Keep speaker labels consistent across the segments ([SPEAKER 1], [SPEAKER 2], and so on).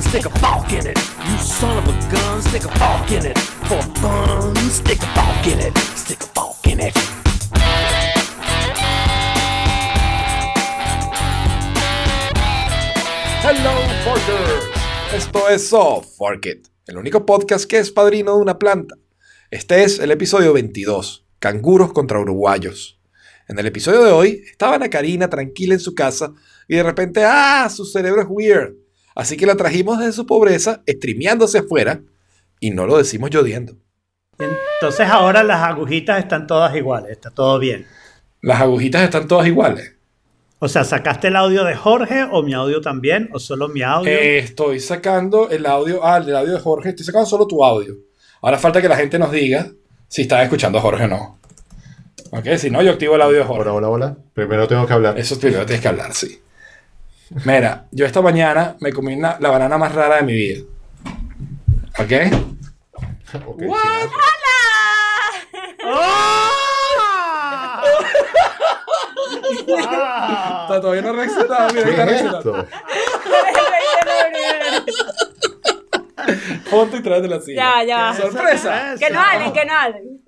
[SPEAKER 1] stick a fork in it. You son of a gun, stick a fork in it. For fun, stick a fork in it. Stick a fork in it.
[SPEAKER 2] Hello Forkers. Esto es So Fork It, el único podcast que es padrino de una planta. Este es el episodio 22, Canguros contra Uruguayos. En el episodio de hoy estaba Ana Karina tranquila en su casa y de repente, ¡ah! Su cerebro es weird. Así que la trajimos desde su pobreza, streameándose afuera y no lo decimos yodiendo.
[SPEAKER 3] Entonces ahora las agujitas están todas iguales, está todo bien.
[SPEAKER 2] Las agujitas están todas iguales.
[SPEAKER 3] O sea, ¿sacaste el audio de Jorge o mi audio también? ¿O solo mi audio?
[SPEAKER 2] Eh, estoy sacando el audio, ah, el audio de Jorge, estoy sacando solo tu audio. Ahora falta que la gente nos diga si está escuchando a Jorge o no. Ok, si no, yo activo el audio de Jorge.
[SPEAKER 4] Hola, hola, hola. Primero tengo que hablar.
[SPEAKER 2] Eso primero tienes que hablar, sí. Mira, yo esta mañana me comí una- la banana más rara de mi vida. ¿Ok?
[SPEAKER 5] Ah.
[SPEAKER 4] Ok, sí,
[SPEAKER 3] ¡Ah!
[SPEAKER 2] Está
[SPEAKER 3] ¡Wow!
[SPEAKER 2] todavía no reaccionado, mira,
[SPEAKER 4] ¿Qué
[SPEAKER 2] está
[SPEAKER 4] es
[SPEAKER 2] reaccionado.
[SPEAKER 4] esto?
[SPEAKER 2] Ponte y tráete la silla.
[SPEAKER 5] Ya, ya va.
[SPEAKER 2] ¡Sorpresa!
[SPEAKER 5] Que no hablen, que no hablen.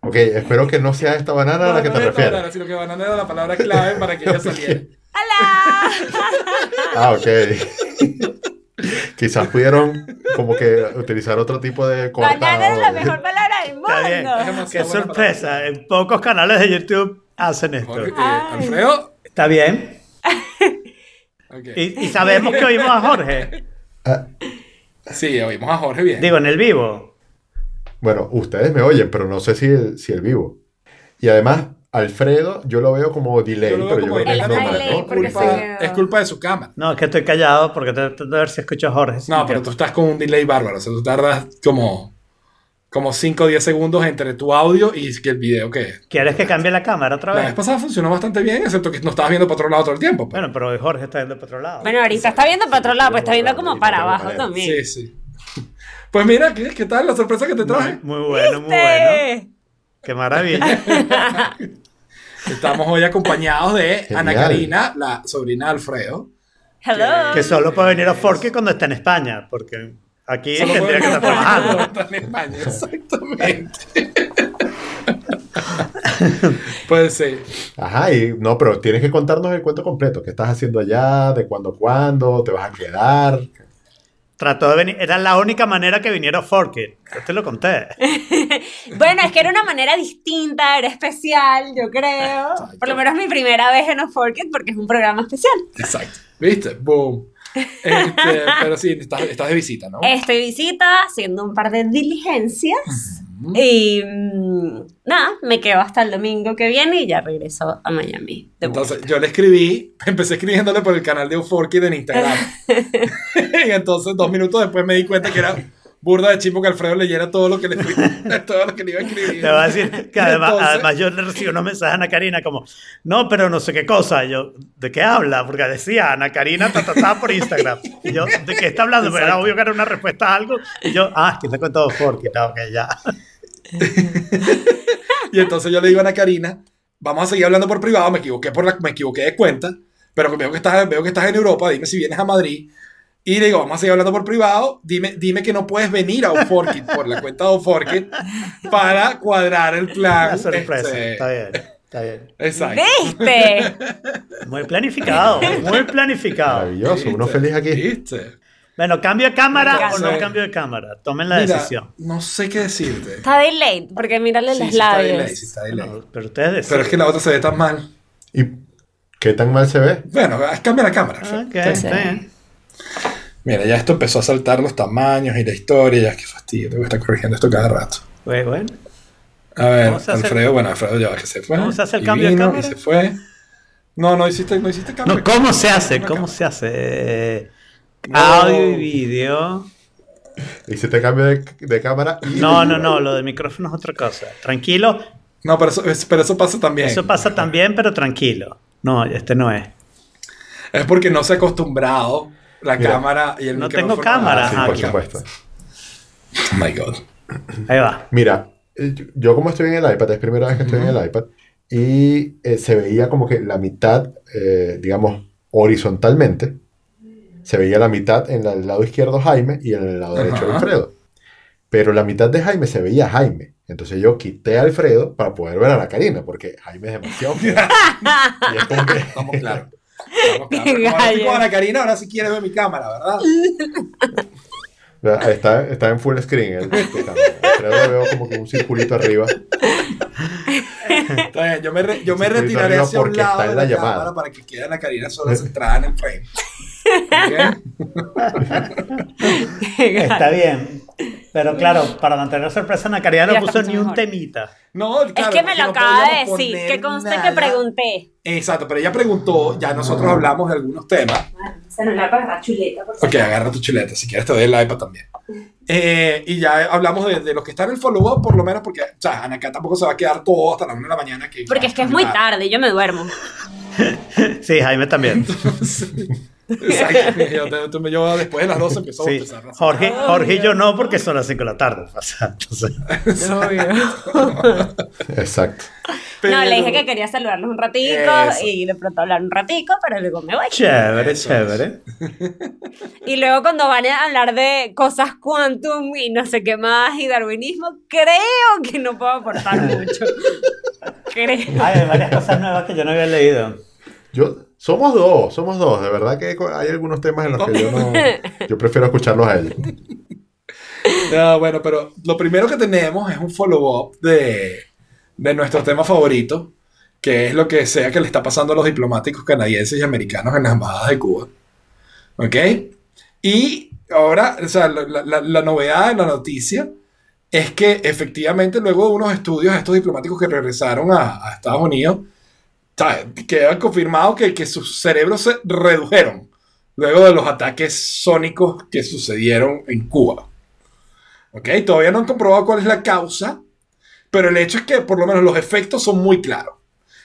[SPEAKER 4] Ok, espero que no sea esta banana a la que
[SPEAKER 2] No,
[SPEAKER 4] te
[SPEAKER 2] no era
[SPEAKER 4] refieres.
[SPEAKER 2] banana, sino que banana era la palabra clave para que ella saliera.
[SPEAKER 5] ¡Hola!
[SPEAKER 4] Ah, ok. Quizás pudieron como que utilizar otro tipo de cortado.
[SPEAKER 5] Banana es la mejor palabra del
[SPEAKER 3] Está bien.
[SPEAKER 5] mundo.
[SPEAKER 3] ¡Qué sorpresa! En pocos canales de YouTube hacen esto.
[SPEAKER 2] Jorge, eh,
[SPEAKER 5] Ay.
[SPEAKER 2] Alfredo.
[SPEAKER 3] ¿Está bien?
[SPEAKER 2] Ok.
[SPEAKER 3] Y, y sabemos que oímos a Jorge.
[SPEAKER 4] Ah,
[SPEAKER 2] Sí, oímos a Jorge bien.
[SPEAKER 3] Digo, en el vivo.
[SPEAKER 4] bueno, ustedes me oyen, pero no sé si el, si el vivo. Y además, Alfredo, yo lo veo como delay,
[SPEAKER 2] Yo lo veo
[SPEAKER 4] pero yo
[SPEAKER 2] como
[SPEAKER 4] creo que es
[SPEAKER 5] delay.
[SPEAKER 4] normal,
[SPEAKER 5] Delay,
[SPEAKER 4] ¿no?
[SPEAKER 5] porque
[SPEAKER 2] es, culpa,
[SPEAKER 5] se-
[SPEAKER 2] es culpa de su cámara.
[SPEAKER 3] No, es que estoy callado porque trato de ver si escucho a Jorge.
[SPEAKER 2] No, pero tú estás con un delay bárbaro. O sea, tú tardas como, como 5 o 10 segundos entre tu audio y que el video que
[SPEAKER 3] ¿Quieres que cambie la cámara otra
[SPEAKER 2] La vez
[SPEAKER 3] vez?
[SPEAKER 2] pasada funcionó bastante bien, excepto que no estabas viendo para otro lado todo el tiempo. pues.
[SPEAKER 3] Bueno, pero hoy Jorge está yendo para otro lado.
[SPEAKER 5] Bueno, ahorita está viendo para otro lado, pues está viendo como para abajo
[SPEAKER 2] sí,
[SPEAKER 5] también.
[SPEAKER 2] sí. Pues mira, ¿qué, qué tal la sorpresa que te traje?
[SPEAKER 3] Muy, muy bueno, muy bueno.
[SPEAKER 5] Sí.
[SPEAKER 3] Qué maravilla.
[SPEAKER 2] Estamos hoy acompañados de
[SPEAKER 4] Genial.
[SPEAKER 2] Ana Karina, la sobrina de Alfredo.
[SPEAKER 5] Hello.
[SPEAKER 3] que solo puede venir a Forky cuando está en España, porque aquí
[SPEAKER 2] Solo
[SPEAKER 3] tendría que
[SPEAKER 2] podemos-
[SPEAKER 3] estar trabajando.
[SPEAKER 2] Está en España, exactamente. pues sí.
[SPEAKER 4] Ajá, y no, pero tienes que contarnos el cuento completo. ¿Qué estás haciendo allá? ¿De cuándo a cuándo? ¿Te vas a quedar?
[SPEAKER 3] Trató de venir. Era la única manera que viniera Forky. Yo te lo conté.
[SPEAKER 5] Bueno, es que era una manera distinta, era especial, yo creo. Por lo menos mi primera vez en Forget porque es un programa especial.
[SPEAKER 2] Exacto. ¿Viste? Boom. Este, pero sí, estás, estás de visita, ¿no?
[SPEAKER 5] Estoy visita, haciendo un par de diligencias. Y mm, nada, me quedo hasta el domingo que viene y ya regreso a Miami. de
[SPEAKER 2] Entonces, yo le escribí, empecé escribiéndole por el canal de Euforkid en Instagram. y entonces, dos minutos después me di cuenta que era burda de chivo que Alfredo leyera todo lo que le, todo lo que le iba a escribir.
[SPEAKER 3] Te voy a decir que además,
[SPEAKER 2] Entonces-
[SPEAKER 3] además yo le recibí unos mensajes a Ana Karina como, no, pero no sé qué cosa. Yo, ¿de qué habla? Porque decía Ana Karina, ta, ta, ta, por Instagram. Y yo, ¿de qué está hablando? Pero era obvio que era una respuesta a algo. Y yo, ah, que te he contado Forky. No, ok, ya.
[SPEAKER 2] Y entonces yo le digo a Ana Karina, vamos a seguir hablando por privado, me equivoqué, por la, me equivoqué de cuenta, pero veo que, estás, veo que estás en Europa, dime si vienes a Madrid. Y le digo, vamos a seguir hablando por privado, dime, dime que no puedes venir a Euforkid por la cuenta de Euforkid para cuadrar el plan.
[SPEAKER 3] Una sorpresa.
[SPEAKER 2] Este,
[SPEAKER 3] Está bien, está bien.
[SPEAKER 2] Exacto.
[SPEAKER 5] ¿Viste?
[SPEAKER 3] Muy planificado, muy
[SPEAKER 2] Ah,
[SPEAKER 3] planificado.
[SPEAKER 4] Maravilloso, uno
[SPEAKER 2] ¿Viste?
[SPEAKER 4] feliz aquí.
[SPEAKER 2] Este, ¿Viste?
[SPEAKER 3] Bueno, cambio de cámara
[SPEAKER 5] Venga.
[SPEAKER 3] o no cambio de cámara. Tomen la
[SPEAKER 2] Mira,
[SPEAKER 3] decisión.
[SPEAKER 2] No sé qué decirte.
[SPEAKER 5] Está delayed, porque mírale
[SPEAKER 2] Sí,
[SPEAKER 5] los
[SPEAKER 2] sí está delay,
[SPEAKER 5] labios.
[SPEAKER 2] sí está delay.
[SPEAKER 3] No, pero ustedes deciden.
[SPEAKER 2] Pero es que la otra se ve tan mal.
[SPEAKER 4] ¿Y qué tan mal se ve?
[SPEAKER 2] Bueno, cambia la cámara. Alfredo.
[SPEAKER 3] Ah, Ok, está
[SPEAKER 5] Sí.
[SPEAKER 3] bien.
[SPEAKER 2] Mira, ya esto empezó a saltar los tamaños y la historia. Ya, qué fastidio, tengo que estar corrigiendo esto cada rato.
[SPEAKER 3] Pues bueno,
[SPEAKER 2] A ver,
[SPEAKER 3] ¿Cómo se hace el-
[SPEAKER 2] Alfredo, bueno, Alfredo ya que se fue.
[SPEAKER 3] ¿Cómo se hace el
[SPEAKER 2] y
[SPEAKER 3] cambio de
[SPEAKER 2] vino,
[SPEAKER 3] cámara?
[SPEAKER 2] Y se fue. No, no hiciste, no hiciste cambio.
[SPEAKER 3] No, ¿cómo se hace?
[SPEAKER 2] Una
[SPEAKER 3] ¿Cómo
[SPEAKER 2] cámara.
[SPEAKER 3] se hace?
[SPEAKER 2] No.
[SPEAKER 3] Audio y vídeo.
[SPEAKER 4] Y si te cambio de, de cámara. y-
[SPEAKER 3] No, no, no, lo de micrófono es otra cosa. Tranquilo,
[SPEAKER 2] No, pero eso, es- pero eso pasa también.
[SPEAKER 3] eso pasa también, pero tranquilo. No, este no es.
[SPEAKER 2] Es porque no se ha acostumbrado la
[SPEAKER 4] Mira,
[SPEAKER 2] cámara y el
[SPEAKER 3] no
[SPEAKER 2] micrófono.
[SPEAKER 3] tengo cámara.
[SPEAKER 4] Ah, sí,
[SPEAKER 3] Ah,
[SPEAKER 4] por
[SPEAKER 3] ya.
[SPEAKER 4] supuesto.
[SPEAKER 2] Oh my god.
[SPEAKER 3] Ahí va.
[SPEAKER 4] Mira, eh, yo como estoy en el iPad, es primera vez que estoy en el iPad, y eh, se veía como que la mitad, eh, digamos, horizontalmente, se veía la mitad en la- el lado izquierdo Jaime y en el lado derecho
[SPEAKER 2] Ajá.
[SPEAKER 4] Alfredo. Pero la mitad de Jaime se veía Jaime. Entonces yo quité a Alfredo para poder ver a la Karina, porque Jaime es demasiado feo. Y es como que-
[SPEAKER 2] Estamos claros. Estamos claros. Pero Como ahora estoy con Ana Karina, ahora sí quieres ver mi cámara, ¿verdad?
[SPEAKER 4] Vea, Está, está en full screen. el- el cámara. Alfredo lo veo como que un circulito arriba.
[SPEAKER 2] Entonces, yo me, re- yo me
[SPEAKER 4] Sí, estoy
[SPEAKER 2] retiraré
[SPEAKER 4] arriba
[SPEAKER 2] hacia un
[SPEAKER 4] porque
[SPEAKER 2] lado
[SPEAKER 4] está en
[SPEAKER 2] de
[SPEAKER 4] la
[SPEAKER 2] la,
[SPEAKER 4] llamada.
[SPEAKER 2] cámara para que quede Ana Karina sola centrada en el frame. ¿Ok?
[SPEAKER 3] Está bien. Pero claro, para mantener sorpresa, Ana Karina
[SPEAKER 5] Ya
[SPEAKER 3] no puso
[SPEAKER 5] está
[SPEAKER 3] ni un
[SPEAKER 5] mejor.
[SPEAKER 3] temita.
[SPEAKER 2] No,
[SPEAKER 5] Es
[SPEAKER 2] claro,
[SPEAKER 5] que me
[SPEAKER 2] porque
[SPEAKER 5] lo
[SPEAKER 2] no
[SPEAKER 5] acaba de
[SPEAKER 2] podíamos
[SPEAKER 5] decir,
[SPEAKER 2] poner
[SPEAKER 5] que conste que
[SPEAKER 2] nada.
[SPEAKER 5] pregunté.
[SPEAKER 2] Exacto, pero ella preguntó, ya nosotros hablamos de algunos temas.
[SPEAKER 5] Celular para agarrar chuleta, por
[SPEAKER 2] Ok, agarra tu chuleta, si quieres te doy el iPad también. Eh, y ya hablamos de, de los que están en el follow-up, por lo menos, porque, o sea, Ana Karina tampoco se va a quedar todo hasta la 1 de la mañana. Que
[SPEAKER 5] Porque es que es muy
[SPEAKER 2] Ah.
[SPEAKER 5] tarde, yo me duermo.
[SPEAKER 3] Sí, Jaime también.
[SPEAKER 2] Exacto. Yo, yo- yo después de las 12 empezó a
[SPEAKER 3] Sí.
[SPEAKER 2] bostezar.
[SPEAKER 3] Jorge, Jorge y yo no, porque son las 5 de la tarde. O sea, entonces-
[SPEAKER 4] Exacto.
[SPEAKER 5] No, le dije
[SPEAKER 2] Pero-
[SPEAKER 5] que quería saludarlos un ratico
[SPEAKER 2] Eso.
[SPEAKER 5] y de pronto hablar un ratico, pero luego me voy.
[SPEAKER 3] chévere,
[SPEAKER 2] Eso es.
[SPEAKER 3] chévere.
[SPEAKER 5] Y luego cuando van a hablar de cosas quantum y no sé qué más y darwinismo, creo que no puedo aportar mucho.
[SPEAKER 2] Ah,
[SPEAKER 5] creo.
[SPEAKER 3] Ay, hay varias cosas nuevas que yo no había leído.
[SPEAKER 4] Yo, somos dos, somos dos. De verdad que co- hay algunos temas en los que yo no. Yo prefiero escucharlos a ellos.
[SPEAKER 2] No, bueno, pero lo primero que tenemos es un follow-up de, de nuestro tema favorito, que es lo que sea que le está pasando a los diplomáticos canadienses y americanos en las embajadas de Cuba. ¿Ok? Y ahora, o sea, la, la- la- la novedad de la noticia es que efectivamente luego de unos estudios, estos diplomáticos que regresaron a, a Estados Unidos, ta- quedan confirmados que, que sus cerebros se redujeron luego de los ataques sónicos que sucedieron en Cuba. ¿Ok? Todavía no han comprobado cuál es la causa, pero el hecho es que por lo menos los efectos son muy claros.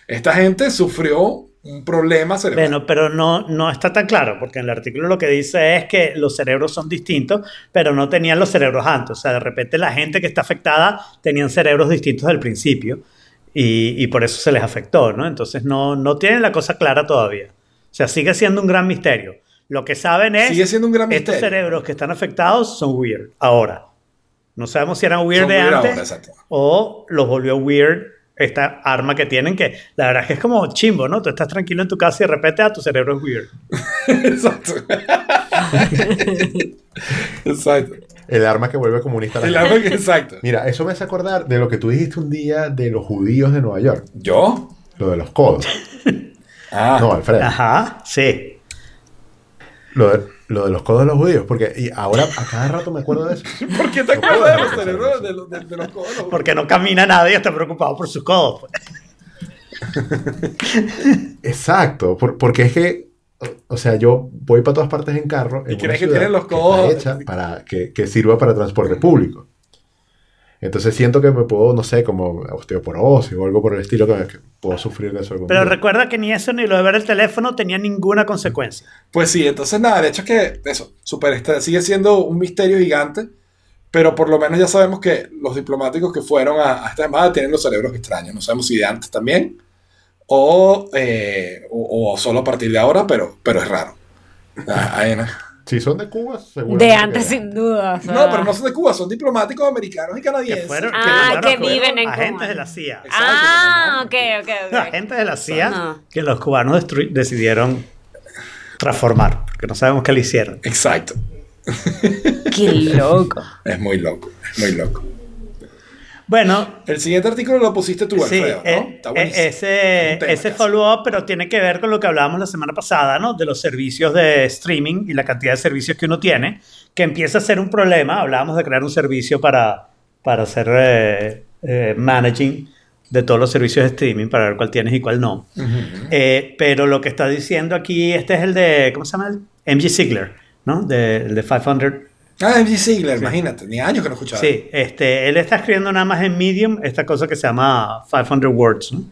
[SPEAKER 2] Esta gente sufrió un problema cerebral.
[SPEAKER 3] Bueno, pero no, no está tan claro, porque en el artículo lo que dice es que los cerebros son distintos, pero no tenían los cerebros antes. O sea, de repente la gente que está afectada tenían cerebros distintos del principio y, y por eso se les afectó, ¿no? Entonces no, no tienen la cosa clara todavía. O sea, sigue siendo un gran misterio. Lo que saben es...
[SPEAKER 2] Sigue siendo un gran
[SPEAKER 3] Estos
[SPEAKER 2] misterio.
[SPEAKER 3] cerebros que están afectados son weird ahora. No sabemos si eran weird
[SPEAKER 2] Son
[SPEAKER 3] de
[SPEAKER 2] weird
[SPEAKER 3] antes
[SPEAKER 2] ahora, exacto.
[SPEAKER 3] o los volvió weird esta arma que tienen que la verdad es que es como chimbo, ¿no? Tú estás tranquilo en tu casa y de repente a tu cerebro es weird.
[SPEAKER 2] Exacto. Exacto.
[SPEAKER 4] El arma que vuelve comunista a la
[SPEAKER 2] El
[SPEAKER 4] gente.
[SPEAKER 2] árbol que- exacto.
[SPEAKER 4] Mira, eso me hace acordar de lo que tú dijiste un día de los judíos de Nueva York,
[SPEAKER 2] ¿Yo?
[SPEAKER 4] lo de los codos.
[SPEAKER 2] Ah.
[SPEAKER 4] No, Alfredo.
[SPEAKER 3] Ajá, sí.
[SPEAKER 4] Lo de, lo de los codos de los judíos, porque y ahora a cada rato me acuerdo de eso.
[SPEAKER 2] ¿Por qué te acuerdas de los cerebros de, los- de- de los codos?
[SPEAKER 3] Porque no camina nadie, está preocupado por sus codos. pues.
[SPEAKER 4] Exacto, por- porque es que, o- o sea, yo voy para todas partes en carro. en
[SPEAKER 2] ¿Y
[SPEAKER 4] una
[SPEAKER 2] crees que
[SPEAKER 4] ciudad
[SPEAKER 2] tienen los
[SPEAKER 4] está
[SPEAKER 2] codos?
[SPEAKER 4] hecha para que, que sirva para transporte público. Entonces siento que me puedo, no sé, como osteoporosis o algo por el estilo que, que puedo sufrir de eso. algún
[SPEAKER 3] Pero
[SPEAKER 4] día.
[SPEAKER 3] recuerda que ni eso ni lo de ver el teléfono tenía ninguna consecuencia.
[SPEAKER 2] Pues sí, entonces nada, el hecho es que eso, super, este, sigue siendo un misterio gigante, pero por lo menos ya sabemos que los diplomáticos que fueron a, a esta embajada tienen los cerebros extraños. No sabemos si de antes también o, eh, o, o solo a partir de ahora, pero, pero es raro. Ah, ahí no.
[SPEAKER 4] Si son de Cuba, seguro.
[SPEAKER 5] De antes, sin duda. o sea.
[SPEAKER 2] No, pero no son de Cuba, son diplomáticos americanos y
[SPEAKER 3] Que
[SPEAKER 2] canadienses.
[SPEAKER 3] fueron,
[SPEAKER 5] Ah,
[SPEAKER 3] mandaron
[SPEAKER 5] que
[SPEAKER 3] a coger
[SPEAKER 5] viven en
[SPEAKER 3] agentes
[SPEAKER 5] Cuba.
[SPEAKER 3] de la CIA.
[SPEAKER 5] Ah, ok, ok, ok.
[SPEAKER 3] agentes de la CIA
[SPEAKER 5] Ah.
[SPEAKER 3] que los cubanos destru- decidieron transformar, porque no sabemos qué le hicieron.
[SPEAKER 2] Exacto.
[SPEAKER 5] Qué loco.
[SPEAKER 2] Es muy loco, es muy loco.
[SPEAKER 3] Bueno,
[SPEAKER 2] El siguiente artículo lo pusiste tú,
[SPEAKER 3] sí,
[SPEAKER 2] Alfredo, ¿no?
[SPEAKER 3] eh,
[SPEAKER 2] Está
[SPEAKER 3] eh,
[SPEAKER 2] buenísimo. Es un tema,
[SPEAKER 3] ese, ese
[SPEAKER 2] casi.
[SPEAKER 3] follow-up, pero tiene que ver con lo que hablábamos la semana pasada, ¿no? De los servicios de streaming y la cantidad de servicios que uno tiene, que empieza a ser un problema. Hablábamos de crear un servicio para, para hacer eh, eh, managing de todos los servicios de streaming, para ver cuál tienes y cuál no.
[SPEAKER 2] Ujú.
[SPEAKER 3] Eh, pero lo que está diciendo aquí, este es el de, ¿cómo se llama? El MG Sigler, ¿no? De, el de 500.
[SPEAKER 2] Ah, MG Sigler, imagínate, ni años que no escuchaba.
[SPEAKER 3] Sí, este, él está escribiendo nada más en Medium esta cosa que se llama 500 Words, ¿no?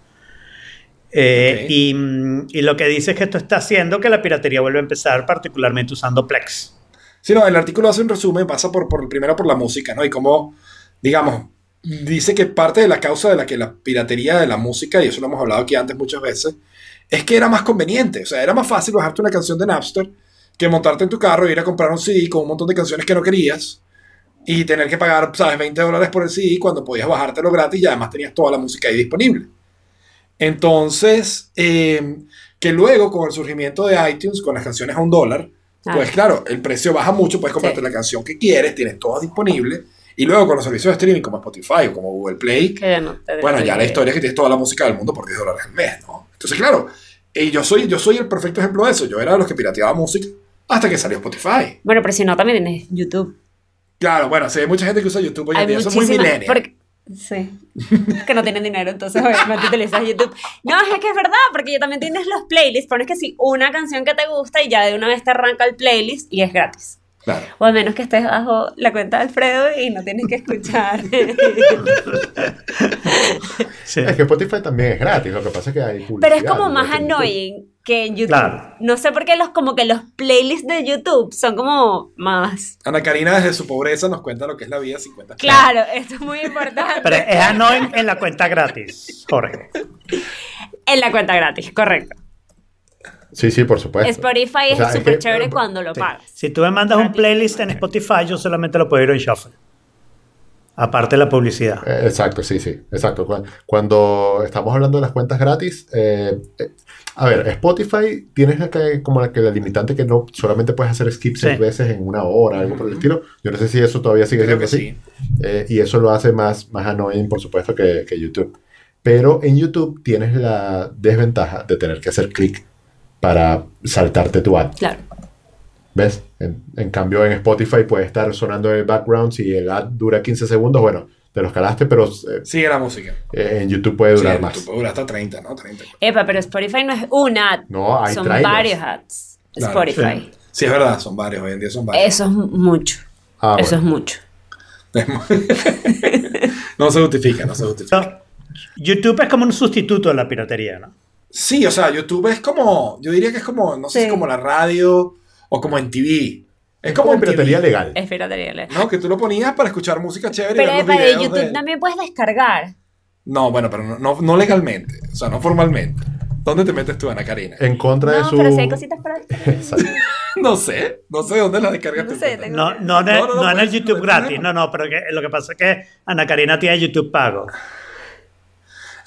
[SPEAKER 3] Eh,
[SPEAKER 2] Ok.
[SPEAKER 3] y, mm, y lo que dice es que esto está haciendo que la piratería vuelva a empezar, particularmente usando Plex.
[SPEAKER 2] Sí, no, el artículo hace un resumen, pasa por, por primero por la música, ¿no? Y cómo, digamos, dice que parte de la causa de la que la piratería de la música, y eso lo hemos hablado aquí antes muchas veces, es que era más conveniente. O sea, era más fácil bajarte una canción de Napster que montarte en tu carro e ir a comprar un CD con un montón de canciones que no querías y tener que pagar, sabes, 20 dólares por el CD cuando podías bajártelo gratis y además tenías toda la música ahí disponible. Entonces, eh, que luego con el surgimiento de iTunes, con las canciones a un dólar,
[SPEAKER 5] Ah.
[SPEAKER 2] pues claro, el precio baja mucho, puedes comprarte
[SPEAKER 5] Sí.
[SPEAKER 2] la canción que quieres, tienes todo disponible. Y luego con los servicios de streaming como Spotify o como Google Play,
[SPEAKER 5] Que ya no te-
[SPEAKER 2] bueno, ya la historia es que tienes toda la música del mundo por 10 dólares al mes, ¿no? Entonces, claro, y yo soy, yo soy el perfecto ejemplo de eso. Yo era de los que pirateaba música hasta que salió Spotify.
[SPEAKER 5] Bueno, pero si no, también tienes YouTube.
[SPEAKER 2] Claro, bueno, sí, hay mucha gente que usa YouTube hoy en
[SPEAKER 5] Hay
[SPEAKER 2] día. Eso es muy
[SPEAKER 5] muchísimas.
[SPEAKER 2] millennial.
[SPEAKER 5] porque- sí. que no tienen dinero, entonces obviamente utilizas YouTube. No, es que es verdad, porque ya también tienes los playlists. Pones que sí, una canción que te gusta y ya de una vez te arranca el playlist y es gratis.
[SPEAKER 2] Claro.
[SPEAKER 5] O al menos que estés bajo la cuenta de Alfredo y no tienes que escuchar.
[SPEAKER 3] Sí.
[SPEAKER 4] Es que Spotify también es gratis, lo que pasa es que hay publicidad.
[SPEAKER 5] Pero es como
[SPEAKER 4] igual
[SPEAKER 5] más
[SPEAKER 4] que en YouTube.
[SPEAKER 5] annoying que en YouTube.
[SPEAKER 3] Claro.
[SPEAKER 5] No sé por qué los, como que los playlists de YouTube son como más.
[SPEAKER 2] Ana Karina desde su pobreza nos cuenta lo que es la vida 50
[SPEAKER 5] Claro, esto es muy importante.
[SPEAKER 3] Pero es annoying en la cuenta gratis, Jorge.
[SPEAKER 5] En la cuenta gratis, correcto.
[SPEAKER 4] Sí, sí, por supuesto.
[SPEAKER 5] Spotify
[SPEAKER 4] O sea,
[SPEAKER 5] es
[SPEAKER 4] que- eh,
[SPEAKER 5] súper chévere cuando lo
[SPEAKER 3] Sí.
[SPEAKER 5] pagas.
[SPEAKER 3] Si tú me mandas un playlist en Spotify, yo solamente lo puedo ir en Shuffle. Aparte de la publicidad.
[SPEAKER 4] Eh, Exacto, sí, sí, exacto. Cu- Cuando estamos hablando de las cuentas gratis, eh, eh, a ver, Spotify tienes la que- como la, que la limitante que no solamente puedes hacer skip seis
[SPEAKER 3] Sí.
[SPEAKER 4] veces en una hora, algo por el estilo. Yo no sé si eso todavía sigue
[SPEAKER 2] Creo
[SPEAKER 4] siendo
[SPEAKER 2] que
[SPEAKER 4] así.
[SPEAKER 2] sí.
[SPEAKER 4] Eh, y eso lo hace más, más annoying, por supuesto, que, que YouTube. Pero en YouTube tienes la desventaja de tener que hacer clic para saltarte tu ad.
[SPEAKER 5] Claro.
[SPEAKER 4] ¿Ves? En, en cambio, en Spotify puede estar sonando en el background. Si el ad dura 15 segundos, bueno, te lo escalaste, pero eh,
[SPEAKER 2] Sigue la música.
[SPEAKER 4] eh, en YouTube puede durar
[SPEAKER 2] Sí,
[SPEAKER 4] más.
[SPEAKER 2] tú puedes durar hasta 30, ¿no? 30.
[SPEAKER 5] Epa, pero Spotify no es un ad.
[SPEAKER 4] No, hay
[SPEAKER 5] son
[SPEAKER 4] trailers.
[SPEAKER 5] varios ads.
[SPEAKER 2] Claro,
[SPEAKER 5] Spotify.
[SPEAKER 2] sí. Sí, es verdad, son varios. Hoy en día son varios.
[SPEAKER 5] Eso es mucho.
[SPEAKER 4] Ah,
[SPEAKER 5] Eso es
[SPEAKER 4] bueno.
[SPEAKER 5] mucho.
[SPEAKER 2] no se justifica, no se justifica.
[SPEAKER 3] Pero YouTube es como un sustituto de la piratería, ¿no?
[SPEAKER 2] Sí, o sea, YouTube es como, yo diría que es como, no sé si
[SPEAKER 5] Sí.
[SPEAKER 2] como la radio o como en TV. Es
[SPEAKER 4] Como
[SPEAKER 2] como en
[SPEAKER 4] piratería
[SPEAKER 2] legal.
[SPEAKER 4] legal.
[SPEAKER 5] Es piratería.
[SPEAKER 2] No, que tú lo ponías para escuchar música chévere. y
[SPEAKER 5] Pero
[SPEAKER 2] ver los
[SPEAKER 5] epa, de
[SPEAKER 2] videos
[SPEAKER 5] YouTube
[SPEAKER 2] de-
[SPEAKER 5] también puedes descargar.
[SPEAKER 2] No, bueno, pero no, no, no legalmente, o sea, no formalmente. ¿Dónde te metes tú, Ana Karina?
[SPEAKER 4] En contra de
[SPEAKER 5] No,
[SPEAKER 4] su.
[SPEAKER 5] pero si hay cositas para descargar.
[SPEAKER 4] Exacto.
[SPEAKER 2] No sé, no sé dónde la descargas
[SPEAKER 5] No
[SPEAKER 2] tú.
[SPEAKER 5] sé,
[SPEAKER 2] Ana.
[SPEAKER 5] tengo-
[SPEAKER 3] No, no, en el-
[SPEAKER 2] No, no, no,
[SPEAKER 3] no en el
[SPEAKER 2] pues,
[SPEAKER 3] YouTube
[SPEAKER 2] no hay
[SPEAKER 3] gratis,
[SPEAKER 2] problema.
[SPEAKER 3] no, no, pero que- lo que pasa es que Ana Karina tiene YouTube pago.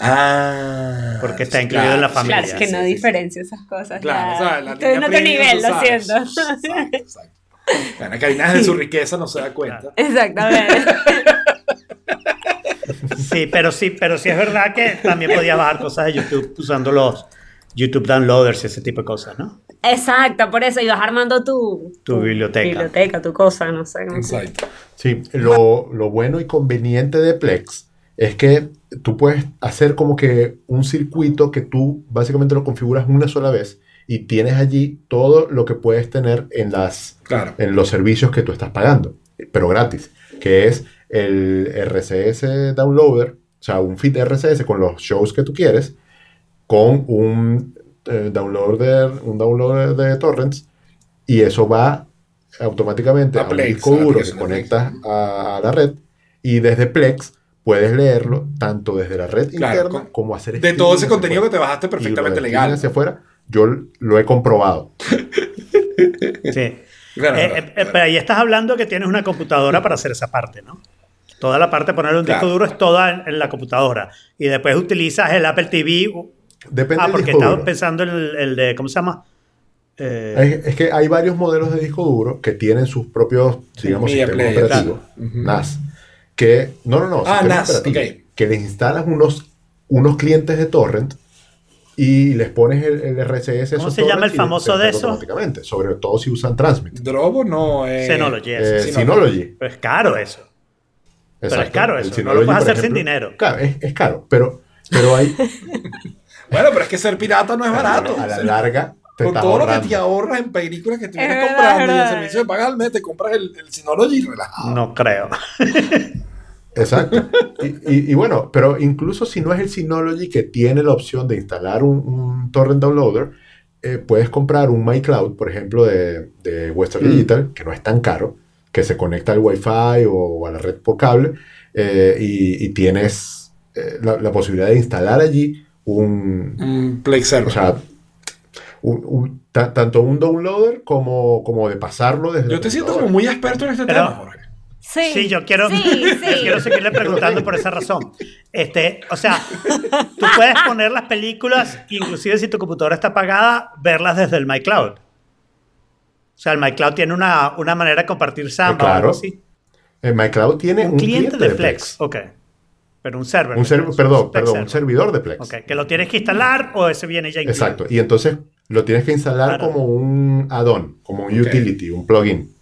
[SPEAKER 2] Ah.
[SPEAKER 3] Porque está incluido en la familia.
[SPEAKER 5] Claro,
[SPEAKER 3] Familia,
[SPEAKER 5] que
[SPEAKER 2] sí,
[SPEAKER 5] no
[SPEAKER 2] sí, sí.
[SPEAKER 5] diferencio esas cosas.
[SPEAKER 2] Claro,
[SPEAKER 5] ya.
[SPEAKER 2] ¿sabes? La
[SPEAKER 5] Estoy en
[SPEAKER 2] línea
[SPEAKER 5] otro
[SPEAKER 2] premium,
[SPEAKER 5] nivel,
[SPEAKER 2] tú
[SPEAKER 5] lo
[SPEAKER 2] sabes.
[SPEAKER 5] siento.
[SPEAKER 2] Exacto, exacto. Ana Karina de su riqueza no se da cuenta.
[SPEAKER 5] Exactamente.
[SPEAKER 3] Sí, pero sí, pero sí es verdad que también podías bajar cosas de YouTube usando los YouTube downloaders y ese tipo de cosas, ¿no?
[SPEAKER 5] Exacto, por eso ibas armando tu,
[SPEAKER 3] Tu biblioteca.
[SPEAKER 5] biblioteca, tu cosa, no sé. cómo se-
[SPEAKER 2] Exacto.
[SPEAKER 4] Sí, lo, lo bueno y conveniente de Plex es que tú puedes hacer como que un circuito que tú básicamente lo configuras una sola vez y tienes allí todo lo que puedes tener en, las,
[SPEAKER 2] Claro.
[SPEAKER 4] en los servicios que tú estás pagando, pero gratis, que es el RSS Downloader, o sea, un feed RSS con los shows que tú quieres, con un, eh, downloader, un downloader de torrents y eso va automáticamente
[SPEAKER 2] A
[SPEAKER 4] a, un
[SPEAKER 2] Plex,
[SPEAKER 4] disco
[SPEAKER 2] a la
[SPEAKER 4] duro que
[SPEAKER 2] aplicación de
[SPEAKER 4] conectas a, a la red y desde Plex puedes leerlo tanto desde la red
[SPEAKER 2] Claro,
[SPEAKER 4] interna
[SPEAKER 2] con-
[SPEAKER 4] como hacer
[SPEAKER 2] De todo ese contenido que te bajaste perfectamente legal.
[SPEAKER 4] hacia afuera yo lo he comprobado
[SPEAKER 3] Sí.
[SPEAKER 2] Claro, claro,
[SPEAKER 3] Eh, eh, eh,
[SPEAKER 2] claro.
[SPEAKER 3] Pero ahí estás hablando que tienes una computadora para hacer esa parte, ¿no? Toda la parte de poner un
[SPEAKER 2] Claro.
[SPEAKER 3] disco duro es toda en, en la computadora. Y después utilizas el Apple TV. u-
[SPEAKER 4] depende
[SPEAKER 3] Ah,
[SPEAKER 4] del
[SPEAKER 3] porque
[SPEAKER 4] disco
[SPEAKER 3] estaba
[SPEAKER 4] duro.
[SPEAKER 3] pensando en el, el de, ¿cómo se llama? Eh,
[SPEAKER 4] Es, es que hay varios modelos de disco duro que tienen sus propios, digamos,
[SPEAKER 2] media
[SPEAKER 4] sistemas
[SPEAKER 2] player,
[SPEAKER 4] operativos,
[SPEAKER 2] claro. Ujú.
[SPEAKER 4] NAS, que, no, no, no,
[SPEAKER 2] Ah,
[SPEAKER 4] sistemas
[SPEAKER 2] NAS,
[SPEAKER 4] operativos,
[SPEAKER 2] ok.
[SPEAKER 4] que les instalas unos, unos clientes de torrent y les pones el, el RSS. a esos
[SPEAKER 3] ¿Cómo se llama
[SPEAKER 4] torrents
[SPEAKER 3] el
[SPEAKER 4] y
[SPEAKER 3] famoso
[SPEAKER 4] te
[SPEAKER 3] de
[SPEAKER 4] carga
[SPEAKER 3] eso?
[SPEAKER 4] Automáticamente, sobre todo si usan Transmit.
[SPEAKER 2] Drobo no es.
[SPEAKER 3] Synology, eso.
[SPEAKER 4] Eh,
[SPEAKER 2] Synology.
[SPEAKER 4] Synology.
[SPEAKER 3] Pero es caro eso. es
[SPEAKER 4] exacto,
[SPEAKER 3] caro
[SPEAKER 4] el
[SPEAKER 3] eso, no lo
[SPEAKER 4] Synology,
[SPEAKER 3] puedes
[SPEAKER 4] por
[SPEAKER 3] hacer sin dinero.
[SPEAKER 4] Claro, es, es caro, pero, pero hay,
[SPEAKER 2] Bueno, pero es que ser pirata no es barato.
[SPEAKER 4] a la
[SPEAKER 2] Sí.
[SPEAKER 4] larga, te
[SPEAKER 2] Con
[SPEAKER 4] estás
[SPEAKER 2] todo lo que
[SPEAKER 4] ahorrando.
[SPEAKER 2] te ahorras en películas que estuvieras
[SPEAKER 5] Es verdad,
[SPEAKER 2] comprando y en
[SPEAKER 5] verdad.
[SPEAKER 2] servicio de pagar al mes, te compras el, el Synology y relajado.
[SPEAKER 3] No creo.
[SPEAKER 4] Exacto. Y, y- y bueno, pero incluso si no es el Synology que tiene la opción de instalar un, un torrent downloader, eh, puedes comprar un MyCloud, por ejemplo, de,
[SPEAKER 2] Mm.
[SPEAKER 4] de Western Digital, que no es tan caro, que se conecta al Wi-Fi o, a la red por cable eh, y, y tienes eh, la, la posibilidad de instalar allí un,
[SPEAKER 2] Un Play
[SPEAKER 4] Mm, o
[SPEAKER 2] Server.
[SPEAKER 4] sea, un- un- ta- tanto un downloader como, como de pasarlo desde.
[SPEAKER 2] Yo
[SPEAKER 4] el
[SPEAKER 2] te siento como
[SPEAKER 4] computador.
[SPEAKER 2] muy experto en este
[SPEAKER 3] Pero-
[SPEAKER 2] tema, Jorge.
[SPEAKER 5] Sí,
[SPEAKER 3] Sí, yo quiero,
[SPEAKER 5] Sí,
[SPEAKER 3] yo
[SPEAKER 5] sí.
[SPEAKER 3] quiero seguirle preguntando por esa razón. Este, o sea, tú puedes poner las películas, inclusive si tu computadora está apagada, verlas desde el MyCloud. O sea, el MyCloud tiene una, una manera de compartir samba o algo
[SPEAKER 4] claro.
[SPEAKER 3] así.
[SPEAKER 4] Eh, MyCloud tiene
[SPEAKER 3] Un, cliente, de Plex. Ok. Pero un server.
[SPEAKER 4] Un
[SPEAKER 3] de
[SPEAKER 4] ser-
[SPEAKER 3] Plex,
[SPEAKER 4] perdón,
[SPEAKER 3] Plex
[SPEAKER 4] perdón, un
[SPEAKER 3] server.
[SPEAKER 4] servidor de Plex.
[SPEAKER 3] Ok, que lo tienes que instalar o ese viene ya incluido.
[SPEAKER 4] Exacto. Y entonces lo tienes que instalar
[SPEAKER 3] Claro.
[SPEAKER 4] como un add-on, como un
[SPEAKER 2] Ok.
[SPEAKER 4] utility, un plugin.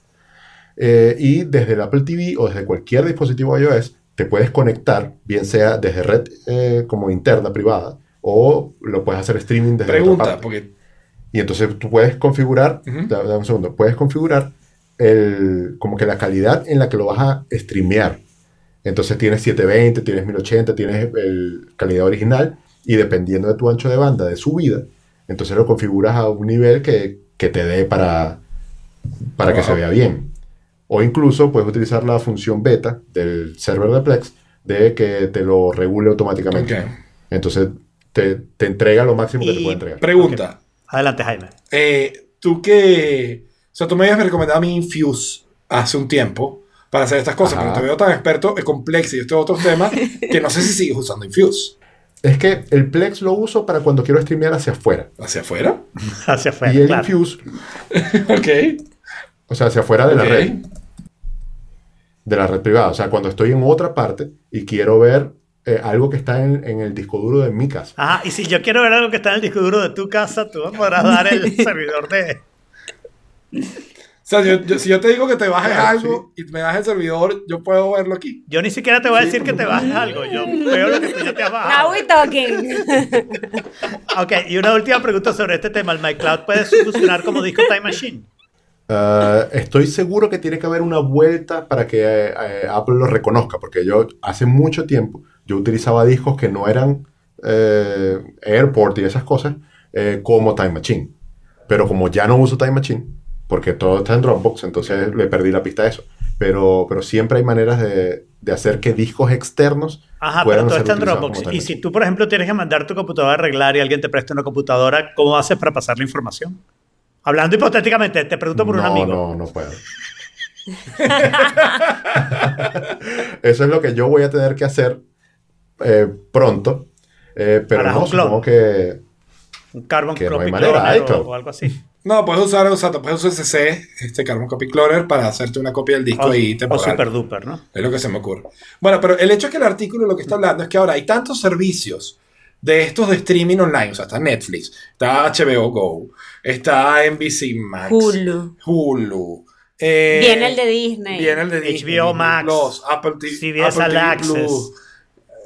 [SPEAKER 4] Eh, y desde el Apple TV o desde cualquier dispositivo iOS te puedes conectar, bien sea desde red eh, como interna, privada, o lo puedes hacer streaming desde otra
[SPEAKER 2] Pregunta,
[SPEAKER 4] parte.
[SPEAKER 2] porque
[SPEAKER 4] Y entonces tú puedes configurar,
[SPEAKER 2] Ujú.
[SPEAKER 4] da- dame un segundo, puedes configurar el, como que la calidad en la que lo vas a streamear. Entonces tienes 720, tienes 1080, tienes el calidad original y dependiendo de tu ancho de banda, de subida, entonces lo configuras a un nivel que, que te dé para, para que
[SPEAKER 2] Wow.
[SPEAKER 4] se vea bien. O incluso puedes utilizar la función beta del server de Plex de que te lo regule automáticamente.
[SPEAKER 2] Ok.
[SPEAKER 4] Entonces te, te entrega lo máximo que te
[SPEAKER 3] Y
[SPEAKER 4] puede entregar.
[SPEAKER 2] pregunta.
[SPEAKER 3] Adelante, Jaime.
[SPEAKER 2] Eh, tú que. O sea, tú me habías recomendado a mí Infuse hace un tiempo para hacer estas cosas,
[SPEAKER 4] Ajá.
[SPEAKER 2] pero te veo tan experto en Complex y estos otros temas que no sé si sigues usando Infuse.
[SPEAKER 4] Es que el Plex lo uso para cuando quiero streamear hacia afuera.
[SPEAKER 2] ¿Hacia afuera?
[SPEAKER 3] Hacia afuera.
[SPEAKER 4] y el
[SPEAKER 3] claro.
[SPEAKER 4] Infuse,
[SPEAKER 2] Ok.
[SPEAKER 4] o sea, hacia afuera de
[SPEAKER 2] ok.
[SPEAKER 4] la red, de la red privada. O sea, cuando estoy en otra parte y quiero ver eh, algo que está en, en el disco duro de mi casa.
[SPEAKER 3] Ajá, y si yo quiero ver algo que está en el disco duro de tu casa, tú me podrás dar el servidor de.
[SPEAKER 2] O sea, yo- yo- si yo te digo que te bajes
[SPEAKER 4] Claro,
[SPEAKER 2] algo y me das el servidor, yo puedo verlo aquí.
[SPEAKER 3] Yo ni siquiera te voy a decir que te bajes algo. Yo veo lo que tú ya te has
[SPEAKER 5] Now
[SPEAKER 3] bajado.
[SPEAKER 5] we talking.
[SPEAKER 3] Ok, y una última pregunta sobre este tema. ¿El MyCloud puede funcionar como disco Time Machine?
[SPEAKER 4] Ah, estoy seguro que tiene que haber una vuelta para que eh, eh, Apple lo reconozca, porque yo hace mucho tiempo yo utilizaba discos que no eran eh, Airport y esas cosas eh, como Time Machine. Pero como ya no uso Time Machine, porque todo está en Dropbox, entonces le perdí la pista a eso. Pero, pero siempre hay maneras de, de hacer que discos externos
[SPEAKER 3] Ajá, pero
[SPEAKER 4] puedan
[SPEAKER 3] todo
[SPEAKER 4] ser
[SPEAKER 3] está en
[SPEAKER 4] utilizados
[SPEAKER 3] Dropbox.
[SPEAKER 4] como Time
[SPEAKER 3] Y si
[SPEAKER 4] Machine.
[SPEAKER 3] tú, por ejemplo, tienes que mandar tu computadora a arreglar y alguien te presta una computadora, ¿cómo haces para pasar la información? Hablando hipotéticamente, te pregunto por un
[SPEAKER 4] No,
[SPEAKER 3] amigo.
[SPEAKER 4] No, no puedo. Eso es lo que yo voy a tener que hacer eh, pronto. eh, pero
[SPEAKER 3] Harás
[SPEAKER 4] no,
[SPEAKER 3] un clon.
[SPEAKER 4] supongo que.
[SPEAKER 3] Un Carbon
[SPEAKER 4] Que no
[SPEAKER 3] Copy
[SPEAKER 4] hay manera,
[SPEAKER 3] Cloner o,
[SPEAKER 4] iCloud.
[SPEAKER 3] o algo así.
[SPEAKER 2] No, puedes usar, o sea, te puedes usar CC, este Carbon Copy Cloner, para hacerte una copia del disco
[SPEAKER 3] Ah, O,
[SPEAKER 2] ahí y
[SPEAKER 3] o Super Duper, ¿no?
[SPEAKER 2] Es lo que se me ocurre. Bueno, pero el hecho es que el artículo lo que está hablando es que ahora hay tantos servicios de estos de streaming online. O sea, está Netflix, está HBO Go, está NBC Max,
[SPEAKER 5] Hulu.
[SPEAKER 2] Hulu, eh,
[SPEAKER 5] Viene el de Disney.
[SPEAKER 2] viene el de
[SPEAKER 3] HBO
[SPEAKER 2] Disney,
[SPEAKER 3] Max,
[SPEAKER 2] Plus, Apple TV,
[SPEAKER 3] CBS
[SPEAKER 2] Apple
[SPEAKER 3] All
[SPEAKER 2] TV Plus,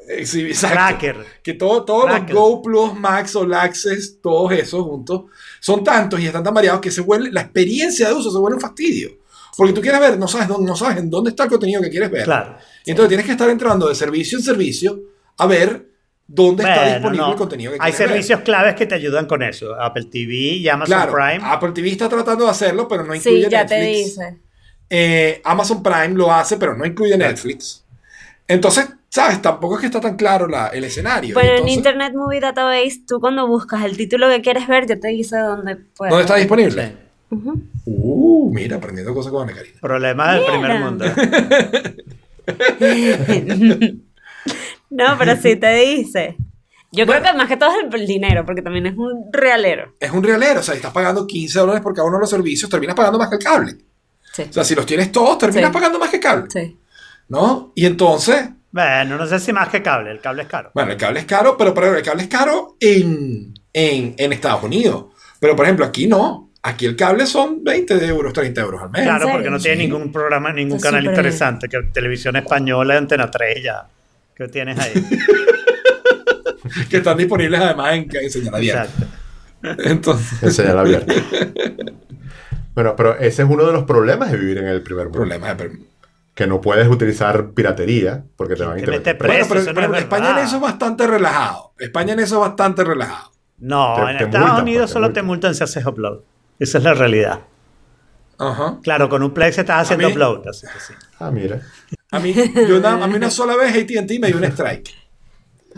[SPEAKER 2] eh, sí, exacto.
[SPEAKER 3] Cracker.
[SPEAKER 2] Que todo, todos
[SPEAKER 3] Crackle.
[SPEAKER 2] los Go Plus, Max, All Access, todos esos juntos, son tantos y están tan variados que se vuelve, la experiencia de uso se vuelve un fastidio. Porque tú quieres ver, no sabes, dónde, no sabes en dónde está el contenido que quieres ver.
[SPEAKER 3] Claro.
[SPEAKER 2] Y Entonces tienes que estar entrando de servicio en servicio a ver dónde está
[SPEAKER 3] Bueno,
[SPEAKER 2] disponible
[SPEAKER 3] no.
[SPEAKER 2] el contenido que
[SPEAKER 3] Hay
[SPEAKER 2] quieres ver.
[SPEAKER 3] servicios claves que te ayudan con eso. Apple TV, Amazon
[SPEAKER 2] Claro, Ah,
[SPEAKER 3] Prime.
[SPEAKER 2] Apple TV está tratando de hacerlo, pero no incluye
[SPEAKER 5] Sí, ya te
[SPEAKER 2] Netflix.
[SPEAKER 5] dice.
[SPEAKER 2] Eh, Amazon Prime lo hace, pero no incluye Netflix. Entonces, ¿sabes? Tampoco es que está tan claro la- el escenario.
[SPEAKER 5] Pero en
[SPEAKER 2] Entonces,
[SPEAKER 5] Internet Movie Database, tú cuando buscas el título que quieres ver, ya te dice dónde puedes.
[SPEAKER 2] ¿Dónde está disponible?
[SPEAKER 3] Sí.
[SPEAKER 5] Ujú.
[SPEAKER 2] Uh, mira, aprendiendo cosas con Ana Karina.
[SPEAKER 3] Problemas del
[SPEAKER 5] Mira.
[SPEAKER 3] primer mundo.
[SPEAKER 5] No, pero sí te dice. Yo creo que más que todo es el, el dinero, porque también es un realero.
[SPEAKER 2] Es un realero, o sea, estás pagando 15 dólares por cada uno de los servicios, terminas pagando más que el cable.
[SPEAKER 5] Sí.
[SPEAKER 2] O sea, si los tienes todos, terminas
[SPEAKER 5] Sí.
[SPEAKER 2] pagando más que el cable.
[SPEAKER 5] Sí.
[SPEAKER 2] ¿No? Y entonces,
[SPEAKER 3] Bueno, no sé si más que cable, el cable es caro.
[SPEAKER 2] Bueno, el cable es caro, pero por ejemplo, el cable es caro en, en, en Estados Unidos. Pero por ejemplo, aquí no. Aquí el cable son 20 euros, 30 euros al mes.
[SPEAKER 3] Claro,
[SPEAKER 5] serio?
[SPEAKER 3] porque no tiene ningún programa, ningún
[SPEAKER 5] Está
[SPEAKER 3] canal
[SPEAKER 5] súper
[SPEAKER 3] interesante, que televisión española, Antena 3 ya. ¿Qué tienes ahí?
[SPEAKER 2] Que están disponibles además en, en señal abierta.
[SPEAKER 3] Exacto.
[SPEAKER 2] Entonces,
[SPEAKER 4] En señal abierta. bueno, pero ese es uno de los problemas de vivir en el primer mundo.
[SPEAKER 2] problemas de permiso.
[SPEAKER 4] Que no puedes utilizar piratería porque te van a
[SPEAKER 3] te
[SPEAKER 4] intervenir.
[SPEAKER 3] mete
[SPEAKER 2] Bueno,
[SPEAKER 3] preso? Eso,
[SPEAKER 2] pero
[SPEAKER 3] eso no
[SPEAKER 2] por ejemplo,
[SPEAKER 3] es
[SPEAKER 2] España en
[SPEAKER 3] verdad.
[SPEAKER 2] eso es bastante relajado. España en eso es bastante relajado.
[SPEAKER 3] No,
[SPEAKER 4] Te-
[SPEAKER 3] en
[SPEAKER 4] te
[SPEAKER 3] Estados
[SPEAKER 4] multan,
[SPEAKER 3] Unidos
[SPEAKER 4] pues, te
[SPEAKER 3] solo te
[SPEAKER 4] multan.
[SPEAKER 3] multan si haces upload. Esa es la realidad.
[SPEAKER 2] Ajá.
[SPEAKER 3] Claro, con un Plex estás haciendo
[SPEAKER 2] mí-
[SPEAKER 3] upload, así que sí.
[SPEAKER 4] Ah, mira.
[SPEAKER 2] A mí, yo una, a mí una sola vez AT&T me dio un strike.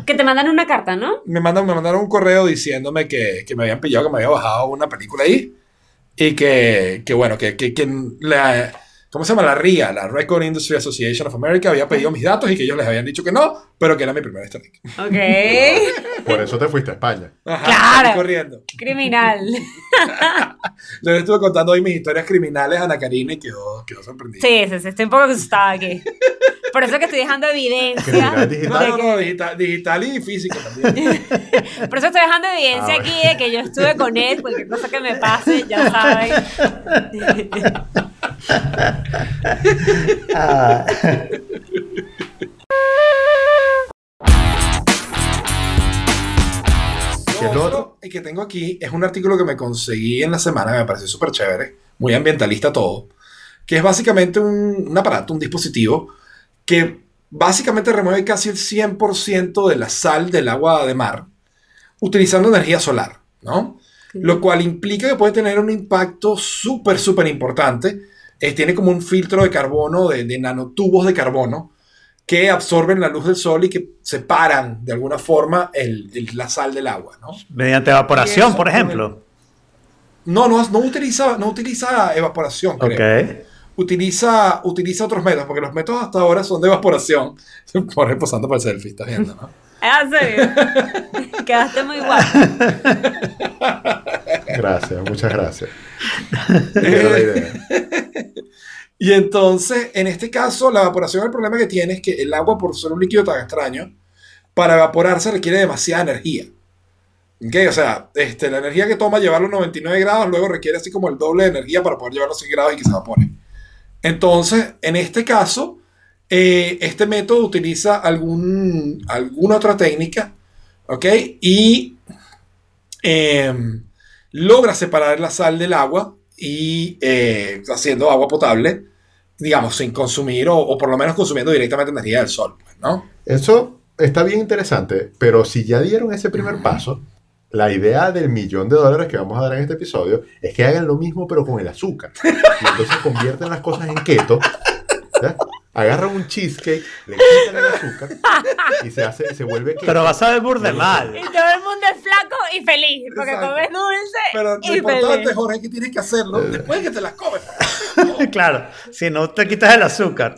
[SPEAKER 5] Que te mandan una carta, ¿no?
[SPEAKER 2] Me mandaron, me mandaron un correo diciéndome que, que me habían pillado, que me había bajado una película ahí. Y que, que bueno, que, que, que la... ¿Cómo se llama? La RIA, la Record Industry Association of America, había pedido mis datos y que ellos les habían dicho que no, pero que era mi primer strike.
[SPEAKER 5] Ok.
[SPEAKER 4] Por eso te fuiste a España.
[SPEAKER 2] Ajá,
[SPEAKER 5] Claro.
[SPEAKER 2] salí corriendo.
[SPEAKER 5] Criminal.
[SPEAKER 2] Yo le estuve contando hoy mis historias criminales a Ana Karina y quedó, quedó sorprendida.
[SPEAKER 5] Sí, sí, sí, estoy un poco asustada aquí. Por eso que estoy dejando evidencia.
[SPEAKER 4] Criminal
[SPEAKER 5] de
[SPEAKER 4] digital.
[SPEAKER 2] No, no,
[SPEAKER 5] que-
[SPEAKER 2] no, digital, digital y físico también.
[SPEAKER 5] Por eso estoy dejando evidencia
[SPEAKER 4] Ah,
[SPEAKER 5] aquí de que yo estuve con él, cualquier cosa que me pase, ya saben.
[SPEAKER 4] ¿Qué
[SPEAKER 2] Lo
[SPEAKER 4] es lo
[SPEAKER 2] otro que tengo aquí es un artículo que me conseguí en la semana, que me pareció súper chévere, muy ambientalista todo, que es básicamente un, un aparato, un dispositivo que básicamente remueve casi el 100% de la sal del agua de mar utilizando energía solar, ¿no? Lo cual implica que puede tener un impacto súper, súper importante. Eh, tiene como un filtro de carbono, de, de nanotubos de carbono, que absorben la luz del sol y que separan de alguna forma el- el- la sal del agua, ¿no?
[SPEAKER 3] Mediante evaporación,
[SPEAKER 2] Eso,
[SPEAKER 3] por ejemplo.
[SPEAKER 2] No, no, no utiliza, no utiliza evaporación, creo.
[SPEAKER 3] Ok.
[SPEAKER 2] Utiliza, utiliza otros métodos, porque los métodos hasta ahora son de evaporación. Por ejemplo, pasando para el selfie, estás viendo, ¿no?
[SPEAKER 5] Ah, sí. Quedaste muy guapo.
[SPEAKER 4] Gracias, muchas gracias. Era
[SPEAKER 2] Eh,
[SPEAKER 4] la idea.
[SPEAKER 2] Y entonces, en este caso, la evaporación, el problema que tiene es que el agua, por ser un líquido tan extraño, para evaporarse requiere demasiada energía. ¿Ok? O sea, este, la energía que toma llevarlo a 99 grados, luego requiere así como el doble de energía para poder llevarlo a 100 grados y que se evapore. Entonces, en este caso, eh, este método utiliza algún, alguna otra técnica, ¿ok? Y em, logra separar la sal del agua y eh, haciendo agua potable, digamos, sin consumir o, o por lo menos consumiendo directamente energía del sol, pues, ¿no?
[SPEAKER 5] Eh,
[SPEAKER 4] Eso está bien interesante, pero si ya dieron ese primer paso, la idea del millón de dólares que vamos a dar en este episodio es que hagan lo mismo pero con el azúcar. Y entonces convierten las cosas en keto. ¿ya? Agarran un cheesecake, le quitan el azúcar y se hace, se vuelve keto.
[SPEAKER 3] Pero vas a ver burde mal.
[SPEAKER 5] Y todo el mundo es flaco y feliz, porque
[SPEAKER 2] Exacto.
[SPEAKER 5] comes dulce
[SPEAKER 2] Pero
[SPEAKER 5] y
[SPEAKER 2] lo importante,
[SPEAKER 5] feliz.
[SPEAKER 2] Jorge, es que tienes que hacerlo
[SPEAKER 4] Eh.
[SPEAKER 2] después de que te las comes.
[SPEAKER 3] Claro, si no te quitas el azúcar.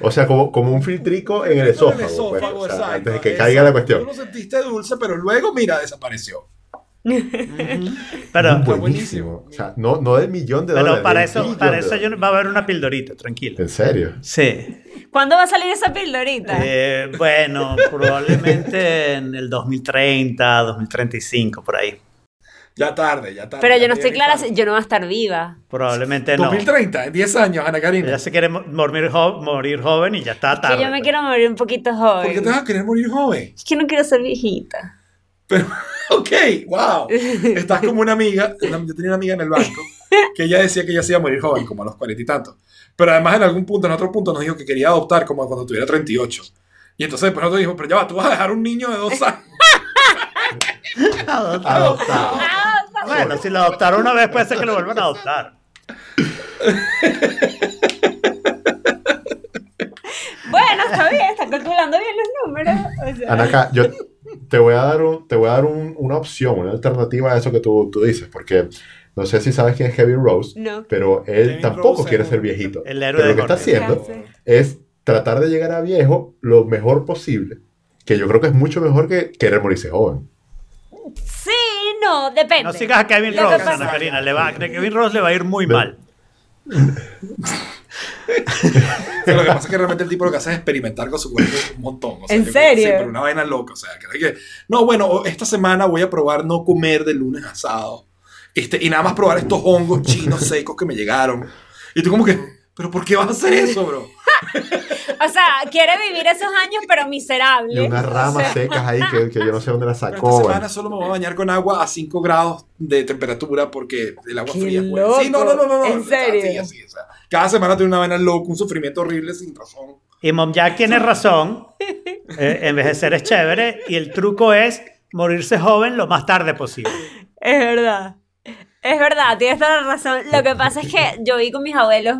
[SPEAKER 4] O sea, como, como un filtrico en el esófago.
[SPEAKER 2] El
[SPEAKER 4] pues,
[SPEAKER 2] esófago,
[SPEAKER 4] o sea,
[SPEAKER 2] exacto,
[SPEAKER 4] antes de que
[SPEAKER 2] exacto.
[SPEAKER 4] caiga la cuestión.
[SPEAKER 2] Tú lo sentiste dulce, pero luego, mira, desapareció.
[SPEAKER 3] Pero,
[SPEAKER 2] Bueno.
[SPEAKER 4] Buenísimo. O sea, no, no del millón de dólares.
[SPEAKER 3] pero para
[SPEAKER 4] del
[SPEAKER 3] eso,
[SPEAKER 4] billón
[SPEAKER 3] para
[SPEAKER 4] de
[SPEAKER 3] eso
[SPEAKER 4] dólares.
[SPEAKER 3] yo, va a haber una pildorita, tranquilo.
[SPEAKER 4] ¿En serio?
[SPEAKER 3] Sí.
[SPEAKER 5] ¿Cuándo va a salir esa pildorita?
[SPEAKER 3] Eh, bueno, probablemente en el 2030, 2035, por ahí.
[SPEAKER 2] Ya tarde, ya tarde.
[SPEAKER 5] Pero
[SPEAKER 2] ya
[SPEAKER 5] yo no estoy
[SPEAKER 2] tiene
[SPEAKER 5] clara,
[SPEAKER 2] infarto.
[SPEAKER 5] si- yo no voy a estar viva.
[SPEAKER 3] Probablemente no.
[SPEAKER 2] 2030, en 10 años, Ana Karina.
[SPEAKER 3] Ella se quiere mo- morir, jo- morir joven y ya está
[SPEAKER 5] Que
[SPEAKER 3] tarde.
[SPEAKER 5] yo me
[SPEAKER 3] pues.
[SPEAKER 5] quiero morir un poquito
[SPEAKER 2] ¿Por qué
[SPEAKER 5] joven.
[SPEAKER 2] te vas a querer morir joven?
[SPEAKER 5] Es que no quiero ser viejita.
[SPEAKER 2] Pero, ok, wow. Estás como una amiga. una- Yo tenía una amiga en el banco que ella decía que ella se iba a morir joven, como a los cuarenta y tantos. Pero además, en algún punto, en otro punto, nos dijo que quería adoptar como cuando tuviera 38. Y entonces, después nosotros dijo, pero ya va, tú vas a dejar un niño de dos años.
[SPEAKER 4] Adoptado.
[SPEAKER 3] Bueno, si lo adoptaron una vez, puede ser que lo vuelvan a adoptar.
[SPEAKER 5] Bueno, está bien, está calculando bien los números. o sea.
[SPEAKER 4] Anaka, yo te voy a dar, un- te voy a dar un- una opción, una alternativa a eso que tú, tú dices, porque no sé si sabes quién es Kevin Rose,
[SPEAKER 5] No.
[SPEAKER 4] pero él
[SPEAKER 2] Kevin
[SPEAKER 4] tampoco
[SPEAKER 2] Rose
[SPEAKER 4] quiere
[SPEAKER 2] es
[SPEAKER 4] ser
[SPEAKER 2] un-
[SPEAKER 4] viejito.
[SPEAKER 3] el héroe de
[SPEAKER 4] pero lo que está
[SPEAKER 3] Jorge.
[SPEAKER 4] haciendo
[SPEAKER 5] Ya sé.
[SPEAKER 4] es tratar de llegar a viejo lo mejor posible, que yo creo que es mucho mejor que querer morirse joven.
[SPEAKER 5] Sí, no, depende.
[SPEAKER 3] No sigas a Kevin
[SPEAKER 5] Lo que
[SPEAKER 3] Ross,
[SPEAKER 5] pasa-
[SPEAKER 3] Ana Karina. Le va, a Kevin Ross le va a ir muy mal.
[SPEAKER 2] Pero lo que pasa es que realmente el tipo lo que hace es experimentar con su cuerpo un montón. O sea,
[SPEAKER 5] ¿En
[SPEAKER 2] yo-
[SPEAKER 5] serio?
[SPEAKER 2] Sí, pero una vaina loca. O sea, que, que- no, bueno, esta semana voy a probar no comer de lunes a sábado. Este, y nada más probar estos hongos chinos secos que me llegaron. Y tú como que, pero ¿por qué vas a hacer eso, bro?
[SPEAKER 5] O sea, quiere vivir esos años, pero miserable.
[SPEAKER 4] Y unas ramas
[SPEAKER 5] O sea,
[SPEAKER 4] secas ahí que, que yo no sé dónde las
[SPEAKER 2] Pero esta
[SPEAKER 4] sacó.
[SPEAKER 2] semana solo me voy a bañar con agua a 5 grados de temperatura porque el agua
[SPEAKER 5] ¡Qué
[SPEAKER 2] fría es buena. Sí, no, no,
[SPEAKER 5] loco!
[SPEAKER 2] no, no. no.
[SPEAKER 5] ¿En
[SPEAKER 2] O sea,
[SPEAKER 5] serio?
[SPEAKER 2] sí, así, o sea, cada semana tiene una vaina loca, un sufrimiento horrible sin razón.
[SPEAKER 3] Y Mom Jack tiene razón. Eh, envejecer es chévere. Y el truco es morirse joven lo más tarde posible.
[SPEAKER 5] Es verdad. Es verdad, tienes toda la razón. Lo que pasa es que yo viví con mis abuelos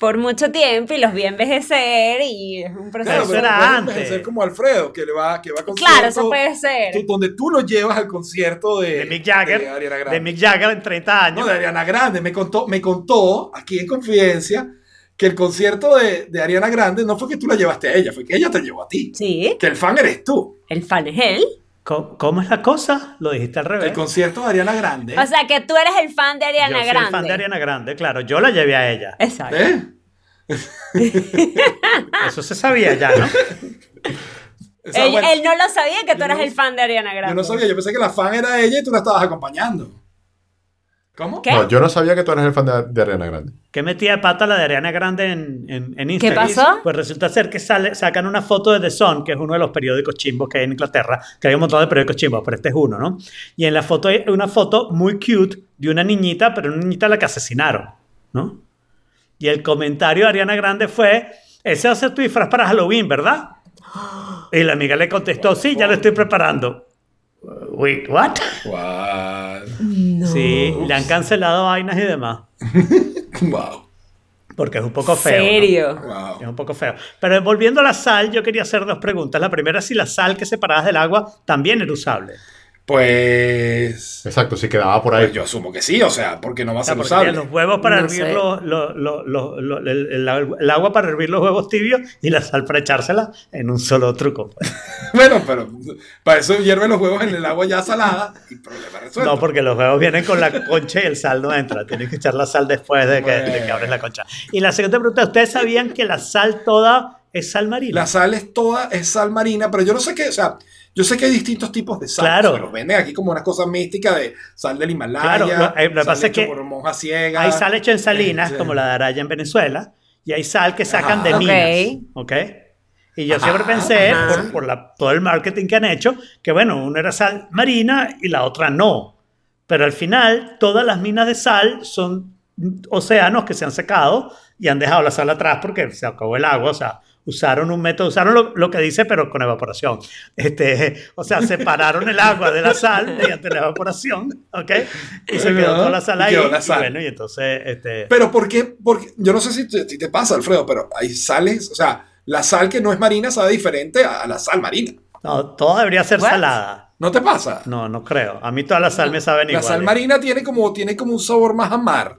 [SPEAKER 5] por mucho tiempo y los vi envejecer y es
[SPEAKER 2] Claro,
[SPEAKER 5] un proceso.
[SPEAKER 3] Eso
[SPEAKER 2] pero
[SPEAKER 3] era
[SPEAKER 2] puedes
[SPEAKER 3] antes.
[SPEAKER 2] hacer como Alfredo, que le va, que va a concierto.
[SPEAKER 5] Claro, eso puede ser.
[SPEAKER 2] tú- donde tú lo llevas al concierto de,
[SPEAKER 3] De Mick Jagger.
[SPEAKER 2] de Ariana Grande.
[SPEAKER 3] De Mick Jagger en 30 años.
[SPEAKER 2] No, de Ariana Grande. Me contó, me contó aquí en confidencia que el concierto de, de Ariana Grande no fue que tú la llevaste a ella, fue que ella te llevó a ti.
[SPEAKER 5] Sí,
[SPEAKER 2] Que el fan eres tú.
[SPEAKER 5] el fan es él.
[SPEAKER 3] ¿Cómo, cómo es la cosa? Lo dijiste al
[SPEAKER 2] El
[SPEAKER 3] revés.
[SPEAKER 2] concierto de Ariana Grande.
[SPEAKER 5] O sea, que tú eres el fan de Ariana
[SPEAKER 3] yo soy
[SPEAKER 5] Grande.
[SPEAKER 3] fan de Ariana Grande, claro. Yo la llevé a ella.
[SPEAKER 5] Exacto.
[SPEAKER 2] ¿Eh?
[SPEAKER 3] Eso se sabía ya, ¿no?
[SPEAKER 2] O sea,
[SPEAKER 5] él,
[SPEAKER 2] bueno,
[SPEAKER 5] él no lo sabía que tú
[SPEAKER 2] yo
[SPEAKER 5] eras
[SPEAKER 2] no-
[SPEAKER 5] el fan de Ariana Grande.
[SPEAKER 2] yo no sabía, yo pensé que la fan era ella y tú la estabas acompañando. ¿Cómo?
[SPEAKER 5] ¿Qué?
[SPEAKER 4] No, yo no sabía que tú eras el fan de, de Ariana Grande.
[SPEAKER 3] ¿Qué metía de pata la de Ariana Grande en, en, en Instagram?
[SPEAKER 5] pasó?
[SPEAKER 3] Pues resulta ser que sale, sacan una foto de The Sun, que es uno de los periódicos chimbos que hay en Inglaterra, que hay un montón de periódicos chimbos, pero este es uno, ¿no? Y en la foto hay una foto muy cute de una niñita, pero una niñita a la que asesinaron, ¿no? Y el comentario de Ariana Grande fue, ese va a ser tu disfraz para Halloween, ¿verdad? Y la amiga le contestó, sí, ya lo estoy preparando. Uh, Wait, what?
[SPEAKER 2] Wow.
[SPEAKER 3] Sí, le han cancelado vainas y demás,
[SPEAKER 2] Wow.
[SPEAKER 3] porque es un poco feo. ¿no?
[SPEAKER 5] serio?
[SPEAKER 3] Es un poco feo. Pero volviendo a la sal, yo quería hacer dos preguntas. La primera es si la sal que separabas del agua también era usable.
[SPEAKER 2] Pues.
[SPEAKER 4] Exacto, sí quedaba por ahí.
[SPEAKER 2] Pues yo asumo que sí, o sea, porque no va a
[SPEAKER 3] O sea,
[SPEAKER 2] ser
[SPEAKER 3] porque
[SPEAKER 2] usable.
[SPEAKER 3] los huevos para
[SPEAKER 5] No
[SPEAKER 3] hervir
[SPEAKER 5] sé.
[SPEAKER 3] los, los- los- los- los- el, el- el agua para hervir los huevos tibios y la sal para echársela en un solo truco.
[SPEAKER 2] Bueno, pero para eso hierven los huevos en el agua ya salada y problema resuelto.
[SPEAKER 3] No, porque los huevos vienen con la concha y el sal no entra. Tienes que echar la sal después de que, de que abres la concha. Y la segunda pregunta, ¿ustedes sabían que la sal toda es sal marina?
[SPEAKER 2] La sal es toda, es sal marina, pero yo no sé qué, o sea, yo sé que hay distintos tipos de sal.
[SPEAKER 3] Claro.
[SPEAKER 2] Se los venden aquí como una cosa mística de sal del Himalaya.
[SPEAKER 3] Claro, lo- eh, lo que
[SPEAKER 2] sal
[SPEAKER 3] pasa es
[SPEAKER 2] hecho
[SPEAKER 3] que
[SPEAKER 2] por monjas ciegas.
[SPEAKER 3] Hay sal hecha en salinas,
[SPEAKER 2] Sí.
[SPEAKER 3] como la de Araya en Venezuela, y hay sal que sacan
[SPEAKER 2] Este. Ajá.
[SPEAKER 3] de
[SPEAKER 5] Ok.
[SPEAKER 3] minas. ¿Ok? Y yo siempre pensé,
[SPEAKER 5] ajá.
[SPEAKER 3] por, por la- todo el marketing que han hecho, que bueno, una era sal marina y la otra no. Pero al final, todas las minas de sal son océanos que se han secado y han dejado la sal atrás porque se acabó el agua, o sea. Usaron un método, usaron lo, lo que dice, pero con evaporación. Este, o sea, separaron el agua de la sal mediante la evaporación, ¿ok? Y se quedó
[SPEAKER 2] Ajá.
[SPEAKER 3] toda la sal
[SPEAKER 2] Y
[SPEAKER 3] ahí.
[SPEAKER 2] quedó la
[SPEAKER 3] y
[SPEAKER 2] sal.
[SPEAKER 3] bueno, y entonces, este,
[SPEAKER 2] Pero ¿por qué? Porque, yo no sé si te, si te pasa, Alfredo, pero hay sales, o sea, la sal que no es marina sabe diferente a, a la sal marina.
[SPEAKER 3] no, todo debería ser
[SPEAKER 5] What?
[SPEAKER 3] salada.
[SPEAKER 2] ¿No te pasa?
[SPEAKER 3] No, no creo. A mí toda la sal me saben
[SPEAKER 2] la
[SPEAKER 3] igual.
[SPEAKER 2] sal marina tiene como, tiene como un sabor más amar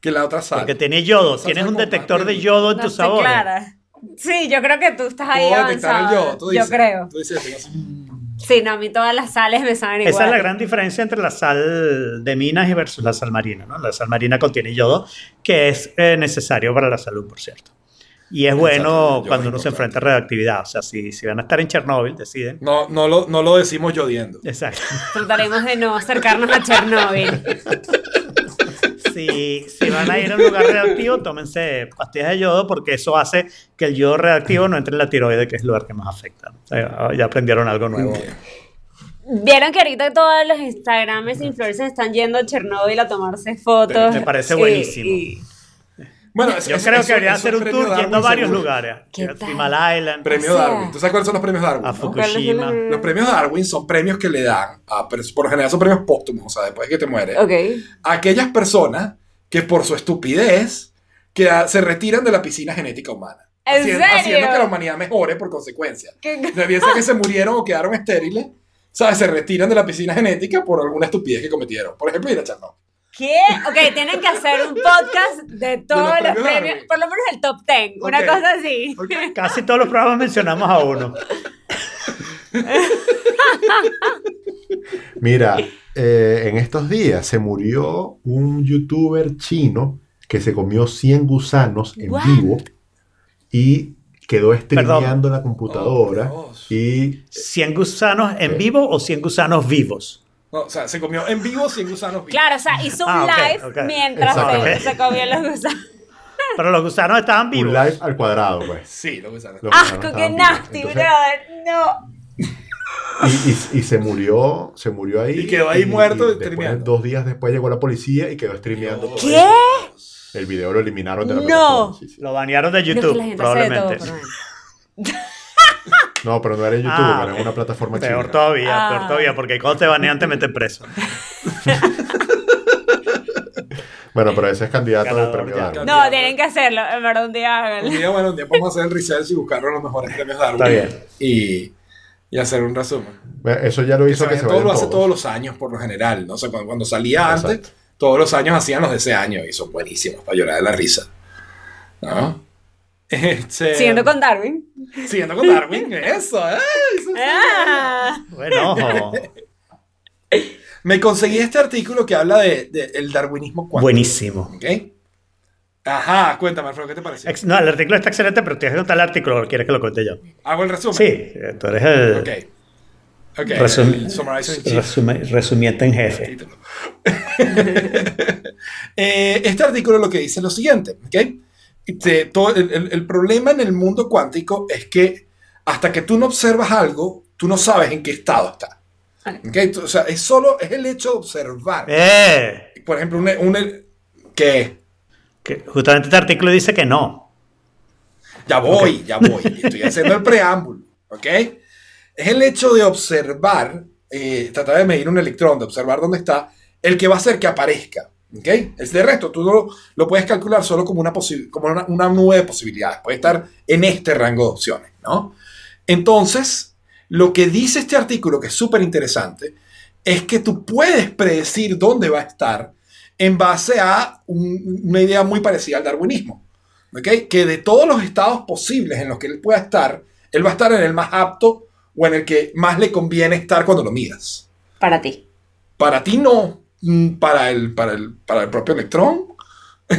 [SPEAKER 2] que la otra sal.
[SPEAKER 3] Porque tiene yodo.
[SPEAKER 2] Salsa
[SPEAKER 3] Tienes un
[SPEAKER 2] con
[SPEAKER 3] detector de
[SPEAKER 2] papel.
[SPEAKER 3] yodo en
[SPEAKER 5] No
[SPEAKER 3] tus
[SPEAKER 5] estoy
[SPEAKER 3] sabores.
[SPEAKER 5] clara. Sí, yo creo que tú estás ahí
[SPEAKER 2] Puedo detectar el
[SPEAKER 5] avanzado.
[SPEAKER 2] yodo, tú
[SPEAKER 5] yo
[SPEAKER 2] dices.
[SPEAKER 5] creo.
[SPEAKER 2] Tú dices, tengo-
[SPEAKER 5] Sí, no, a mí todas las sales me saben igual.
[SPEAKER 3] Esa es la gran diferencia entre la sal de minas y versus la sal marina. ¿no? La sal marina contiene yodo, que es eh, necesario para la salud, por cierto. Y es bueno
[SPEAKER 2] yodo es
[SPEAKER 3] cuando uno
[SPEAKER 2] importante.
[SPEAKER 3] se enfrenta a radioactividad. O sea, si, si van a estar en Chernóbil, deciden.
[SPEAKER 2] No, no lo, no lo decimos yodiendo.
[SPEAKER 3] Exacto.
[SPEAKER 5] Trataremos de no acercarnos a Chernobyl.
[SPEAKER 3] si, si van a ir a un lugar reactivo, tómense pastillas de yodo porque eso hace que el yodo reactivo no entre en la tiroides, que es el lugar que más afecta. O sea, Ya aprendieron algo nuevo.
[SPEAKER 5] Vieron que ahorita todos los Instagrams influencers están yendo a Chernobyl a tomarse fotos.
[SPEAKER 3] Me parece
[SPEAKER 5] Y-
[SPEAKER 3] buenísimo.
[SPEAKER 5] y-
[SPEAKER 2] Bueno,
[SPEAKER 3] Yo creo que debería hacer un tour yendo a varios lugares.
[SPEAKER 5] ¿Qué
[SPEAKER 3] Ir a
[SPEAKER 5] tal?
[SPEAKER 3] Trimal Island,
[SPEAKER 2] Premio
[SPEAKER 5] O sea-
[SPEAKER 2] Darwin. ¿Tú sabes cuáles son los premios Darwin?
[SPEAKER 3] a
[SPEAKER 2] no?
[SPEAKER 3] Fukushima.
[SPEAKER 2] Los premios Darwin son premios que le dan, a, pers- por lo general son premios póstumos, o sea, después de que te mueres,
[SPEAKER 5] Ok.
[SPEAKER 2] a aquellas personas que por su estupidez que a- se retiran de la piscina genética humana.
[SPEAKER 5] ¿En
[SPEAKER 2] Hacien-
[SPEAKER 5] serio?
[SPEAKER 2] Haciendo que la humanidad mejore por consecuencia.
[SPEAKER 5] ¿Qué-
[SPEAKER 2] Debiese que se murieron o quedaron estériles, ¿sabes? Se retiran de la piscina genética por alguna estupidez que cometieron. Por ejemplo, ir a Chernobyl.
[SPEAKER 5] ¿Qué? Ok, tienen que hacer un podcast de todos
[SPEAKER 2] De los
[SPEAKER 5] los
[SPEAKER 2] premios
[SPEAKER 5] premios,
[SPEAKER 2] Darwin.
[SPEAKER 5] por lo menos el top 10, una
[SPEAKER 2] Ok.
[SPEAKER 5] cosa así.
[SPEAKER 3] Pues Casi todos los programas mencionamos a uno.
[SPEAKER 4] Mira, eh, en estos días se murió un youtuber chino que se comió 100 gusanos en
[SPEAKER 5] What?
[SPEAKER 4] vivo y quedó streameando la computadora
[SPEAKER 2] Oh, Dios.
[SPEAKER 4] y
[SPEAKER 3] 100 gusanos en vivo o 100 gusanos vivos?
[SPEAKER 2] No, o sea, se comió en vivo 100 gusanos vivos.
[SPEAKER 5] Claro, o sea, hizo un
[SPEAKER 3] Ah, ok,
[SPEAKER 5] live
[SPEAKER 3] ok.
[SPEAKER 5] mientras
[SPEAKER 4] Exacto.
[SPEAKER 5] se,
[SPEAKER 3] Ok.
[SPEAKER 5] se comió los gusanos.
[SPEAKER 3] Pero los gusanos estaban vivos.
[SPEAKER 4] un live al cuadrado, pues.
[SPEAKER 2] Sí, los gusanos.
[SPEAKER 4] Los gusanos
[SPEAKER 5] ¡Asco, Ah, qué
[SPEAKER 4] estaban
[SPEAKER 5] nasty,
[SPEAKER 4] vivos.
[SPEAKER 5] brother! ¡No!
[SPEAKER 4] Entonces, y, y- y se murió, se murió ahí.
[SPEAKER 2] Y quedó ahí muerto
[SPEAKER 4] después,
[SPEAKER 2] streameando.
[SPEAKER 4] dos días después llegó la policía y quedó streameando. todo
[SPEAKER 5] ¿Qué?
[SPEAKER 4] El video lo eliminaron de la
[SPEAKER 5] No.
[SPEAKER 4] plataforma, sí, sí.
[SPEAKER 3] Lo banearon de
[SPEAKER 5] No, es
[SPEAKER 3] YouTube,
[SPEAKER 5] que la gente hace de todo,
[SPEAKER 3] probablemente.
[SPEAKER 5] pero bueno.
[SPEAKER 4] No, pero no era en YouTube,
[SPEAKER 3] Ah,
[SPEAKER 4] era
[SPEAKER 3] ok.
[SPEAKER 4] en una plataforma
[SPEAKER 3] Peor
[SPEAKER 4] china.
[SPEAKER 3] todavía,
[SPEAKER 5] Ah.
[SPEAKER 3] peor todavía, porque cuando te banean te meten preso.
[SPEAKER 4] Bueno, pero ese es candidato al
[SPEAKER 3] Ganador
[SPEAKER 4] premio
[SPEAKER 3] ya.
[SPEAKER 4] Darwin.
[SPEAKER 5] No, tienen que hacerlo, en verdad, un día háganlo.
[SPEAKER 2] Un día, bueno, un día podemos hacer el research y buscar los mejores premios Darwin.
[SPEAKER 4] Está bien.
[SPEAKER 2] Y, y hacer un resumen.
[SPEAKER 4] Bueno, Eso ya lo
[SPEAKER 2] Que se
[SPEAKER 4] hizo que
[SPEAKER 2] vayan
[SPEAKER 4] se
[SPEAKER 2] todos,
[SPEAKER 4] vayan
[SPEAKER 2] lo hace todos
[SPEAKER 4] todos.
[SPEAKER 2] los años, por lo general. No sé, cuando, cuando salía
[SPEAKER 4] Exacto.
[SPEAKER 2] antes, todos los años hacían los de ese año y son buenísimos para llorar de la risa. ¿No? Este,
[SPEAKER 5] Siguiendo con Darwin.
[SPEAKER 2] siguiendo con Darwin, eso, ¿eh? Eso sí.
[SPEAKER 5] Ah,
[SPEAKER 3] Bueno, ojo.
[SPEAKER 2] Me conseguí este artículo que habla del de, el darwinismo cuántico.
[SPEAKER 3] buenísimo.
[SPEAKER 2] ¿Ok? Ajá, cuéntame, Alfredo, ¿qué te pareció?
[SPEAKER 3] Ex- No, el artículo está excelente, pero tienes que contar el artículo, o quieres que lo cuente yo.
[SPEAKER 2] ¿Hago el resumen?
[SPEAKER 3] Sí, eh, tú eres el
[SPEAKER 2] Ok. Ok.
[SPEAKER 3] resum-
[SPEAKER 2] el Summarizer in Chief.
[SPEAKER 3] resume- resumiente en jefe.
[SPEAKER 2] Título. Eh, este artículo lo que dice es lo siguiente, ¿ok? Este, todo- el, el- el problema en el mundo cuántico es que hasta que tú no observas algo, tú no sabes en qué estado está. ¿ok? Tú- O sea, es solo es el hecho de observar.
[SPEAKER 3] ¡Eh!
[SPEAKER 2] Por ejemplo, un, un que
[SPEAKER 3] Que justamente este artículo dice que no.
[SPEAKER 2] ya voy, ya voy, estoy haciendo el preámbulo, ¿ok? Es el hecho de observar, eh, tratar de medir un electrón, de observar dónde está, el que va a hacer que aparezca. ¿Ok? Es de resto, tú lo, lo puedes calcular solo como, una, posi- como una, una nube de posibilidades. Puede estar en este rango de opciones, ¿no? Entonces, lo que dice este artículo, que es súper interesante, es que tú puedes predecir dónde va a estar en base a un- una idea muy parecida al darwinismo. ¿ok? Que de todos los estados posibles en los que él pueda estar, él va a estar en el más apto o en el que más le conviene estar cuando lo midas.
[SPEAKER 5] para ti.
[SPEAKER 2] Para ti no. Mm, Para el, para el, para el propio electrón.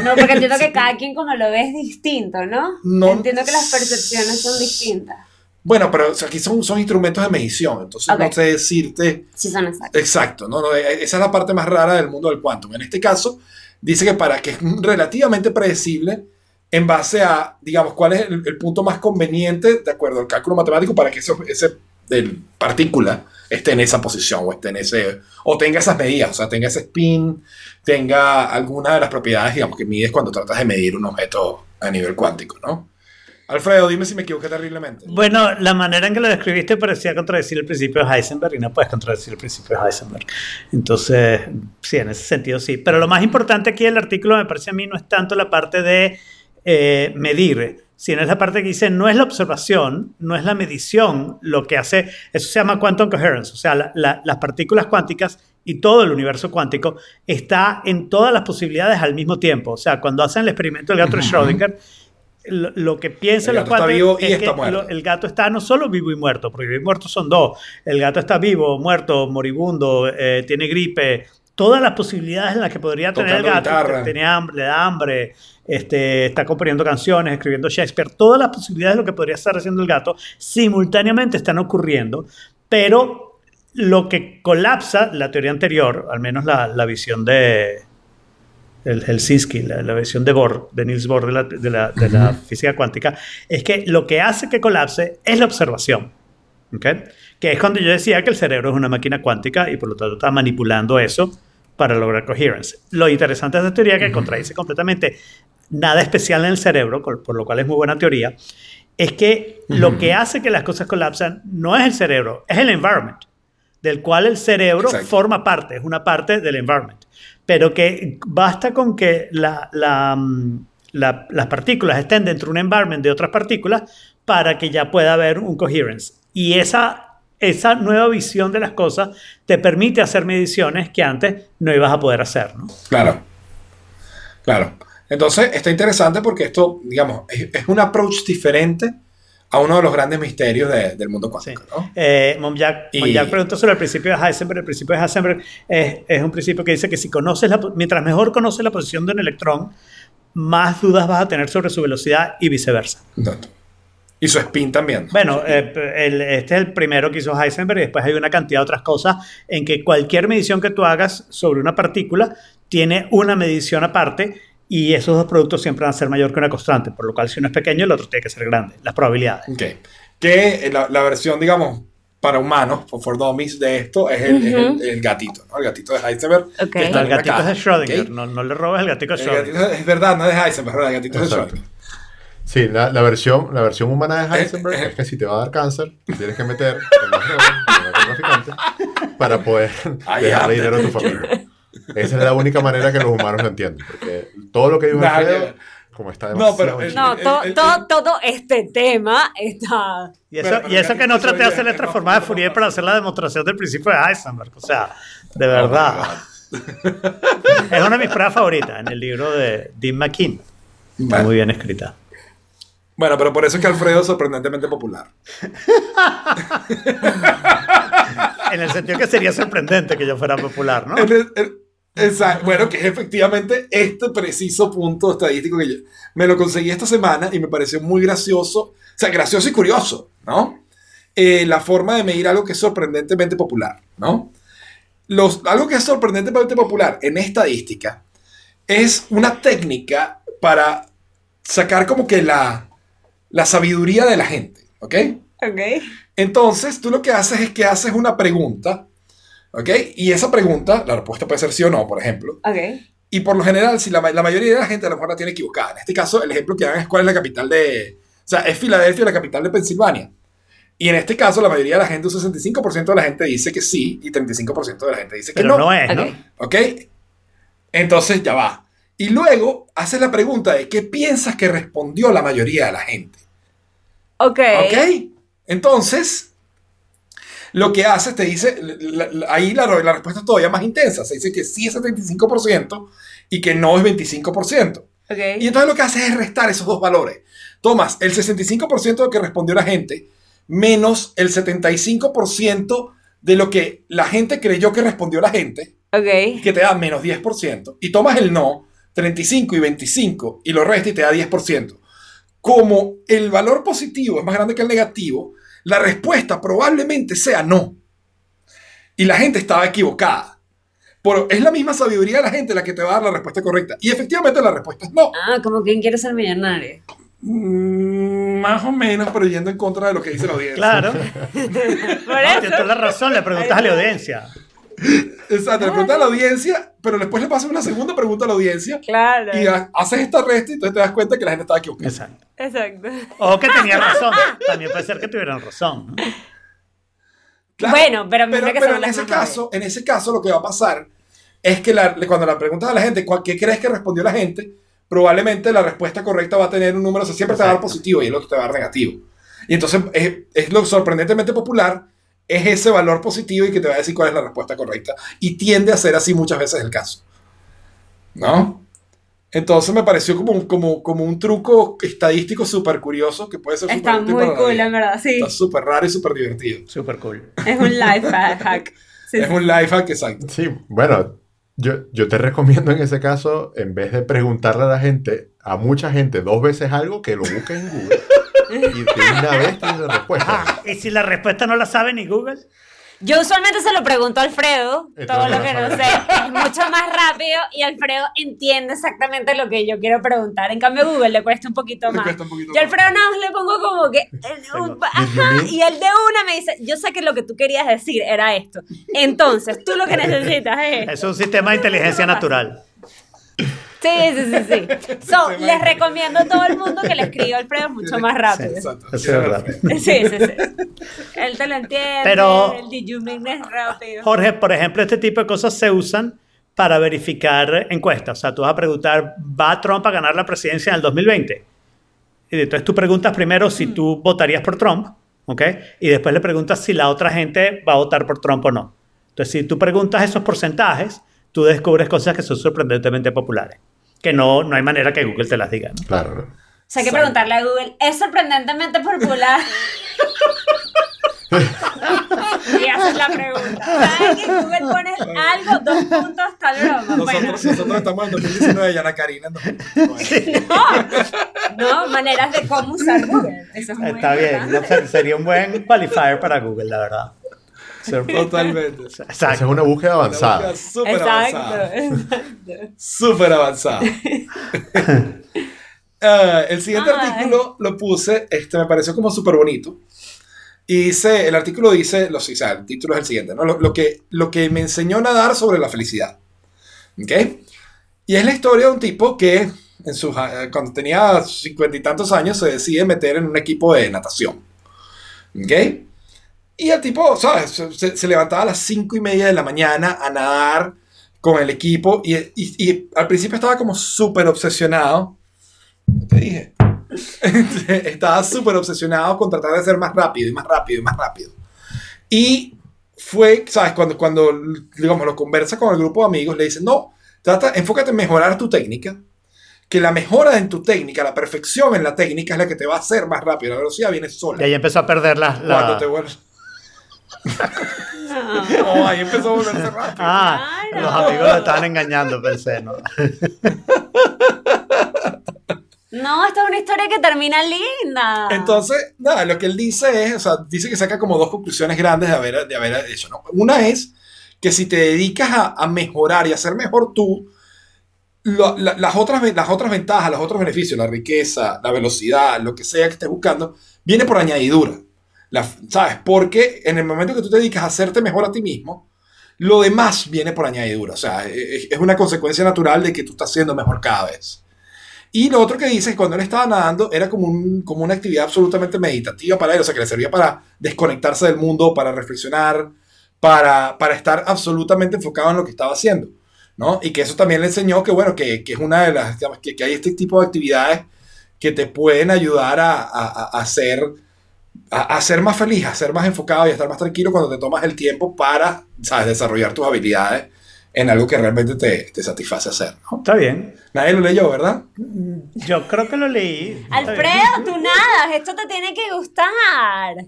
[SPEAKER 5] No, porque entiendo que cada quien como lo ve es distinto, ¿no?
[SPEAKER 2] No.
[SPEAKER 5] Entiendo que las percepciones son distintas.
[SPEAKER 2] Bueno, pero o sea, aquí son, son instrumentos de medición, entonces
[SPEAKER 5] Ok.
[SPEAKER 2] no sé decirte
[SPEAKER 5] Sí, son exactas.
[SPEAKER 2] exacto. ¿no? No, eh, esa es la parte más rara del mundo del quantum. En este caso, dice que para que es relativamente predecible en base a, digamos, cuál es el, el punto más conveniente de acuerdo al cálculo matemático para que ese, ese el partícula esté en esa posición o esté en ese o tenga esas medidas, o sea, tenga ese spin, tenga alguna de las propiedades, digamos, que mides cuando tratas de medir un objeto a nivel cuántico, ¿no? Alfredo, dime si me equivoqué terriblemente.
[SPEAKER 3] Bueno, la manera en que lo describiste parecía contradecir el principio de Heisenberg y no puedes contradecir el principio de Heisenberg. Entonces, sí, en ese sentido sí. Pero lo más importante aquí del artículo me parece a mí no es tanto la parte de eh, medir, sino es la parte que dice no es la observación, no es la medición lo que hace, eso se llama quantum coherence, o sea, la- la- las partículas cuánticas y todo el universo cuántico está en todas las posibilidades al mismo tiempo. O sea, cuando hacen el experimento del gato de Schrödinger, lo, lo que piensan
[SPEAKER 2] El
[SPEAKER 3] los
[SPEAKER 2] gato está
[SPEAKER 3] cuatro
[SPEAKER 2] vivo y
[SPEAKER 3] es
[SPEAKER 2] está
[SPEAKER 3] que
[SPEAKER 2] muerto.
[SPEAKER 3] lo- el gato está no solo vivo y muerto, porque vivo y muerto son dos. El gato está vivo, muerto, moribundo, eh, tiene gripe. Todas las posibilidades en las que podría tener el
[SPEAKER 2] Tocando
[SPEAKER 3] gato.
[SPEAKER 2] guitarra.
[SPEAKER 3] Te- Tiene hambre, le da hambre, este, está componiendo canciones, escribiendo Shakespeare. Todas las posibilidades de lo que podría estar haciendo el gato simultáneamente están ocurriendo, pero lo que colapsa la teoría anterior, al menos la, la visión de, el Helsinki, la, la visión de Bohr, de Niels Bohr de la, de la- de la física cuántica, es que lo que hace que colapse es la observación. ¿ok? Que es cuando yo decía que el cerebro es una máquina cuántica y por lo tanto está manipulando eso para lograr coherence. Lo interesante de esta teoría que contradice completamente nada especial en el cerebro, por, por lo cual es muy buena teoría, es que lo que hace que las cosas colapsan no es el cerebro, es el environment, del cual el cerebro
[SPEAKER 2] Exacto.
[SPEAKER 3] forma parte, es una parte del environment. Pero que basta con que la- la, mm, la- las partículas estén dentro de un environment de otras partículas para que ya pueda haber un coherence. Y esa, esa nueva visión de las cosas te permite hacer mediciones que antes no ibas a poder hacer. ¿no?
[SPEAKER 2] Claro. Claro. Entonces, está interesante porque esto, digamos, es, es un approach diferente a uno de los grandes misterios de- del mundo
[SPEAKER 3] Sí.
[SPEAKER 2] cuántico, ¿no?
[SPEAKER 3] Eh, Monjack,
[SPEAKER 2] Y-
[SPEAKER 3] Monjack preguntó sobre el principio de Heisenberg. El principio de Heisenberg es, es un principio que dice que si conoces la po- mientras mejor conoces la posición de un electrón, más dudas vas a tener sobre su velocidad y viceversa.
[SPEAKER 2] Exacto. Y su spin también.
[SPEAKER 3] Bueno, eh, p- el- este es el primero que hizo Heisenberg y después hay una cantidad de otras cosas en que cualquier medición que tú hagas sobre una partícula tiene una medición aparte y esos dos productos siempre van a ser mayor que una constante, por lo cual si uno es pequeño el otro tiene que ser grande, las probabilidades.
[SPEAKER 2] Ok. Que eh, la, la versión, digamos, para humanos, for, for dummies, de esto es el, es el-
[SPEAKER 5] Ujú.
[SPEAKER 2] el gatito, ¿no? El gatito de Heisenberg.
[SPEAKER 5] Ok.
[SPEAKER 2] que está
[SPEAKER 3] No,
[SPEAKER 2] en
[SPEAKER 3] el
[SPEAKER 2] una
[SPEAKER 3] gatito es
[SPEAKER 2] caja,
[SPEAKER 3] de Schrödinger,
[SPEAKER 2] ¿ok?
[SPEAKER 3] no, no le robes el gatito de
[SPEAKER 2] El
[SPEAKER 3] Schrödinger.
[SPEAKER 2] gatito- es verdad, no es de Heisenberg, ¿verdad? El gatito es de
[SPEAKER 4] Exacto.
[SPEAKER 2] Schrödinger.
[SPEAKER 4] Sí, la, la versión, la versión humana de
[SPEAKER 2] Eh,
[SPEAKER 4] Heisenberg es que si te va a dar cáncer, tienes que meter en las drogas, en el narcotraficante, para poder
[SPEAKER 2] Ay,
[SPEAKER 4] dejarle
[SPEAKER 2] anda.
[SPEAKER 4] dinero a tu familia. Esa es la única manera que los humanos lo entienden. Porque todo lo que dijo
[SPEAKER 2] Nah,
[SPEAKER 4] Alfredo,
[SPEAKER 2] ya.
[SPEAKER 4] como está
[SPEAKER 2] No, pero
[SPEAKER 4] demasiado
[SPEAKER 2] el-
[SPEAKER 4] chido.
[SPEAKER 5] No, eh, to-
[SPEAKER 2] el- el-
[SPEAKER 5] todo, todo este tema está.
[SPEAKER 3] Y eso,
[SPEAKER 2] Pero- pero
[SPEAKER 3] y eso
[SPEAKER 2] mira,
[SPEAKER 3] que no
[SPEAKER 2] eso
[SPEAKER 3] traté de
[SPEAKER 2] ya
[SPEAKER 3] hacerle
[SPEAKER 2] es
[SPEAKER 3] transformada de
[SPEAKER 2] más-
[SPEAKER 3] Fourier para hacer la demostración del principio de Heisenberg. O sea, de verdad. es una de mis pruebas favoritas en el libro de Dean McKean. Está
[SPEAKER 2] Vale.
[SPEAKER 3] muy bien escrita.
[SPEAKER 2] Bueno, pero por eso es que Alfredo es sorprendentemente popular.
[SPEAKER 3] En el sentido que sería sorprendente que yo fuera popular, ¿no?
[SPEAKER 2] En el- en- esa- bueno, que es efectivamente este preciso punto estadístico que yo me lo conseguí esta semana y me pareció muy gracioso, o sea, gracioso y curioso, ¿no? Eh, la forma de medir algo que es sorprendentemente popular, ¿no? Los, algo que es sorprendentemente popular en estadística es una técnica para sacar como que la, la sabiduría de la gente, ¿ok?
[SPEAKER 5] Ok.
[SPEAKER 2] Entonces, tú lo que haces es que haces una pregunta, ¿ok? Y esa pregunta, la respuesta puede ser sí o no, por ejemplo.
[SPEAKER 5] Ok.
[SPEAKER 2] Y por lo general, si la, ma- la mayoría de la gente a lo mejor la tiene equivocada. En este caso, el ejemplo que dan es cuál es la capital de... O sea, es Filadelfia la capital de Pensilvania. Y en este caso, la mayoría de la gente, un 65% de la gente dice que sí y 35% de la gente dice que
[SPEAKER 3] Pero no es, ¿no?
[SPEAKER 5] Ok.
[SPEAKER 2] ¿Ok? Entonces ya va. Y luego haces la pregunta de qué piensas que respondió la mayoría de la gente.
[SPEAKER 5] Ok.
[SPEAKER 2] ¿Ok? Entonces, lo que hace, te dice, la- la- ahí la, la respuesta es todavía más intensa. Se dice que sí es 75% y que no es 25%.
[SPEAKER 5] ok.
[SPEAKER 2] Y entonces lo que haces es restar esos dos valores. Tomas el 65% de lo que respondió la gente menos el 75% de lo que la gente creyó que respondió la gente
[SPEAKER 5] Ok.
[SPEAKER 2] que te da menos 10%, y tomas el no, 35 y 25, y lo resta y te da 10%. Como el valor positivo es más grande que el negativo, la respuesta probablemente sea no. Y la gente estaba equivocada. Pero es la misma sabiduría de la gente la que te va a dar la respuesta correcta. Y efectivamente la respuesta es no.
[SPEAKER 5] Ah, como quien quiere ser millonario.
[SPEAKER 2] Mm, más o menos, pero yendo en contra de lo que dice la audiencia.
[SPEAKER 3] Claro.
[SPEAKER 5] Por
[SPEAKER 2] Ah,
[SPEAKER 3] No,
[SPEAKER 5] eso.
[SPEAKER 3] tienes toda la razón, le preguntas a la audiencia.
[SPEAKER 2] Exacto, le preguntas a la audiencia, pero después le pasas una segunda pregunta a la audiencia
[SPEAKER 5] Claro.
[SPEAKER 2] y ha- haces esta resta y entonces te das cuenta que la gente estaba equivocada.
[SPEAKER 3] Exacto.
[SPEAKER 5] Exacto.
[SPEAKER 3] O que tenía razón. También puede ser que tuvieran razón. ¿no?
[SPEAKER 2] Claro,
[SPEAKER 5] Bueno, pero me imagino que son
[SPEAKER 2] en
[SPEAKER 5] las eh.
[SPEAKER 2] ese
[SPEAKER 5] más graves.
[SPEAKER 2] caso, en ese caso lo que va a pasar es que la- cuando la preguntas a la gente, ¿cuál- ¿qué crees que respondió la gente? Probablemente la respuesta correcta va a tener un número, o sea, siempre te va a dar positivo y el otro te va a dar negativo. Y entonces es, es lo sorprendentemente popular, es ese valor positivo y que te va a decir cuál es la respuesta correcta. Y tiende a ser así muchas veces el caso. ¿No? Entonces me pareció como, un- como, como un truco estadístico súper curioso que puede ser súper
[SPEAKER 5] Está
[SPEAKER 2] útil
[SPEAKER 5] muy
[SPEAKER 2] para la
[SPEAKER 5] cool,
[SPEAKER 2] vida.
[SPEAKER 5] en verdad. Sí.
[SPEAKER 2] Está súper raro y súper divertido.
[SPEAKER 3] Súper cool.
[SPEAKER 5] Es un life hack. Sí,
[SPEAKER 2] Es
[SPEAKER 5] sí.
[SPEAKER 2] un life hack, exacto.
[SPEAKER 4] Sí, bueno, yo, yo te recomiendo en ese caso, en vez de preguntarle a la gente, a mucha gente, dos veces algo, que lo busques en Google y de una vez tienes la respuesta.
[SPEAKER 3] Ah, y si la respuesta no la sabe ni Google,
[SPEAKER 5] Yo usualmente se lo pregunto a Alfredo,
[SPEAKER 4] Entonces
[SPEAKER 5] todo lo
[SPEAKER 4] no
[SPEAKER 5] que no
[SPEAKER 4] sabe.
[SPEAKER 5] sé, es mucho más rápido y Alfredo entiende exactamente lo que yo quiero preguntar. En cambio, Google le cuesta un poquito
[SPEAKER 2] Le
[SPEAKER 5] más.
[SPEAKER 2] cuesta un poquito
[SPEAKER 5] Yo a
[SPEAKER 2] más.
[SPEAKER 5] Alfredo nada más le pongo como que... eh, un- ajá, y el de una me dice, yo sé que lo que tú querías decir era esto. Entonces, tú lo que necesitas es...
[SPEAKER 3] es un sistema de inteligencia natural.
[SPEAKER 5] Sí, sí, sí, sí. So,
[SPEAKER 2] Sistema
[SPEAKER 5] les
[SPEAKER 2] de-
[SPEAKER 5] recomiendo a todo el mundo que le escriba a Alfredo mucho más rápido.
[SPEAKER 2] Exacto.
[SPEAKER 3] Eso es verdad.
[SPEAKER 5] Sí, sí, sí. Él te lo entiende,
[SPEAKER 3] Pero-
[SPEAKER 5] el de es rápido.
[SPEAKER 3] Jorge, por ejemplo, este tipo de cosas se usan para verificar encuestas. O sea, tú vas a preguntar, ¿va Trump a ganar la presidencia en el 2020? Y entonces tú preguntas primero si tú votarías por Trump, ¿ok? Y después le preguntas si la otra gente va a votar por Trump o no. Entonces, si tú preguntas esos porcentajes, tú descubres cosas que son sorprendentemente populares. Que no, no hay manera que Google te las diga. ¿no?
[SPEAKER 4] Claro, ¿no?
[SPEAKER 5] O sea, hay que preguntarle a Google, es sorprendentemente popular. y haces la pregunta. ¿Sabes que Google pone algo, dos puntos, tal broma? Bueno,
[SPEAKER 2] Nosotros, nosotros estamos en 2019 y Ana Karina en 2019.
[SPEAKER 5] no, maneras de cómo usar Google. Eso es muy
[SPEAKER 3] Está bien.
[SPEAKER 5] importante.
[SPEAKER 3] no sé, sería un buen qualifier para Google, la verdad. Sorpre-
[SPEAKER 2] Totalmente.
[SPEAKER 4] Esa es
[SPEAKER 3] Exacto.
[SPEAKER 4] una búsqueda
[SPEAKER 2] Una
[SPEAKER 4] avanzada.
[SPEAKER 2] búsqueda Súper avanzada.
[SPEAKER 5] Exacto, exacto.
[SPEAKER 2] Súper avanzada. Ah, el siguiente
[SPEAKER 5] Ay.
[SPEAKER 2] artículo lo puse, este me pareció como súper bonito. Y dice, el artículo dice, lo, o sea, el título es el siguiente, ¿no? Lo, lo que, lo que me enseñó a nadar sobre la felicidad. ¿Ok? Y es la historia de un tipo que en sus, ah, cuando tenía cincuenta y tantos años se decide meter en un equipo de natación. ¿Ok? Y el tipo, ¿sabes? Se, se- se levantaba a las cinco y media de la mañana a nadar con el equipo y, y- y al principio estaba como súper obsesionado. Te dije. estaba súper obsesionado con tratar de ser más rápido y más rápido y más rápido. Y fue, ¿sabes? Cuando, cuando digamos, lo conversa con el grupo de amigos, le dice, no, trata, enfócate en mejorar tu técnica. Que la mejora en tu técnica, la perfección en la técnica es la que te va a hacer más rápido. La velocidad viene sola.
[SPEAKER 3] Y ahí empezó a perder las... la-
[SPEAKER 2] Cuando te vuelves. No, ahí empezó a volverse rápido.
[SPEAKER 3] Ah,
[SPEAKER 5] Claro.
[SPEAKER 3] los amigos lo estaban engañando, pensé, ¿no?
[SPEAKER 5] No, esta es una historia que termina linda.
[SPEAKER 2] Entonces, nada, lo que él dice es, o sea, dice que saca como dos conclusiones grandes de haber, de haber hecho, ¿no? Una es que si te dedicas a, a mejorar y a ser mejor tú, lo- la- las, otras, ve- las otras ventajas, los otros beneficios, la riqueza, la velocidad, lo que sea que estés buscando, viene por añadidura. La- ¿Sabes? Porque en el momento que tú te dedicas a hacerte mejor a ti mismo, lo demás viene por añadidura. O sea, es, es una consecuencia natural de que tú estás siendo mejor cada vez. Y lo otro que dice es que cuando él estaba nadando era como, un- como una actividad absolutamente meditativa para él, o sea, que le servía para desconectarse del mundo, para reflexionar, para, para estar absolutamente enfocado en lo que estaba haciendo, ¿no? Y que eso también le enseñó que, bueno, que, que es una de las, digamos, que, que hay este tipo de actividades que te pueden ayudar a, a- a- a ser, a, a ser más feliz, a ser más enfocado y a estar más tranquilo cuando te tomas el tiempo para, ¿sabes?, desarrollar tus habilidades en algo que realmente te, te satisface hacer.
[SPEAKER 3] Está bien.
[SPEAKER 2] Nadie lo leyó, ¿verdad?
[SPEAKER 3] Yo creo que lo leí. Está bien.
[SPEAKER 5] Alfredo, tú nadas, esto te tiene que gustar.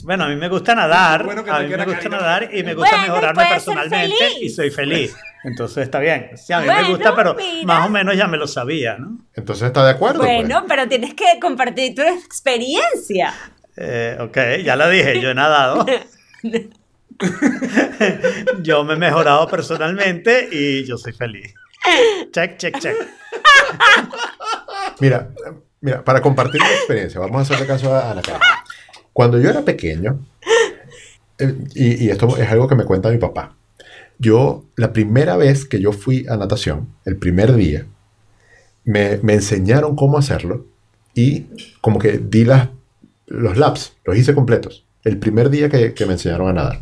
[SPEAKER 3] Bueno, a mí me gusta nadar,
[SPEAKER 2] Bueno, que
[SPEAKER 3] a
[SPEAKER 2] te
[SPEAKER 3] mí me
[SPEAKER 2] quiera,
[SPEAKER 3] gusta
[SPEAKER 2] Karina.
[SPEAKER 3] nadar y me gusta
[SPEAKER 5] Bueno, y
[SPEAKER 3] mejorarme
[SPEAKER 5] puedes ser
[SPEAKER 3] personalmente
[SPEAKER 5] feliz.
[SPEAKER 3] y soy feliz.
[SPEAKER 2] Pues.
[SPEAKER 3] Entonces está bien. Sí, a mí me
[SPEAKER 5] Bueno,
[SPEAKER 3] gusta, pero
[SPEAKER 5] mira.
[SPEAKER 3] más o menos ya me lo sabía, ¿no?
[SPEAKER 4] Entonces está de acuerdo. pues?
[SPEAKER 5] Bueno, pero tienes que compartir tu experiencia.
[SPEAKER 3] Eh, ok, ya lo dije, yo he nadado. yo me he mejorado personalmente y yo soy feliz. Check, check, check.
[SPEAKER 4] Mira, mira, para compartir mi experiencia, vamos a hacerle caso a Ana Karen. Cuando yo era pequeño, eh, y, y esto es algo que me cuenta mi papá, yo, la primera vez que yo fui a natación, el primer día, me, me enseñaron cómo hacerlo y como que di las, los laps, los hice completos, el primer día que, que me enseñaron a nadar.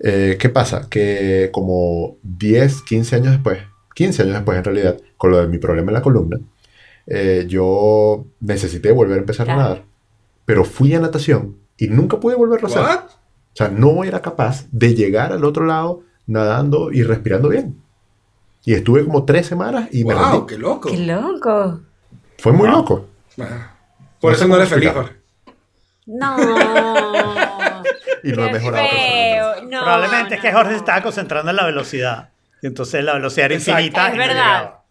[SPEAKER 4] Eh, ¿Qué pasa? Que como 10, 15 años después, 15 años después en realidad, con lo de mi problema en la columna, eh, yo necesité volver a empezar
[SPEAKER 5] Claro.
[SPEAKER 4] a nadar, pero fui a natación y nunca pude volverlo a hacer.
[SPEAKER 2] ¿What?
[SPEAKER 4] O sea, no era capaz de llegar al otro lado nadando y respirando bien. Y estuve como tres semanas y me
[SPEAKER 2] ¡Wow!
[SPEAKER 4] rendí.
[SPEAKER 2] ¡Qué loco!
[SPEAKER 5] Qué loco.
[SPEAKER 4] Fue muy
[SPEAKER 3] Wow.
[SPEAKER 4] loco.
[SPEAKER 2] Ah. Por
[SPEAKER 4] No
[SPEAKER 2] eso
[SPEAKER 4] sé
[SPEAKER 2] no
[SPEAKER 4] cómo
[SPEAKER 2] eres feliz,
[SPEAKER 4] explicarlo.
[SPEAKER 2] Jorge.
[SPEAKER 5] No.
[SPEAKER 4] Y lo he
[SPEAKER 5] Qué
[SPEAKER 4] mejorado.
[SPEAKER 5] feo,
[SPEAKER 4] personalmente.
[SPEAKER 5] no,
[SPEAKER 3] Probablemente es
[SPEAKER 5] no,
[SPEAKER 3] que Jorge
[SPEAKER 5] no.
[SPEAKER 3] se estaba concentrando en la velocidad. Y entonces la velocidad era
[SPEAKER 2] Exacto.
[SPEAKER 3] infinita.
[SPEAKER 5] Es
[SPEAKER 3] y no
[SPEAKER 5] verdad.
[SPEAKER 3] llegaba.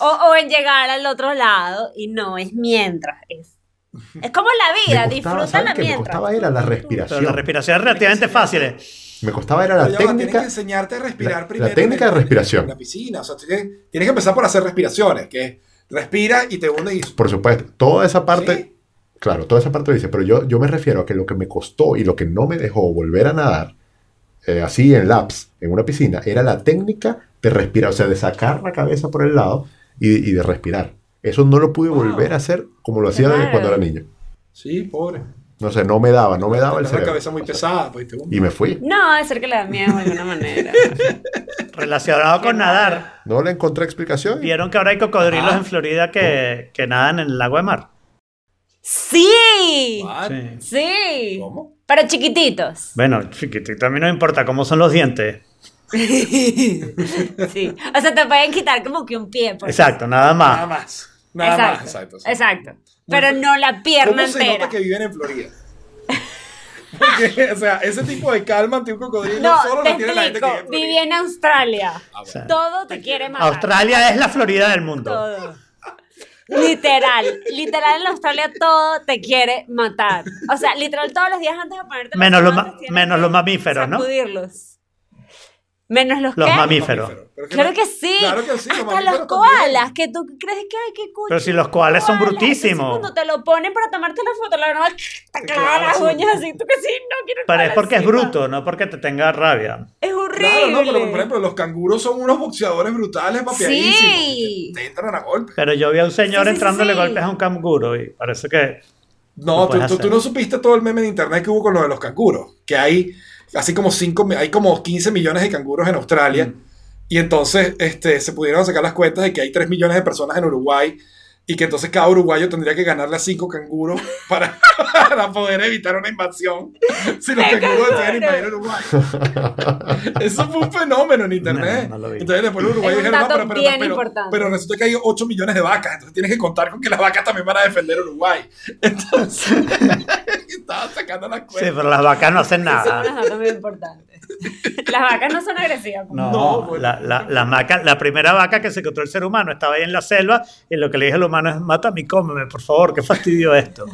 [SPEAKER 5] O, o en llegar al otro lado y no es mientras. Es, es como la vida,
[SPEAKER 4] Me costaba,
[SPEAKER 5] disfruta
[SPEAKER 4] ¿sabes
[SPEAKER 5] la
[SPEAKER 4] qué? Me
[SPEAKER 5] mientras.
[SPEAKER 4] costaba era la
[SPEAKER 3] Pero
[SPEAKER 4] respiración.
[SPEAKER 3] la respiración es relativamente fácil. ¿eh?
[SPEAKER 4] Me costaba era la
[SPEAKER 2] Pero ya va, tienes que
[SPEAKER 4] técnica.
[SPEAKER 2] enseñarte a respirar
[SPEAKER 4] la- la
[SPEAKER 2] primero.
[SPEAKER 4] técnica
[SPEAKER 2] en-
[SPEAKER 4] de respiración.
[SPEAKER 2] En la piscina. O sea, tienes, tienes que empezar por hacer respiraciones, que es respira y te hunde y...
[SPEAKER 4] Por supuesto, toda esa parte,
[SPEAKER 2] ¿Sí?
[SPEAKER 4] claro, toda esa parte lo dice, pero yo, yo me refiero a que lo que me costó y lo que no me dejó volver a nadar, eh, así en laps, en una piscina, era la técnica de respirar, o sea, de sacar la cabeza por el lado y, y de respirar. Eso no lo pude volver a hacer como lo hacía de-
[SPEAKER 5] Claro.
[SPEAKER 4] cuando era niño.
[SPEAKER 2] Sí, pobre.
[SPEAKER 4] No sé, no me daba, no me daba el
[SPEAKER 2] Tienes la
[SPEAKER 4] cerebro.
[SPEAKER 2] cabeza muy
[SPEAKER 4] O sea,
[SPEAKER 2] pesada, pues te hunde.
[SPEAKER 4] Y me fui.
[SPEAKER 5] No, es ser que le da miedo de alguna manera.
[SPEAKER 3] Relacionado con nadar.
[SPEAKER 4] No le encontré explicación. y-
[SPEAKER 3] Vieron que ahora hay cocodrilos
[SPEAKER 2] Ajá.
[SPEAKER 3] en Florida que, que nadan en el agua de mar.
[SPEAKER 5] Sí.
[SPEAKER 2] What?
[SPEAKER 3] Sí.
[SPEAKER 5] Sí.
[SPEAKER 2] ¿Cómo?
[SPEAKER 5] Pero chiquititos.
[SPEAKER 3] Bueno, chiquitito, a mí no me importa cómo son los dientes.
[SPEAKER 5] Sí. O sea, te pueden quitar como que un pie. pues.
[SPEAKER 3] Exacto, nada
[SPEAKER 4] Ah.
[SPEAKER 2] Nada
[SPEAKER 3] más.
[SPEAKER 2] más. Nada
[SPEAKER 5] exacto.
[SPEAKER 2] más. Exacto. sí.
[SPEAKER 5] Exacto. Pero no la pierna
[SPEAKER 2] ¿Cómo se
[SPEAKER 5] entera.
[SPEAKER 2] nota que viven en Florida? Porque, o sea, ese tipo de calma ante un cocodrilo
[SPEAKER 5] No,
[SPEAKER 2] solo
[SPEAKER 5] te
[SPEAKER 2] lo tiene la gente que vive en
[SPEAKER 5] explico.
[SPEAKER 2] Florida.
[SPEAKER 5] Viví en Australia.
[SPEAKER 2] Ah, bueno.
[SPEAKER 5] Todo te quiere matar.
[SPEAKER 3] Australia es la Florida del mundo.
[SPEAKER 5] Todo. Literal, literal en Australia todo te quiere matar. O sea, literal todos los días antes de ponerte los
[SPEAKER 3] Menos los,
[SPEAKER 5] zapatos
[SPEAKER 3] ma-
[SPEAKER 5] tienes
[SPEAKER 3] menos
[SPEAKER 5] que
[SPEAKER 3] los mamíferos, ¿no?
[SPEAKER 5] sacudirlos. Menos los,
[SPEAKER 3] Los
[SPEAKER 5] qué?
[SPEAKER 3] mamíferos.
[SPEAKER 2] Pero es
[SPEAKER 5] Claro
[SPEAKER 2] no-
[SPEAKER 5] que sí.
[SPEAKER 2] Claro que sí. los
[SPEAKER 5] Hasta los
[SPEAKER 2] mamíferos
[SPEAKER 5] koalas, que tú crees que hay que
[SPEAKER 3] Pero si los koalas son brutísimos.
[SPEAKER 5] Cuando te lo ponen para tomarte la foto, la verdad, te clavan las
[SPEAKER 2] Claro, sí.
[SPEAKER 5] uñas así. Tú que sí, no quiero
[SPEAKER 3] Pero
[SPEAKER 5] nada
[SPEAKER 3] es porque es
[SPEAKER 5] encima.
[SPEAKER 3] bruto, no porque te tenga rabia.
[SPEAKER 5] Es horrible.
[SPEAKER 2] Claro, no, pero por ejemplo, los canguros son unos boxeadores brutales, papiadísimos.
[SPEAKER 5] Sí.
[SPEAKER 2] que Te, te entran a golpe.
[SPEAKER 3] Pero yo vi a un señor
[SPEAKER 5] Sí, sí, sí,
[SPEAKER 3] entrándole
[SPEAKER 5] sí.
[SPEAKER 3] golpes a un canguro y parece que.
[SPEAKER 2] No,
[SPEAKER 3] Lo
[SPEAKER 2] tú,
[SPEAKER 3] puedes
[SPEAKER 2] tú- tú
[SPEAKER 3] hacer.
[SPEAKER 2] no supiste todo el meme de internet que hubo con lo de
[SPEAKER 3] Mm.
[SPEAKER 2] los canguros. Que hay así como 5, hay como 15 millones de canguros en Australia. Y entonces este, se pudieron sacar las cuentas de que hay 3 millones de personas en Uruguay y que entonces cada uruguayo tendría que ganarle a 5 canguros para, para poder evitar una invasión si los canguros decían invadir Uruguay. Eso fue un fenómeno en internet.
[SPEAKER 3] No, no lo vi.
[SPEAKER 2] entonces después los uruguayos
[SPEAKER 5] Es un
[SPEAKER 2] dijeron, no,
[SPEAKER 5] dato
[SPEAKER 2] pero, pero-
[SPEAKER 5] bien
[SPEAKER 2] pero-
[SPEAKER 5] importante.
[SPEAKER 2] pero resulta que hay 8 millones de vacas, entonces tienes que contar con que las vacas también van a defender a Uruguay. Entonces, estaba sacando las
[SPEAKER 3] Sí,
[SPEAKER 2] cuentas.
[SPEAKER 3] pero las vacas no hacen
[SPEAKER 5] Son unos
[SPEAKER 3] nada.
[SPEAKER 5] datos muy importantes. Las vacas no son agresivas. como-
[SPEAKER 3] No,
[SPEAKER 2] No, bueno.
[SPEAKER 3] la, la- la vaca- la primera vaca que se encontró el ser humano estaba ahí en la selva y lo que le dije al humano es, mátame y cómeme, por favor, qué fastidio esto.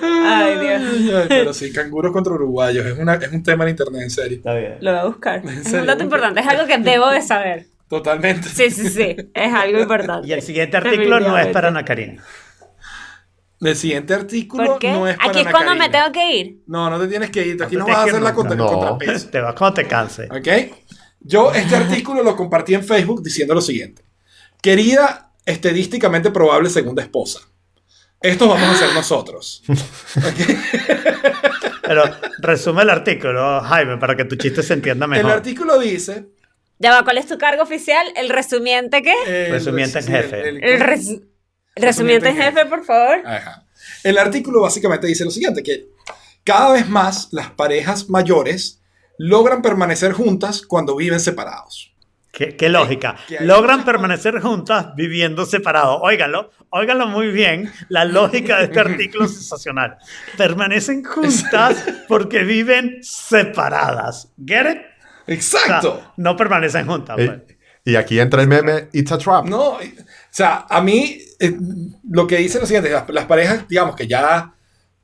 [SPEAKER 5] Ay, Dios.
[SPEAKER 2] Ay, ay, Pero sí, canguros contra uruguayos. Es, una, es un tema en internet, en serio.
[SPEAKER 3] Está bien.
[SPEAKER 5] Lo voy a buscar. Es
[SPEAKER 2] serio?
[SPEAKER 5] un dato importante, es algo que debo de saber.
[SPEAKER 2] Totalmente.
[SPEAKER 5] Sí, sí, sí, es algo importante.
[SPEAKER 3] Y el siguiente artículo no es para
[SPEAKER 5] Definitivamente.
[SPEAKER 3] Ana Karina.
[SPEAKER 2] El siguiente artículo
[SPEAKER 5] ¿Por qué?
[SPEAKER 2] no es para
[SPEAKER 5] Aquí es
[SPEAKER 2] Ana
[SPEAKER 5] cuando me
[SPEAKER 2] Karina.
[SPEAKER 5] tengo que ir.
[SPEAKER 2] No, no te tienes que ir. Aquí
[SPEAKER 3] No
[SPEAKER 2] no
[SPEAKER 3] te
[SPEAKER 2] vas a hacer
[SPEAKER 3] tienes que
[SPEAKER 2] la
[SPEAKER 3] ir
[SPEAKER 2] contra,
[SPEAKER 4] nunca. No.
[SPEAKER 2] contrapeso.
[SPEAKER 3] Te vas cuando te canses.
[SPEAKER 2] ¿Ok? Yo este artículo lo compartí en Facebook diciendo lo siguiente. Querida, estadísticamente probable segunda esposa. Esto vamos a hacer nosotros.
[SPEAKER 3] Pero resume el artículo, Jaime, para que tu chiste se entienda
[SPEAKER 2] El
[SPEAKER 3] mejor.
[SPEAKER 2] artículo dice...
[SPEAKER 5] Ya va, ¿cuál es tu cargo oficial? ¿El resumiente qué?
[SPEAKER 2] eh,
[SPEAKER 3] Resumiente en
[SPEAKER 2] sí, el-
[SPEAKER 3] jefe.
[SPEAKER 2] el-
[SPEAKER 5] El res- resumiente en jefe, por favor.
[SPEAKER 2] Ajá. El artículo básicamente dice lo siguiente, que cada vez más las parejas mayores logran permanecer juntas cuando viven separados.
[SPEAKER 3] Qué, qué lógica.
[SPEAKER 2] Eh, Que hay-
[SPEAKER 3] Logran permanecer juntas viviendo separados. Óiganlo, óiganlo muy bien. La lógica de este artículo es sensacional. Permanecen juntas porque viven separadas. ¿Get it? O sea,
[SPEAKER 2] Exacto. Eh,
[SPEAKER 3] no permanecen juntas. pues.
[SPEAKER 4] Y- Y, aquí entra el meme It's a Trap.
[SPEAKER 2] No, eh, o sea, a mí eh, lo que dicen lo siguiente, las, las parejas, digamos, que ya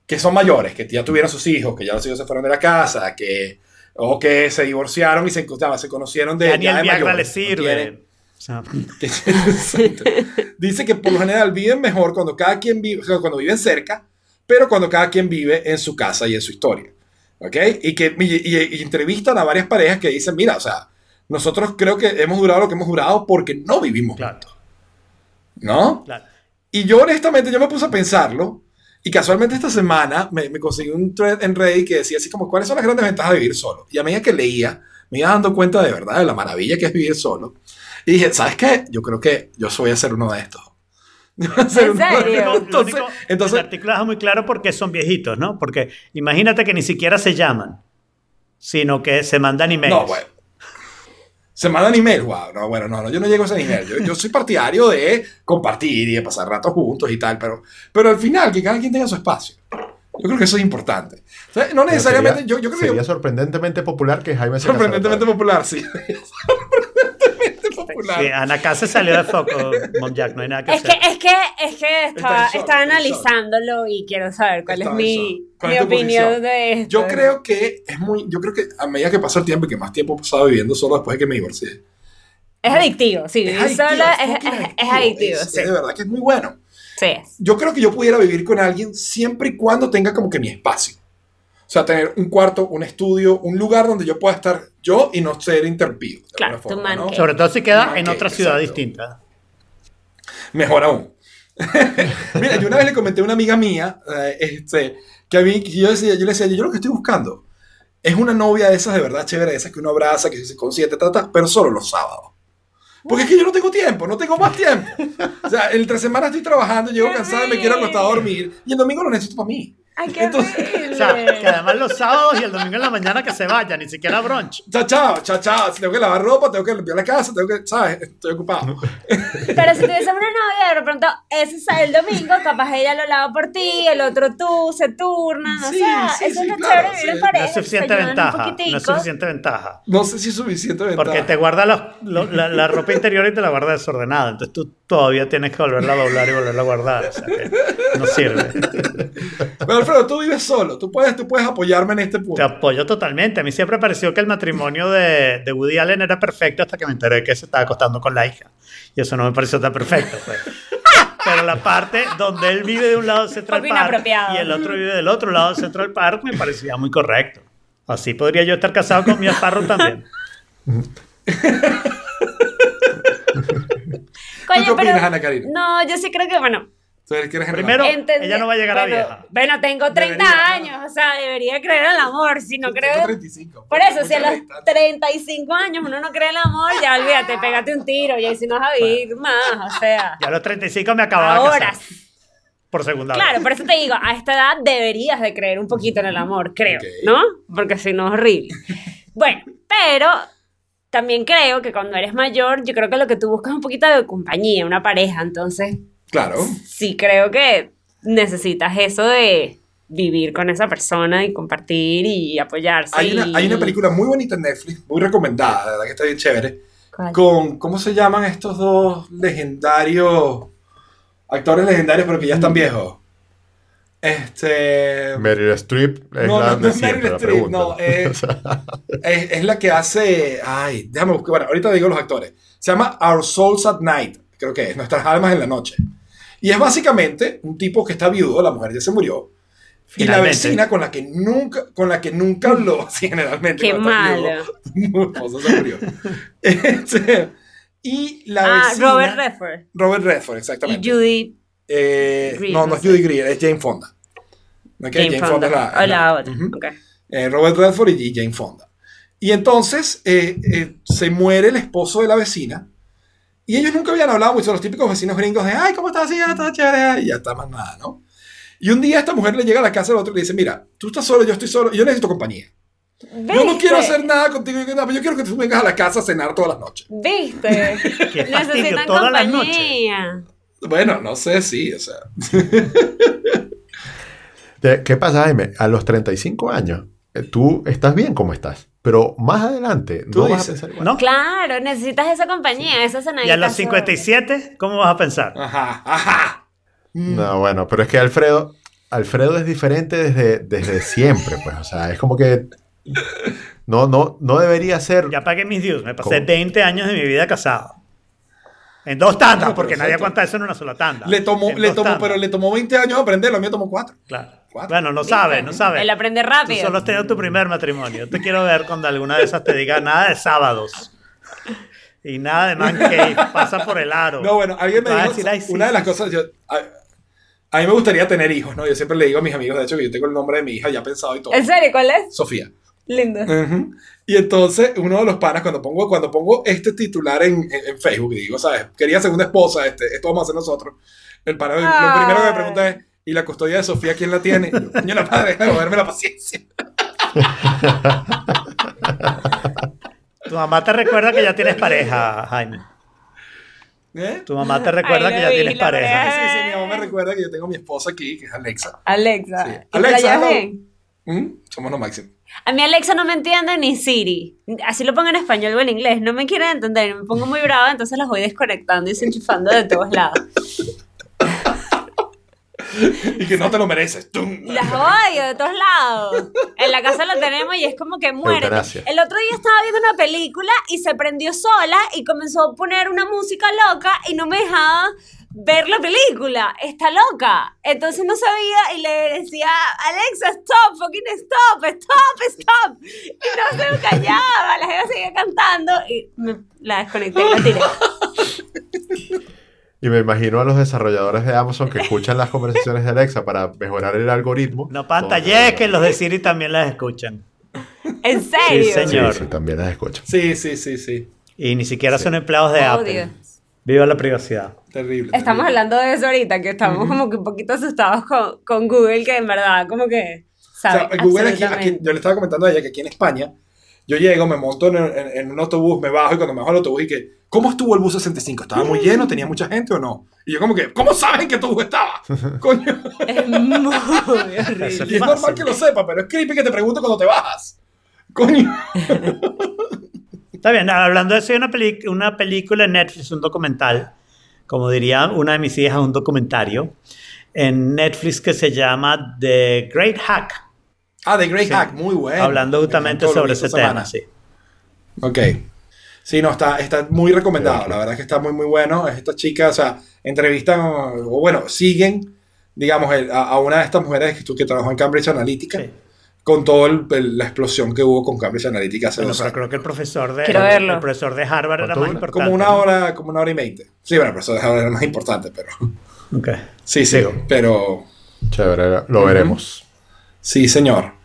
[SPEAKER 2] que son mayores, que ya tuvieron sus hijos, que ya los hijos se fueron de la casa, que o que se divorciaron y se, o sea, se conocieron de
[SPEAKER 3] Ya ni
[SPEAKER 2] ya
[SPEAKER 3] el
[SPEAKER 2] de
[SPEAKER 3] Viagra
[SPEAKER 2] mayores,
[SPEAKER 3] les
[SPEAKER 2] no tienen-
[SPEAKER 3] sirve. O sea,
[SPEAKER 2] Exacto. Dice que por lo general viven mejor cuando cada quien vive, o sea, cuando viven cerca, pero cuando cada quien vive en su casa y en su historia. ¿Ok? Y que y- y- y entrevistan a varias parejas que dicen, mira, o sea, nosotros creo que hemos durado lo que hemos durado porque no vivimos
[SPEAKER 3] Claro.
[SPEAKER 2] juntos. ¿No?
[SPEAKER 3] claro.
[SPEAKER 2] Y yo honestamente, yo me puse a pensarlo. Y casualmente esta semana me, me conseguí un thread en Reddit que decía así como, ¿cuáles son las grandes ventajas de vivir solo? Y a medida que leía, me iba dando cuenta de verdad de la maravilla que es vivir solo. Y dije, ¿sabes qué? Yo creo que yo soy a ser uno de estos. Yo voy a ser
[SPEAKER 5] ¿En
[SPEAKER 2] uno de
[SPEAKER 5] serio?
[SPEAKER 2] estos.
[SPEAKER 3] Lo
[SPEAKER 2] Entonces,
[SPEAKER 3] único-
[SPEAKER 2] entonces-
[SPEAKER 3] el artículo deja muy claro por qué son viejitos, ¿no? Porque imagínate que ni siquiera se llaman, sino que se mandan emails.
[SPEAKER 2] no, bueno. Se mandan email, wow, no, bueno, no, no, yo no llego a ese nivel. Yo, yo soy partidario de compartir y de pasar ratos juntos y tal, pero, pero al final, que cada quien tenga su espacio. Yo creo que eso es importante. O sea, no
[SPEAKER 4] Pero
[SPEAKER 2] necesariamente,
[SPEAKER 4] sería-
[SPEAKER 2] yo, yo creo que yo-
[SPEAKER 4] Sería sorprendentemente popular que Jaime se casara
[SPEAKER 2] Sorprendentemente
[SPEAKER 4] otra
[SPEAKER 2] popular, sí. Sorprendentemente popular.
[SPEAKER 3] Sí,
[SPEAKER 5] ah.
[SPEAKER 3] Ana K se salió de foco, Mom Jack, no hay nada que
[SPEAKER 5] Es
[SPEAKER 3] hacer.
[SPEAKER 5] que, es que, es que estaba,
[SPEAKER 2] en shock, está
[SPEAKER 5] estaba
[SPEAKER 2] en shock.
[SPEAKER 5] analizándolo y quiero saber cuál
[SPEAKER 2] Estaba en
[SPEAKER 5] es mi,
[SPEAKER 2] shock. ¿Cuál
[SPEAKER 5] mi
[SPEAKER 2] es tu
[SPEAKER 5] opinión
[SPEAKER 2] posición?
[SPEAKER 5] de esto.
[SPEAKER 2] Yo creo que es muy. Yo creo que a medida que pasa el tiempo y que más tiempo he pasado viviendo solo después de que me divorcié.
[SPEAKER 5] Es adictivo, sí.
[SPEAKER 2] Es
[SPEAKER 5] vivir
[SPEAKER 2] adictivo.
[SPEAKER 5] sola
[SPEAKER 2] es
[SPEAKER 5] es,
[SPEAKER 2] fucking
[SPEAKER 5] es- es adictivo,
[SPEAKER 2] Es-
[SPEAKER 5] sí.
[SPEAKER 2] es de verdad que es muy bueno.
[SPEAKER 5] Sí, es.
[SPEAKER 2] Yo creo que yo pudiera vivir con alguien siempre y cuando tenga como que mi espacio. O sea, tener un cuarto, un estudio, un lugar donde yo pueda estar yo y no ser interrumpido. de
[SPEAKER 5] Claro,
[SPEAKER 2] alguna
[SPEAKER 5] tu
[SPEAKER 2] forma,
[SPEAKER 5] man
[SPEAKER 2] ¿no?
[SPEAKER 5] cave.
[SPEAKER 3] Sobre todo si queda en
[SPEAKER 2] Ok,
[SPEAKER 3] otra ciudad
[SPEAKER 2] exacto.
[SPEAKER 3] distinta.
[SPEAKER 2] Mejor aún. Mira, yo una vez le comenté a una amiga mía, eh, este, que a mí, que yo, decía, yo le decía, yo lo que estoy buscando es una novia de esas de verdad chévere, de esas que uno abraza, que se consiente, trata, pero solo los sábados. Porque es que yo no tengo tiempo, no tengo más tiempo. O sea, entre semanas estoy trabajando, llego
[SPEAKER 5] Qué
[SPEAKER 2] cansado, me quiero acostar a dormir, y el domingo lo necesito para mí.
[SPEAKER 5] Ay, qué
[SPEAKER 2] Entonces-
[SPEAKER 5] horrible.
[SPEAKER 3] O sea, que además los sábados y el domingo en la mañana que se vayan, ni siquiera brunch.
[SPEAKER 2] Chao, chao, chao, chao. Tengo que lavar ropa, tengo que limpiar la casa, tengo que, ¿sabes? Estoy ocupado.
[SPEAKER 5] Pero si tuviésemos una novia, de pronto ese sale el domingo, capaz ella lo lava por ti, el otro tú, se turnan.
[SPEAKER 2] Sí,
[SPEAKER 5] o sea,
[SPEAKER 2] sí,
[SPEAKER 5] ah, eso
[SPEAKER 2] sí,
[SPEAKER 5] es lo
[SPEAKER 2] claro,
[SPEAKER 5] chévere de vivir
[SPEAKER 2] sí.
[SPEAKER 5] en
[SPEAKER 3] No
[SPEAKER 5] pareja.
[SPEAKER 3] es suficiente
[SPEAKER 5] se ayudan un
[SPEAKER 3] ventaja. No es
[SPEAKER 5] poquitico.
[SPEAKER 3] suficiente ventaja.
[SPEAKER 2] No sé si es suficiente ventaja.
[SPEAKER 3] Porque te guarda los- lo- la, la ropa interior y te la guarda desordenada. Entonces tú todavía tienes que volverla a doblar y volverla a guardar. O sea que no sirve.
[SPEAKER 2] Pero Alfredo, tú vives solo, tú puedes, tú puedes apoyarme en este punto.
[SPEAKER 3] Te apoyo totalmente. A mí siempre pareció que el matrimonio de, de Woody Allen era perfecto hasta que me enteré que se estaba acostando con la hija. Y eso no me pareció tan perfecto. pues. Pero la parte donde él vive de un lado de Central
[SPEAKER 5] Poco
[SPEAKER 3] Park
[SPEAKER 5] inapropiado.
[SPEAKER 3] y el otro vive del otro lado de Central Park me parecía muy correcto. Así podría yo estar casado con mi Sparrow también.
[SPEAKER 2] ¿Tú qué opinas, Ana Karina?
[SPEAKER 5] No, yo sí creo que, bueno,
[SPEAKER 2] Entonces, ¿quieres en
[SPEAKER 3] Primero-
[SPEAKER 2] relajo?
[SPEAKER 5] Entende-
[SPEAKER 3] ella no va a llegar a
[SPEAKER 5] bueno,
[SPEAKER 3] vieja.
[SPEAKER 5] Bueno, tengo 30
[SPEAKER 2] Debería, ¿no?
[SPEAKER 5] años, o sea, debería creer en el amor, si no
[SPEAKER 2] Tengo
[SPEAKER 5] creo...
[SPEAKER 2] 35,
[SPEAKER 5] Por eso, si a
[SPEAKER 2] mucha
[SPEAKER 5] los
[SPEAKER 2] distancia.
[SPEAKER 5] 35 años uno no cree el amor, ya olvídate, pégate un tiro y ahí si no vas a vivir más, o sea,
[SPEAKER 3] Ya a los 35 me acababa de
[SPEAKER 5] ahora.
[SPEAKER 3] casar. Por segunda vez.
[SPEAKER 5] Claro, por eso te digo, a esta edad deberías de creer un poquito en el amor, creo,
[SPEAKER 2] Ok.
[SPEAKER 5] ¿no? Porque si no es horrible. Bueno, pero también creo que cuando eres mayor, yo creo que lo que tú buscas es un poquito de compañía, una pareja, entonces
[SPEAKER 2] Claro.
[SPEAKER 5] sí creo que necesitas eso de vivir con esa persona y compartir y apoyarse.
[SPEAKER 2] Hay,
[SPEAKER 5] y-
[SPEAKER 2] una, hay una película muy bonita en Netflix, muy recomendada, la verdad que está bien chévere,
[SPEAKER 5] ¿Cuál?
[SPEAKER 2] con, ¿cómo se llaman estos dos legendarios, actores legendarios, pero que ya
[SPEAKER 5] Mm.
[SPEAKER 2] están viejos? Este...
[SPEAKER 4] Meryl Streep es
[SPEAKER 2] No,
[SPEAKER 4] la
[SPEAKER 2] no, no
[SPEAKER 4] de
[SPEAKER 2] es Meryl
[SPEAKER 4] siempre, la
[SPEAKER 2] Streep,
[SPEAKER 4] pregunta.
[SPEAKER 2] no, eh,
[SPEAKER 4] O sea,
[SPEAKER 2] Es, es la que hace. Ay, déjame buscar. Bueno, ahorita digo los actores. Se llama Our Souls at Night. Creo que es Nuestras Almas en la Noche. Y es básicamente un tipo que está viudo, la mujer ya se murió. Y la
[SPEAKER 3] Finalmente.
[SPEAKER 2] vecina con la que nunca, con la que nunca habló, sí, generalmente.
[SPEAKER 5] Qué
[SPEAKER 2] cuando estás viudo, tu esposo se murió. Este, y la
[SPEAKER 5] Ah,
[SPEAKER 2] vecina.
[SPEAKER 5] Robert Redford
[SPEAKER 2] Robert Redford,
[SPEAKER 5] y
[SPEAKER 2] exactamente.
[SPEAKER 5] Judy
[SPEAKER 2] Eh,
[SPEAKER 5] Greer,
[SPEAKER 2] no, no
[SPEAKER 5] no
[SPEAKER 2] es
[SPEAKER 5] sé.
[SPEAKER 2] Judy Greer, es Jane Fonda. ¿Ok?
[SPEAKER 5] Jane Fonda.
[SPEAKER 2] es
[SPEAKER 5] o
[SPEAKER 2] es
[SPEAKER 5] la otra.
[SPEAKER 2] Ujú.
[SPEAKER 5] ok.
[SPEAKER 2] Eh, Robert Redford y Jane Fonda. Y entonces eh, eh, se muere el esposo de la vecina. Y ellos nunca habían hablado mucho, los típicos vecinos gringos de, ay, ¿cómo estás? Sí, ya está chévere, y ya está más nada, ¿no? Y un día esta mujer le llega a la casa del otro y le dice, mira, tú estás solo, yo estoy solo, yo necesito compañía. Yo no
[SPEAKER 5] ¿Viste?
[SPEAKER 2] quiero hacer nada contigo, yo, no, yo quiero que tú vengas a la casa a cenar todas las noches.
[SPEAKER 5] ¿Viste?
[SPEAKER 3] Qué fastidio,
[SPEAKER 5] Necesitan
[SPEAKER 3] todas las noches.
[SPEAKER 5] compañía.
[SPEAKER 2] Bueno, no sé, sí, o sea.
[SPEAKER 4] ¿Qué qué pasa, Jaime? A los 35 años, eh, tú estás bien como estás, pero más adelante
[SPEAKER 2] Tú
[SPEAKER 4] no vas a
[SPEAKER 2] dices,
[SPEAKER 4] pensar igual.
[SPEAKER 3] ¿No?
[SPEAKER 5] Claro, necesitas esa compañía, esa cenadita.
[SPEAKER 3] Y a los
[SPEAKER 5] sola.
[SPEAKER 3] 57, ¿cómo vas a pensar?
[SPEAKER 2] Ajá, ajá. "Mm".
[SPEAKER 4] No, bueno, pero es que Alfredo, Alfredo es diferente desde, desde siempre, pues, o sea, es como que no, no, no debería ser.
[SPEAKER 3] Ya pagué mis dues, me pasé
[SPEAKER 4] ¿Cómo?
[SPEAKER 3] 20 años de mi vida casado. En dos tandas,
[SPEAKER 2] Bueno, pero
[SPEAKER 3] porque nadie
[SPEAKER 2] exacto.
[SPEAKER 3] aguanta eso en una sola tanda.
[SPEAKER 2] Le tomó,
[SPEAKER 3] En
[SPEAKER 2] le
[SPEAKER 3] dos
[SPEAKER 2] tomó,
[SPEAKER 3] tandas.
[SPEAKER 2] pero le tomó 20 años aprenderlo, a mí me tomó 4.
[SPEAKER 3] Claro.
[SPEAKER 2] Cuatro.
[SPEAKER 3] Bueno, no sabe, no sabe.
[SPEAKER 5] Él aprende
[SPEAKER 3] Tú
[SPEAKER 5] rápido.
[SPEAKER 3] solo has tenido tu primer matrimonio. Te quiero ver cuando alguna de esas te diga nada de sábados. Y nada de man cave. Pasa por el aro.
[SPEAKER 2] No, bueno, alguien me
[SPEAKER 3] Vas a
[SPEAKER 2] dijo,
[SPEAKER 3] decir, "Ay, Ah, sí,
[SPEAKER 2] una de
[SPEAKER 3] sí,
[SPEAKER 2] las
[SPEAKER 3] sí".
[SPEAKER 2] cosas, yo, a, a mí me gustaría tener hijos, ¿no? Yo siempre le digo a mis amigos, de hecho, que yo tengo el nombre de mi hija ya pensado y todo.
[SPEAKER 5] ¿En serio? ¿Cuál es?
[SPEAKER 2] Sofía.
[SPEAKER 5] Lindo.
[SPEAKER 2] Ujú. Y entonces, uno de los panas, cuando pongo, cuando pongo este titular en, en- en Facebook, y digo, ¿sabes? Quería segunda esposa, este, esto vamos a hacer nosotros. El pana, lo
[SPEAKER 5] Ay.
[SPEAKER 2] primero que me pregunta es, ¿y la custodia de Sofía quién la tiene? Y yo, Coño, la madre, déjame joderme la paciencia.
[SPEAKER 3] Tu mamá te recuerda que ya tienes pareja, Jaime.
[SPEAKER 2] ¿Eh?
[SPEAKER 3] Tu mamá te recuerda
[SPEAKER 5] Ay,
[SPEAKER 3] que
[SPEAKER 5] lo
[SPEAKER 3] ya
[SPEAKER 5] vi,
[SPEAKER 3] tienes
[SPEAKER 2] Sí,
[SPEAKER 5] lo
[SPEAKER 3] pareja.
[SPEAKER 5] veo.
[SPEAKER 2] sí, sí, mi mamá me recuerda que yo tengo a mi esposa aquí, que es Alexa.
[SPEAKER 5] Alexa.
[SPEAKER 2] Sí.
[SPEAKER 5] ¿Y te la
[SPEAKER 2] Alexa,
[SPEAKER 5] llevas
[SPEAKER 2] hello.
[SPEAKER 5] bien?
[SPEAKER 2] ¿Mm? Somos los máximos.
[SPEAKER 5] A mí Alexa no me entiende ni Siri. Así lo pongo en español o en inglés. No me quieren entender. Me pongo muy brava, entonces las voy desconectando y desenchufando de todos lados.
[SPEAKER 2] Y que no te lo mereces. ¡Tum!
[SPEAKER 5] Las odio de todos lados. En la casa lo tenemos y es como que muere.
[SPEAKER 4] Eutanasia.
[SPEAKER 5] El otro día estaba viendo una película y se prendió sola y comenzó a poner una música loca y no me dejaba ver la película. Está loca. Entonces no sabía y le decía, Alexa, stop, fucking stop, stop, stop. Y no se callaba. La gente seguía cantando y me- la desconecté y la tiré.
[SPEAKER 4] Y me imagino a los desarrolladores de Amazon que escuchan las conversaciones de Alexa para mejorar el algoritmo.
[SPEAKER 3] No pantalles que los de Siri también las escuchan.
[SPEAKER 5] En serio.
[SPEAKER 3] Sí,
[SPEAKER 4] Sí,
[SPEAKER 3] señor.
[SPEAKER 4] sí, también las escuchan.
[SPEAKER 2] Sí, sí, sí, sí.
[SPEAKER 3] Y ni siquiera son empleados de
[SPEAKER 5] Odio.
[SPEAKER 3] Apple. Viva la privacidad.
[SPEAKER 2] Terrible.
[SPEAKER 5] Estamos
[SPEAKER 2] terrible.
[SPEAKER 5] hablando de eso ahorita, que estamos como que un poquito asustados con, con Google, que en verdad, como que. Sabe,
[SPEAKER 2] O sea, Google aquí, aquí-
[SPEAKER 5] absolutamente.
[SPEAKER 2] yo le estaba comentando a ella que aquí en España, yo llego, me monto en, en- en un autobús, me bajo y cuando me bajo del autobús y que, ¿cómo estuvo el bus 65? ¿Estaba muy lleno? ¿Tenía mucha gente o no? Y yo como que, ¿cómo saben que tu bus estaba? Coño,
[SPEAKER 5] Es muy
[SPEAKER 3] Eso
[SPEAKER 5] horrible.
[SPEAKER 2] y es normal que lo sepa, pero es creepy que te pregunte cuando te bajas. Coño.
[SPEAKER 3] Está bien, nada, hablando de eso, hay una, peli- una película en Netflix, un documental, como diría una de mis hijas, un documentario, en Netflix que se llama The Great Hack,
[SPEAKER 2] Ah, The Great Hack, muy bueno.
[SPEAKER 3] hablando justamente
[SPEAKER 2] Todo lo vi
[SPEAKER 3] sobre
[SPEAKER 2] esta
[SPEAKER 3] ese tema.
[SPEAKER 2] semana.
[SPEAKER 3] sí.
[SPEAKER 2] Ok. Sí, no, está, está muy recomendado. La verdad es que está muy, muy bueno. Estas chicas, o sea, entrevistan, o bueno, siguen, digamos, el- a, a una de estas mujeres que, tu- que trabajó en Cambridge Analytica,
[SPEAKER 3] Sí.
[SPEAKER 2] con toda la explosión que hubo con Cambridge Analytica hace
[SPEAKER 3] Bueno,
[SPEAKER 2] dos
[SPEAKER 3] pero
[SPEAKER 2] años.
[SPEAKER 3] creo que el profesor de,
[SPEAKER 5] Quiero
[SPEAKER 3] el,
[SPEAKER 5] verlo.
[SPEAKER 3] profesor de Harvard era más
[SPEAKER 4] ¿Cuánto dura?
[SPEAKER 3] importante.
[SPEAKER 2] Como una
[SPEAKER 3] ¿no?
[SPEAKER 2] hora, como una hora y veinte. Sí, bueno, pero eso es lo más importante, pero.
[SPEAKER 3] Ok.
[SPEAKER 2] Sí, sí,
[SPEAKER 3] Digo.
[SPEAKER 2] pero
[SPEAKER 4] Chévere, lo veremos.
[SPEAKER 2] sí, señor.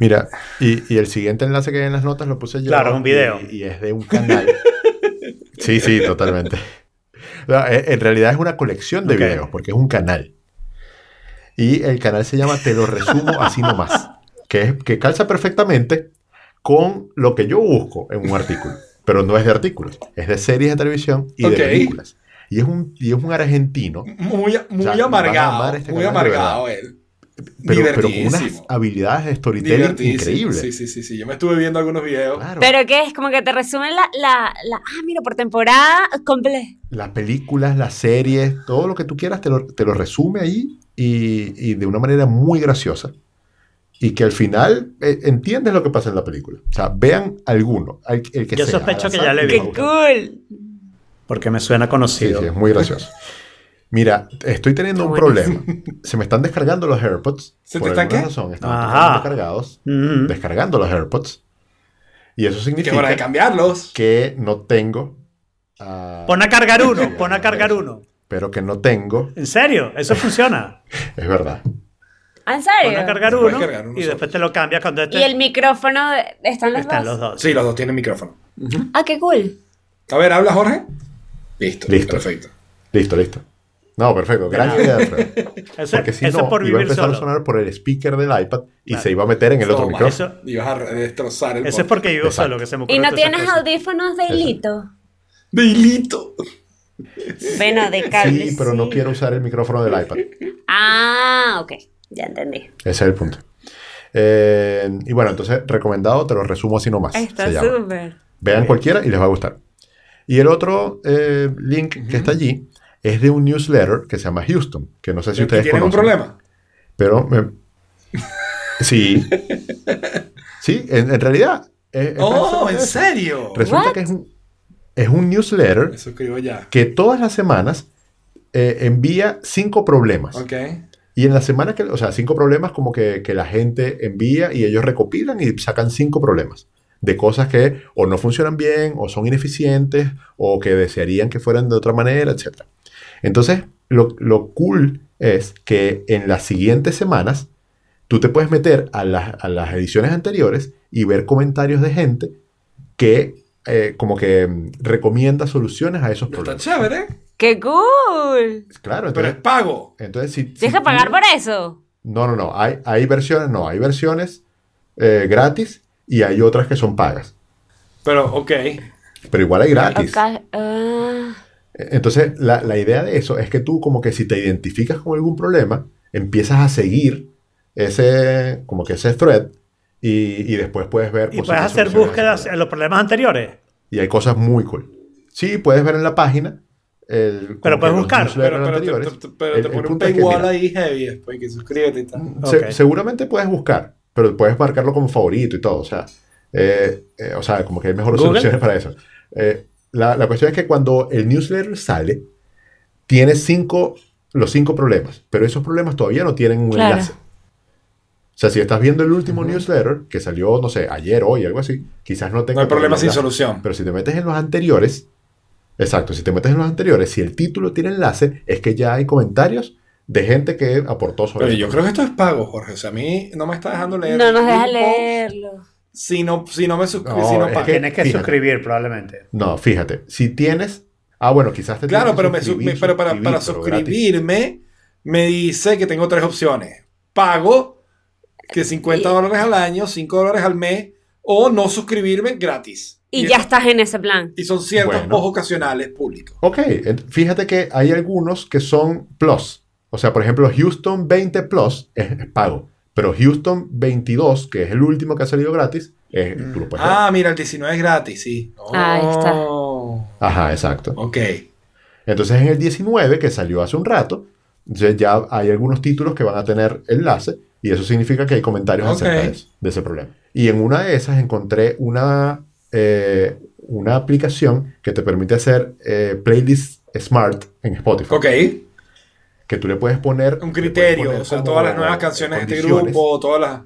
[SPEAKER 4] Mira, y, y el siguiente enlace que hay en las notas lo puse yo.
[SPEAKER 3] Claro, es un video.
[SPEAKER 4] Y, y es de un canal. sí, sí, totalmente. No, e- en realidad es una colección de
[SPEAKER 3] Ok.
[SPEAKER 4] videos, porque es un canal. Y el canal se llama Te lo resumo así nomás. Que, es, que calza perfectamente con lo que yo busco en un artículo. Pero no es de artículos, es de series de televisión y
[SPEAKER 2] Ok.
[SPEAKER 4] de películas. Y es un, y es un argentino
[SPEAKER 2] Muy, muy
[SPEAKER 4] sea, van a
[SPEAKER 2] amargado,
[SPEAKER 4] amar este
[SPEAKER 2] muy
[SPEAKER 4] canal de
[SPEAKER 2] amargado él.
[SPEAKER 4] pero, pero con unas
[SPEAKER 2] Divertidísimo.
[SPEAKER 4] habilidades de storytelling
[SPEAKER 2] Divertidísimo.
[SPEAKER 4] increíbles.
[SPEAKER 2] Sí, sí, sí, sí. Yo me estuve viendo algunos videos.
[SPEAKER 4] Claro,
[SPEAKER 5] Pero que es como que te resumen la, la, la- ah, mira, por temporada comple-
[SPEAKER 4] las películas, las series, todo lo que tú quieras, te lo, te lo resume ahí y, y de una manera muy graciosa. Y que al final eh, entiendes lo que pasa en la película. O sea, vean alguno, al- el que
[SPEAKER 3] Yo
[SPEAKER 4] sea,
[SPEAKER 3] sospecho
[SPEAKER 4] al
[SPEAKER 3] que
[SPEAKER 4] azar,
[SPEAKER 3] ya le
[SPEAKER 4] y
[SPEAKER 3] vi.
[SPEAKER 5] ¡Qué
[SPEAKER 4] va a gustar.
[SPEAKER 5] cool!
[SPEAKER 3] Porque me suena
[SPEAKER 4] Sí,
[SPEAKER 3] conocido.
[SPEAKER 4] sí, es muy gracioso. Mira, estoy teniendo
[SPEAKER 5] Está
[SPEAKER 4] un
[SPEAKER 5] buenísimo.
[SPEAKER 4] problema. Se me están descargando los AirPods.
[SPEAKER 2] ¿Se te
[SPEAKER 4] por
[SPEAKER 2] están
[SPEAKER 4] alguna
[SPEAKER 2] qué?
[SPEAKER 4] razón, están
[SPEAKER 3] Ajá.
[SPEAKER 4] totalmente cargados,
[SPEAKER 3] Mm.
[SPEAKER 4] descargando los AirPods. Y eso
[SPEAKER 2] Que
[SPEAKER 4] significa
[SPEAKER 2] es hora de cambiarlos.
[SPEAKER 4] que no tengo. ah,
[SPEAKER 3] Pon a cargar uno, pon a cargar uno.
[SPEAKER 4] Pero que no tengo,
[SPEAKER 3] ¿En serio? Eso funciona.
[SPEAKER 4] es verdad.
[SPEAKER 5] Ah, ¿En
[SPEAKER 3] Pon a
[SPEAKER 5] serio?
[SPEAKER 3] cargar
[SPEAKER 2] Puedes
[SPEAKER 3] uno
[SPEAKER 2] cargar uno
[SPEAKER 3] y después
[SPEAKER 2] solo.
[SPEAKER 3] te lo cambias cuando este esté.
[SPEAKER 5] Y el micrófono de- están los
[SPEAKER 3] Están
[SPEAKER 5] dos.
[SPEAKER 3] los dos.
[SPEAKER 2] Sí, los dos tienen micrófono.
[SPEAKER 5] Ah, qué cool.
[SPEAKER 2] A ver, ¿habla Jorge? Listo,
[SPEAKER 4] Listo.
[SPEAKER 2] perfecto.
[SPEAKER 4] Listo, listo. No, perfecto. Gran
[SPEAKER 3] Claro.
[SPEAKER 4] idea, Alfredo.
[SPEAKER 3] Eso,
[SPEAKER 4] Porque si
[SPEAKER 3] eso
[SPEAKER 4] no,
[SPEAKER 3] es por
[SPEAKER 4] iba a
[SPEAKER 3] vivir
[SPEAKER 4] empezar
[SPEAKER 3] solo.
[SPEAKER 4] a sonar por el speaker del iPad y
[SPEAKER 3] Claro.
[SPEAKER 4] se iba a meter en el otro
[SPEAKER 2] Toma.
[SPEAKER 4] micrófono.
[SPEAKER 3] Eso,
[SPEAKER 2] Y vas a re- destrozar el
[SPEAKER 3] eso es porque vivo
[SPEAKER 4] Exacto.
[SPEAKER 3] solo, que se me
[SPEAKER 5] ¿Y
[SPEAKER 3] ocurren
[SPEAKER 5] no
[SPEAKER 3] todas esas
[SPEAKER 5] tienes
[SPEAKER 3] cosas.
[SPEAKER 5] audífonos de
[SPEAKER 4] Eso.
[SPEAKER 5] hilito?
[SPEAKER 2] De hilito.
[SPEAKER 5] Bueno, de cable.
[SPEAKER 4] Sí, pero no quiero usar el micrófono del iPad. Ese
[SPEAKER 5] Ah, ok. Ya entendí.
[SPEAKER 4] es el punto. Eh, y bueno, entonces, recomendado, te lo resumo así nomás. se llama.
[SPEAKER 5] súper.
[SPEAKER 4] Vean cualquiera y les va a gustar. Y el otro eh, link que está allí es de un newsletter que se llama Houston, que no sé si
[SPEAKER 2] ¿Que
[SPEAKER 4] ustedes
[SPEAKER 2] tienen un
[SPEAKER 4] conocen.
[SPEAKER 2] problema?
[SPEAKER 4] Pero me- sí. Sí, en, en realidad. eh, es- es
[SPEAKER 2] ¡Oh,
[SPEAKER 4] básicamente
[SPEAKER 2] en
[SPEAKER 4] eso.
[SPEAKER 2] serio!
[SPEAKER 4] Resulta
[SPEAKER 5] What?
[SPEAKER 4] que es un, es un newsletter
[SPEAKER 2] Me suscribo ya.
[SPEAKER 4] que todas las semanas eh, envía cinco problemas.
[SPEAKER 2] Ok.
[SPEAKER 4] Y en la semana que, o sea, cinco problemas como que, que la gente envía y ellos recopilan y sacan cinco problemas de cosas que o no funcionan bien, o son ineficientes, o que desearían que fueran de otra manera, etc. Entonces, lo, lo cool es que en las siguientes semanas tú te puedes meter a las, a las ediciones anteriores y ver comentarios de gente que eh, como que mm, recomienda soluciones a esos
[SPEAKER 2] Está
[SPEAKER 4] problemas.
[SPEAKER 2] chévere,
[SPEAKER 5] ¡Qué cool!
[SPEAKER 4] Claro,
[SPEAKER 2] pero
[SPEAKER 4] entonces,
[SPEAKER 2] es pago.
[SPEAKER 4] entonces si, si
[SPEAKER 5] ¿Tienes que
[SPEAKER 4] tú-
[SPEAKER 5] pagar por eso?
[SPEAKER 4] no, no, no. Hay, hay versiones, no, hay versiones eh, gratis y hay otras que son pagas.
[SPEAKER 2] Pero, ok.
[SPEAKER 4] Pero igual hay gratis.
[SPEAKER 5] Ok, ah.
[SPEAKER 4] Entonces, la, la idea de eso es que tú, como que si te identificas con algún problema, empiezas a seguir ese, como que ese thread y, y después puedes ver.
[SPEAKER 3] Y puedes
[SPEAKER 4] posibles
[SPEAKER 3] hacer
[SPEAKER 4] soluciones a ese
[SPEAKER 3] búsquedas
[SPEAKER 4] problema.
[SPEAKER 3] en los problemas anteriores.
[SPEAKER 4] Y hay cosas muy cool. Sí, puedes ver en la página. el- como
[SPEAKER 3] Pero
[SPEAKER 4] que
[SPEAKER 3] puedes
[SPEAKER 4] los
[SPEAKER 3] buscar.
[SPEAKER 4] newsletters
[SPEAKER 2] Pero, pero te-
[SPEAKER 4] anteriores.
[SPEAKER 2] te, pero
[SPEAKER 4] El-
[SPEAKER 2] te
[SPEAKER 4] el
[SPEAKER 2] pone un
[SPEAKER 4] punto es que,
[SPEAKER 2] paywall
[SPEAKER 4] mira, Mm.
[SPEAKER 2] ahí heavy después que suscríbete y tal.
[SPEAKER 4] Se-
[SPEAKER 3] Ok.
[SPEAKER 4] seguramente puedes buscar, pero puedes marcarlo como favorito y todo. O sea, eh, eh, o sea como que hay mejores
[SPEAKER 3] Google.
[SPEAKER 4] soluciones para eso. Eh, la, la cuestión es que cuando el newsletter sale, tiene cinco, los cinco problemas, pero esos problemas todavía no tienen un
[SPEAKER 5] Claro.
[SPEAKER 4] enlace. O sea, si estás viendo el último newsletter, que salió, no sé, ayer, hoy, algo así, quizás no
[SPEAKER 2] No
[SPEAKER 4] tenga...
[SPEAKER 2] hay problema sin
[SPEAKER 4] solución.
[SPEAKER 2] solución.
[SPEAKER 4] Pero si te metes en los anteriores, exacto, si te metes en los anteriores, si el título tiene enlace, es que ya hay comentarios de gente que aportó sobre
[SPEAKER 2] Pero
[SPEAKER 4] eso.
[SPEAKER 2] yo creo que esto es pago, Jorge. O sea, a mí no me está dejando leer.
[SPEAKER 5] No nos deja
[SPEAKER 2] ningún post
[SPEAKER 5] leerlo.
[SPEAKER 2] Si no, si no me suscribo,
[SPEAKER 4] No,
[SPEAKER 2] si no
[SPEAKER 4] es
[SPEAKER 2] pago.
[SPEAKER 4] que-
[SPEAKER 3] Tienes que
[SPEAKER 4] fíjate.
[SPEAKER 3] suscribir probablemente.
[SPEAKER 4] No, fíjate, si tienes. Ah, bueno, quizás te
[SPEAKER 2] Claro,
[SPEAKER 4] tienes que
[SPEAKER 2] pero, me su-
[SPEAKER 4] suscribir,
[SPEAKER 2] me- pero para, para
[SPEAKER 4] suscribir, pero gratis.
[SPEAKER 2] suscribirme me dice que tengo tres opciones. Pago, que 50
[SPEAKER 5] Y-
[SPEAKER 2] dólares al año, 5 dólares al mes, o no suscribirme gratis.
[SPEAKER 5] Y ya
[SPEAKER 2] eso-
[SPEAKER 5] estás en ese plan.
[SPEAKER 2] Y son ciertos
[SPEAKER 4] Bueno.
[SPEAKER 2] posts ocasionales públicos.
[SPEAKER 4] Ok, ent- fíjate que hay algunos que son plus. O sea, por ejemplo, Houston 20 Plus es, es pago. Pero Houston 22, que es el último que ha salido gratis, es, tú lo puedes ver.
[SPEAKER 2] ah, mira, el 19 es gratis, sí.
[SPEAKER 5] Ahí está.
[SPEAKER 2] Oh,
[SPEAKER 4] Ajá, exacto.
[SPEAKER 2] Ok.
[SPEAKER 4] Entonces, en el 19, que salió hace un rato, ya, ya hay algunos títulos que van a tener enlace y eso significa que hay comentarios
[SPEAKER 2] Ok.
[SPEAKER 4] acerca de, eso, de ese problema. Y en una de esas encontré una, eh, una aplicación que te permite hacer eh, playlists smart en Spotify.
[SPEAKER 2] Ok.
[SPEAKER 4] Que tú le puedes
[SPEAKER 2] Un
[SPEAKER 4] poner... le puedes
[SPEAKER 2] criterio.
[SPEAKER 4] poner
[SPEAKER 2] O sea,
[SPEAKER 4] como
[SPEAKER 2] todas las nuevas canciones de este
[SPEAKER 4] condiciones.
[SPEAKER 2] grupo, todas las.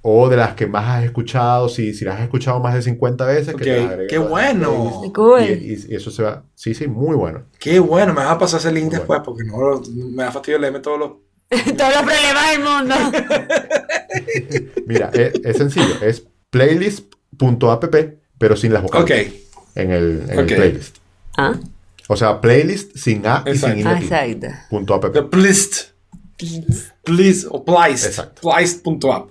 [SPEAKER 4] o de las que más has escuchado, si, si las has escuchado más de 50 veces.
[SPEAKER 2] Ok,
[SPEAKER 4] que te las agregues
[SPEAKER 2] qué
[SPEAKER 4] a la
[SPEAKER 2] bueno.
[SPEAKER 4] playlist.
[SPEAKER 5] Cool.
[SPEAKER 4] Y, y- y eso se va, sí, sí, muy bueno.
[SPEAKER 2] Qué bueno, me vas a pasar ese link
[SPEAKER 4] Bueno.
[SPEAKER 2] después porque no lo- me da fastidio leerme todos los.
[SPEAKER 5] Todos los problemas del mundo.
[SPEAKER 4] Mira, es, es sencillo, es playlist.app, pero sin las vocales
[SPEAKER 2] Ok,
[SPEAKER 4] en, el, en el
[SPEAKER 2] Ok.
[SPEAKER 4] playlist.
[SPEAKER 5] Ah,
[SPEAKER 4] O sea, playlist sin A y sin I
[SPEAKER 2] Exacto.
[SPEAKER 4] latina.
[SPEAKER 5] exacto.
[SPEAKER 4] Punto app.
[SPEAKER 2] the Plist. Plist o Plist.
[SPEAKER 4] Exacto.
[SPEAKER 2] Plist.app.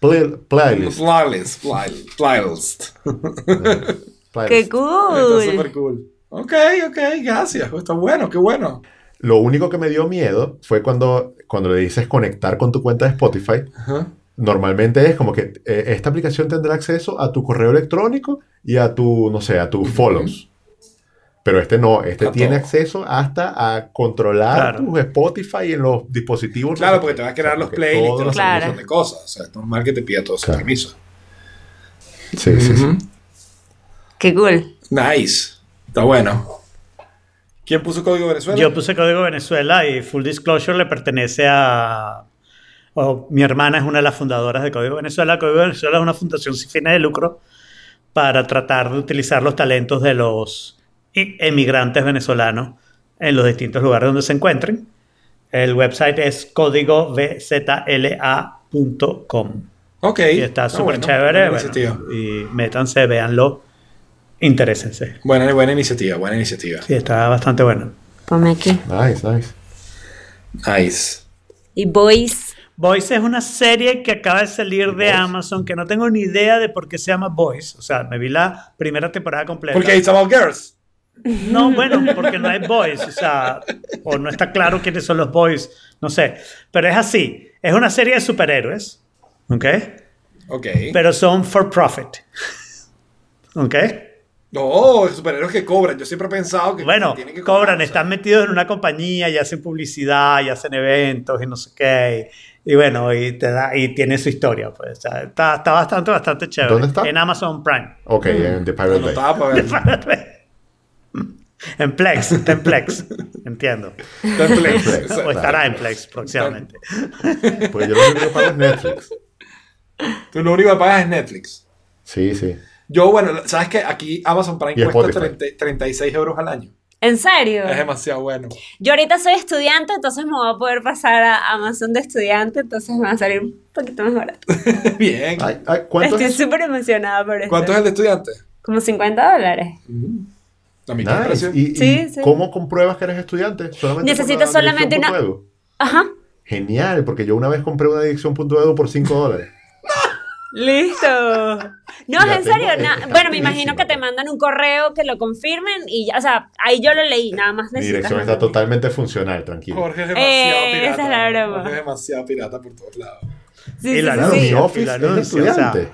[SPEAKER 4] Play- playlist.
[SPEAKER 2] Plylist. ply- Plylist.
[SPEAKER 5] ¡Qué
[SPEAKER 4] playlist.
[SPEAKER 2] Está súper
[SPEAKER 5] cool!
[SPEAKER 2] cool. Ok, ok, gracias. Está bueno, qué bueno.
[SPEAKER 4] Lo único que me dio miedo fue cuando, cuando le dices conectar con tu cuenta de Spotify.
[SPEAKER 2] Ajá.
[SPEAKER 4] Normalmente es como que eh, esta aplicación tendrá acceso a tu correo electrónico y a tu, no sé, a tus follows. Pero este no, este
[SPEAKER 2] A
[SPEAKER 4] tiene
[SPEAKER 2] todo.
[SPEAKER 4] acceso hasta a controlar
[SPEAKER 3] Claro.
[SPEAKER 4] tus Spotify en los dispositivos.
[SPEAKER 2] Claro, porque te vas a crear
[SPEAKER 4] O sea,
[SPEAKER 2] los
[SPEAKER 4] porque
[SPEAKER 2] playlists, te
[SPEAKER 4] todos
[SPEAKER 2] vas a
[SPEAKER 5] Claro.
[SPEAKER 2] hacer un montón de cosas. O sea, es normal que te pida todo ese
[SPEAKER 4] Claro.
[SPEAKER 2] permiso.
[SPEAKER 4] los- Sí, sí, sí.
[SPEAKER 2] Ujú.
[SPEAKER 5] ¡Qué cool!
[SPEAKER 2] Nice. Está bueno. ¿Quién puso código Venezuela?
[SPEAKER 3] Yo puse código Venezuela y Full Disclosure le pertenece a... o mi hermana es una de las fundadoras de Código Venezuela. Código Venezuela es una fundación sin fines de lucro para tratar de utilizar los talentos de los i- emigrantes venezolanos en los distintos lugares donde se encuentren. El website es códigovzla.com.
[SPEAKER 2] ok.
[SPEAKER 3] Y está
[SPEAKER 2] Está
[SPEAKER 3] súper
[SPEAKER 2] bueno.
[SPEAKER 3] chévere.
[SPEAKER 2] Buena
[SPEAKER 3] bueno,
[SPEAKER 2] iniciativa.
[SPEAKER 3] y métanse, véanlo, interésense.
[SPEAKER 2] Buena, buena iniciativa, buena iniciativa.
[SPEAKER 3] Sí, está bastante bueno.
[SPEAKER 5] Ponme aquí.
[SPEAKER 4] Nice, nice.
[SPEAKER 2] Nice.
[SPEAKER 5] Y Boys.
[SPEAKER 3] Voice es una serie que acaba de salir de Amazon, que no tengo ni idea de por qué se llama Voice. O sea, me vi la primera temporada completa.
[SPEAKER 2] Porque it's about girls.
[SPEAKER 3] No, bueno, porque no hay Boys. O sea, o no está claro quiénes son los Boys. No sé. Pero es así. Es una serie de superhéroes. ¿Ok?
[SPEAKER 2] Ok.
[SPEAKER 3] Pero son for profit. ¿Ok?
[SPEAKER 2] No, superhéroes que cobran. Yo siempre he pensado que
[SPEAKER 3] Bueno,
[SPEAKER 2] tienen que cobrar,
[SPEAKER 3] cobran,
[SPEAKER 2] o sea.
[SPEAKER 3] están metidos en una compañía y hacen publicidad y hacen eventos y no sé qué. Y, y bueno, y, te da- y tiene su historia. Pues. O sea, está, está bastante, bastante chévere.
[SPEAKER 4] ¿Dónde está?
[SPEAKER 3] En Amazon Prime.
[SPEAKER 4] Ok, en The Pirate Bay.
[SPEAKER 2] Anotaba para verlo.
[SPEAKER 3] en Plex, está en Plex. Entiendo.
[SPEAKER 2] Está en Plex.
[SPEAKER 4] Plex.
[SPEAKER 2] Exacto.
[SPEAKER 3] O estará
[SPEAKER 4] pues,
[SPEAKER 3] en Plex próximamente.
[SPEAKER 4] Porque yo lo único que pago es Netflix.
[SPEAKER 2] Tú lo único que pagas es Netflix.
[SPEAKER 4] Sí, sí.
[SPEAKER 2] Yo, bueno, sabes que aquí Amazon Prime
[SPEAKER 4] Y
[SPEAKER 2] cuesta
[SPEAKER 4] Spotify.
[SPEAKER 2] 30 36 euros al año.
[SPEAKER 5] ¿En serio?
[SPEAKER 2] Es demasiado bueno.
[SPEAKER 5] Yo ahorita soy estudiante, entonces me voy a poder pasar a Amazon de estudiante, entonces me va a salir un poquito más barato.
[SPEAKER 2] Bien.
[SPEAKER 4] Ay, ay, ¿Cuánto
[SPEAKER 5] Estoy
[SPEAKER 4] es?
[SPEAKER 5] súper emocionada por esto.
[SPEAKER 2] ¿Cuánto es el de estudiante?
[SPEAKER 5] Como 50 dólares.
[SPEAKER 2] La mitad del
[SPEAKER 4] Nice.
[SPEAKER 2] precio.
[SPEAKER 4] ¿Y, y
[SPEAKER 5] Sí, sí.
[SPEAKER 4] cómo compruebas que eres estudiante? ¿Solamente
[SPEAKER 5] Necesitas
[SPEAKER 4] por la
[SPEAKER 5] solamente
[SPEAKER 4] dirección
[SPEAKER 5] una-
[SPEAKER 4] punto edu?
[SPEAKER 5] Ajá.
[SPEAKER 4] Genial, porque yo una vez compré una dirección.edu por 5 dólares.
[SPEAKER 5] Listo. No,
[SPEAKER 4] La
[SPEAKER 5] es en
[SPEAKER 4] tengo,
[SPEAKER 5] serio.
[SPEAKER 4] está
[SPEAKER 5] na-
[SPEAKER 4] buenísima.
[SPEAKER 5] bueno, me imagino que te mandan un correo que lo confirmen y ya, o sea, ahí yo lo leí, nada más
[SPEAKER 4] Mi
[SPEAKER 5] necesitas.
[SPEAKER 4] dirección está
[SPEAKER 5] mandarme.
[SPEAKER 4] totalmente funcional, tranquilo.
[SPEAKER 2] Jorge es demasiado
[SPEAKER 5] Eh,
[SPEAKER 2] pirata.
[SPEAKER 5] esa es la broma.
[SPEAKER 2] Jorge es demasiado pirata por todos lados.
[SPEAKER 5] Sí,
[SPEAKER 3] Y
[SPEAKER 5] sí,
[SPEAKER 3] la
[SPEAKER 5] sí,
[SPEAKER 4] Claro,
[SPEAKER 5] sí.
[SPEAKER 4] mi
[SPEAKER 3] Pilar
[SPEAKER 4] office es de
[SPEAKER 3] Lucio, o sea,
[SPEAKER 4] estudiante.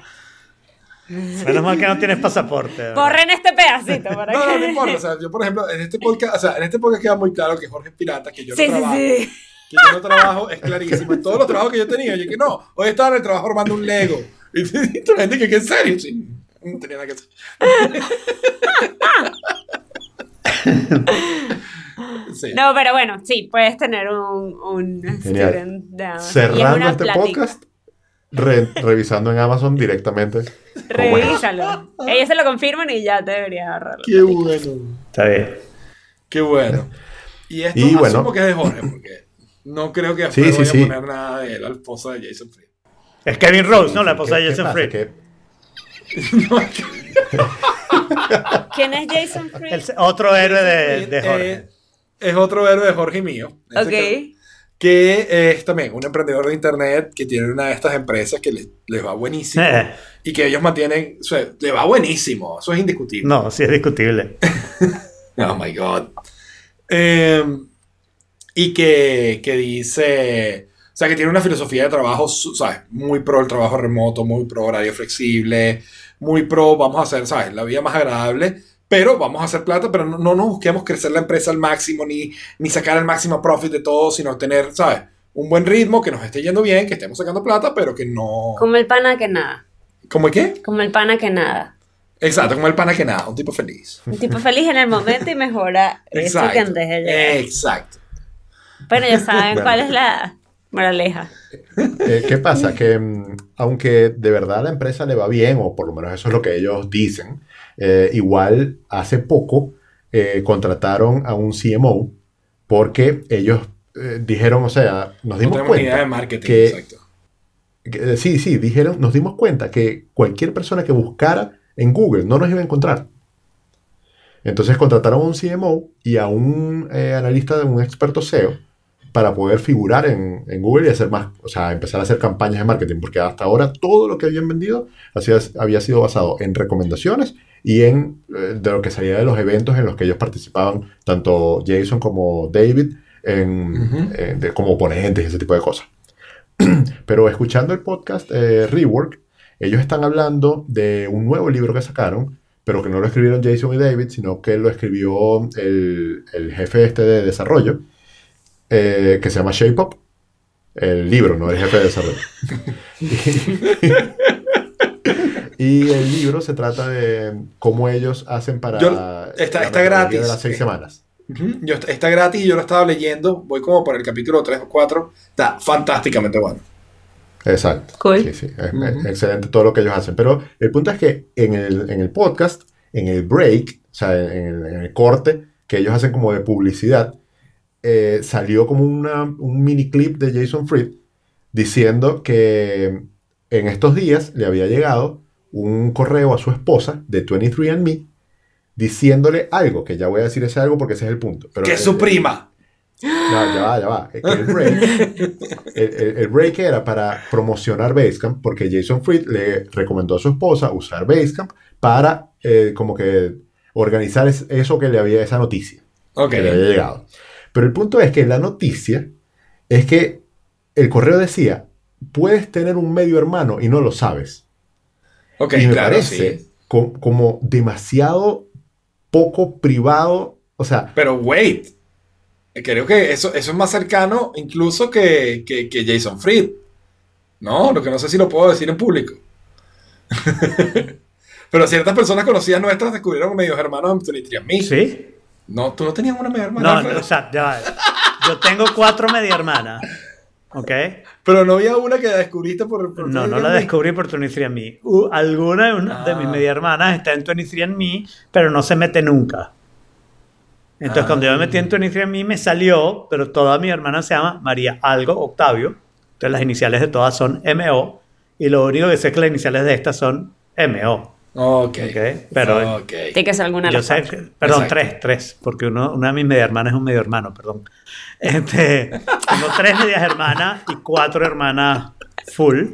[SPEAKER 3] Menos mal que no tienes pasaporte. ¿verdad?
[SPEAKER 5] Borren este pedacito para
[SPEAKER 2] No, no, no
[SPEAKER 5] que-
[SPEAKER 2] importa. O sea, yo, por ejemplo, en este podcast, o sea, en este podcast queda muy claro que Jorge es pirata, que yo
[SPEAKER 5] Sí,
[SPEAKER 2] no
[SPEAKER 5] sí,
[SPEAKER 2] trabajo.
[SPEAKER 5] sí.
[SPEAKER 2] Que yo no trabajo es clarísimo. En todos los trabajos que yo tenía, yo que no, hoy estaba en el trabajo armando un Lego. Y la gente que, que en serio, sí. No tenía nada que hacer. Sí.
[SPEAKER 5] No, pero bueno, sí, puedes tener un, un
[SPEAKER 4] Genial.
[SPEAKER 5] student down. Y es
[SPEAKER 4] Cerrando
[SPEAKER 5] una
[SPEAKER 4] este
[SPEAKER 5] plática.
[SPEAKER 4] podcast, re- revisando en Amazon directamente. cómo es.
[SPEAKER 5] Revísalo. Ellos se lo confirman y ya te debería agarrarlo.
[SPEAKER 2] Qué bueno.
[SPEAKER 3] Está bien.
[SPEAKER 2] Qué bueno. Y esto
[SPEAKER 4] Y
[SPEAKER 2] asumo
[SPEAKER 4] bueno.
[SPEAKER 2] que es de Jorge, porque no creo que
[SPEAKER 4] Sí,
[SPEAKER 2] después vaya
[SPEAKER 4] sí, sí.
[SPEAKER 2] a poner nada de él al esposo de Jason Fried.
[SPEAKER 3] Es Kevin Rose, Pues ¿no? La esposa de
[SPEAKER 4] ¿Qué- qué
[SPEAKER 3] Jason
[SPEAKER 4] pasa?
[SPEAKER 3] Fried.
[SPEAKER 4] ¿Qué-
[SPEAKER 2] No, es que-
[SPEAKER 5] ¿Quién es Jason Free?
[SPEAKER 3] El se- otro héroe de,
[SPEAKER 4] Eh,
[SPEAKER 2] Fried
[SPEAKER 3] de Jorge.
[SPEAKER 2] Es, es otro héroe de Jorge y mío. Este que-
[SPEAKER 5] Ok.
[SPEAKER 2] que eh, es también un emprendedor de internet que tiene una de estas empresas que les, les va buenísimo
[SPEAKER 3] Eh.
[SPEAKER 2] y que ellos mantienen, o sea, le va buenísimo, eso es indiscutible.
[SPEAKER 3] No, sí es discutible.
[SPEAKER 2] Oh my god. Eh, y que, que dice, o sea, que tiene una filosofía de trabajo, su- ¿sabes? Muy pro el trabajo remoto, muy pro horario flexible, muy pro, vamos a hacer, ¿sabes? La vida más agradable. Pero vamos a hacer plata, pero no, no nos busquemos crecer la empresa al máximo, ni, ni sacar el máximo profit de todo, sino tener, ¿sabes? Un buen ritmo, que nos esté yendo bien, que estemos sacando plata, pero que no...
[SPEAKER 5] Como el pana que nada.
[SPEAKER 2] ¿Cómo qué?
[SPEAKER 5] Como el pana que nada.
[SPEAKER 2] Exacto, como el pana que nada, un tipo feliz.
[SPEAKER 5] Un tipo feliz en el momento y mejora eso que
[SPEAKER 2] Exacto.
[SPEAKER 5] antes de llegar.
[SPEAKER 2] Exacto.
[SPEAKER 5] Bueno, ya saben cuál es la Moraleja.
[SPEAKER 4] Eh, ¿Qué pasa? Que mm, aunque de verdad a la empresa le va bien, o por lo menos eso es lo que ellos dicen, eh, igual hace poco eh, contrataron a un CMO porque ellos eh, dijeron, o sea, nos
[SPEAKER 2] No
[SPEAKER 4] dimos
[SPEAKER 2] tenemos ni idea
[SPEAKER 4] cuenta
[SPEAKER 2] de marketing,
[SPEAKER 4] que-
[SPEAKER 2] exacto.
[SPEAKER 4] que, eh, sí, sí, dijeron, nos dimos cuenta que cualquier persona que buscara en Google no nos iba a encontrar. Entonces contrataron a un CMO y a un eh, analista de un experto SEO para poder figurar en, en Google y hacer más, o sea, empezar a hacer campañas de marketing, porque hasta ahora todo lo que habían vendido hacía- había sido basado en recomendaciones y en eh, de lo que salía de los eventos en los que ellos participaban, tanto Jason como David, en-
[SPEAKER 2] Ujú.
[SPEAKER 4] eh, de- como ponentes y ese tipo de cosas. Pero escuchando el podcast eh, Rework, ellos están hablando de un nuevo libro que sacaron, pero que no lo escribieron Jason y David, sino que lo escribió el, el jefe este de desarrollo, eh, que se llama Shape Up. El libro, no el jefe de desarrollo. y el libro se trata de cómo ellos hacen para...
[SPEAKER 2] Yo- está-
[SPEAKER 4] la
[SPEAKER 2] está
[SPEAKER 4] metodología
[SPEAKER 2] gratis. Eh,
[SPEAKER 4] De las seis semanas.
[SPEAKER 2] Ujú. Yo, está gratis y yo lo estaba leyendo. Voy como por el capítulo 3 o 4. Está fantásticamente bueno.
[SPEAKER 4] Exacto.
[SPEAKER 5] Cool.
[SPEAKER 4] Sí, sí. Es-
[SPEAKER 2] Ujú.
[SPEAKER 4] es Excelente todo lo que ellos hacen. Pero el punto es que en el, en el podcast, en el break, o sea, en el, en el corte que ellos hacen como de publicidad, eh, salió como una- un mini clip de Jason Fried diciendo que en estos días le había llegado un correo a su esposa de 23andMe diciéndole algo, que ya voy a decir ese algo porque ese es el punto. Pero
[SPEAKER 2] que es su
[SPEAKER 4] primo
[SPEAKER 2] prima.
[SPEAKER 4] no, ya va, ya va. Es que El break, el, el- el break era para promocionar Basecamp porque Jason Fried le recomendó a su esposa usar Basecamp para eh, como que organizar es- eso que le había, esa noticia
[SPEAKER 2] Ok.
[SPEAKER 4] que le había llegado. Pero el punto es que la noticia es que el correo decía, puedes tener un medio hermano y no lo sabes
[SPEAKER 2] Ok,
[SPEAKER 4] y me
[SPEAKER 2] claro,
[SPEAKER 4] parece
[SPEAKER 2] sí.
[SPEAKER 4] co- como demasiado poco privado, o sea,
[SPEAKER 2] Pero wait. Creo que eso, eso es más cercano incluso que, que, que Jason Fried. No, lo que no sé si lo puedo decir en público. Pero ciertas personas conocidas nuestras descubrieron medios hermanos en 23andMe.
[SPEAKER 3] ¿Sí?
[SPEAKER 2] No, tú no tenías una media hermana.
[SPEAKER 3] No,
[SPEAKER 2] Alfredo?
[SPEAKER 3] no, o sea, ya va. Yo tengo cuatro media hermanas. ¿Ok?
[SPEAKER 2] Pero no había una que descubriste por. por
[SPEAKER 3] No, no
[SPEAKER 2] 23andMe.
[SPEAKER 3] la descubrí por 23andMe. U- alguna de, una- de mis
[SPEAKER 2] Ah.
[SPEAKER 3] media hermanas está en 23andMe, pero no se mete nunca. Entonces,
[SPEAKER 2] Ah.
[SPEAKER 3] cuando yo me metí en 23andMe, me salió, pero toda mi hermana se llama María Algo Octavio. Entonces, las iniciales de todas son MO. Y lo único que sé es que las iniciales de estas son MO.
[SPEAKER 2] Ok.
[SPEAKER 3] Ok, pero-
[SPEAKER 2] Ok.
[SPEAKER 5] Tiene que ser alguna de
[SPEAKER 3] Yo
[SPEAKER 5] las
[SPEAKER 3] sé
[SPEAKER 5] cuatro.
[SPEAKER 3] que- perdón,
[SPEAKER 2] Exacto.
[SPEAKER 3] tres, tres, porque uno, una de mis media hermanas es un medio hermano, perdón. Este, tengo tres medias hermanas y cuatro hermanas full.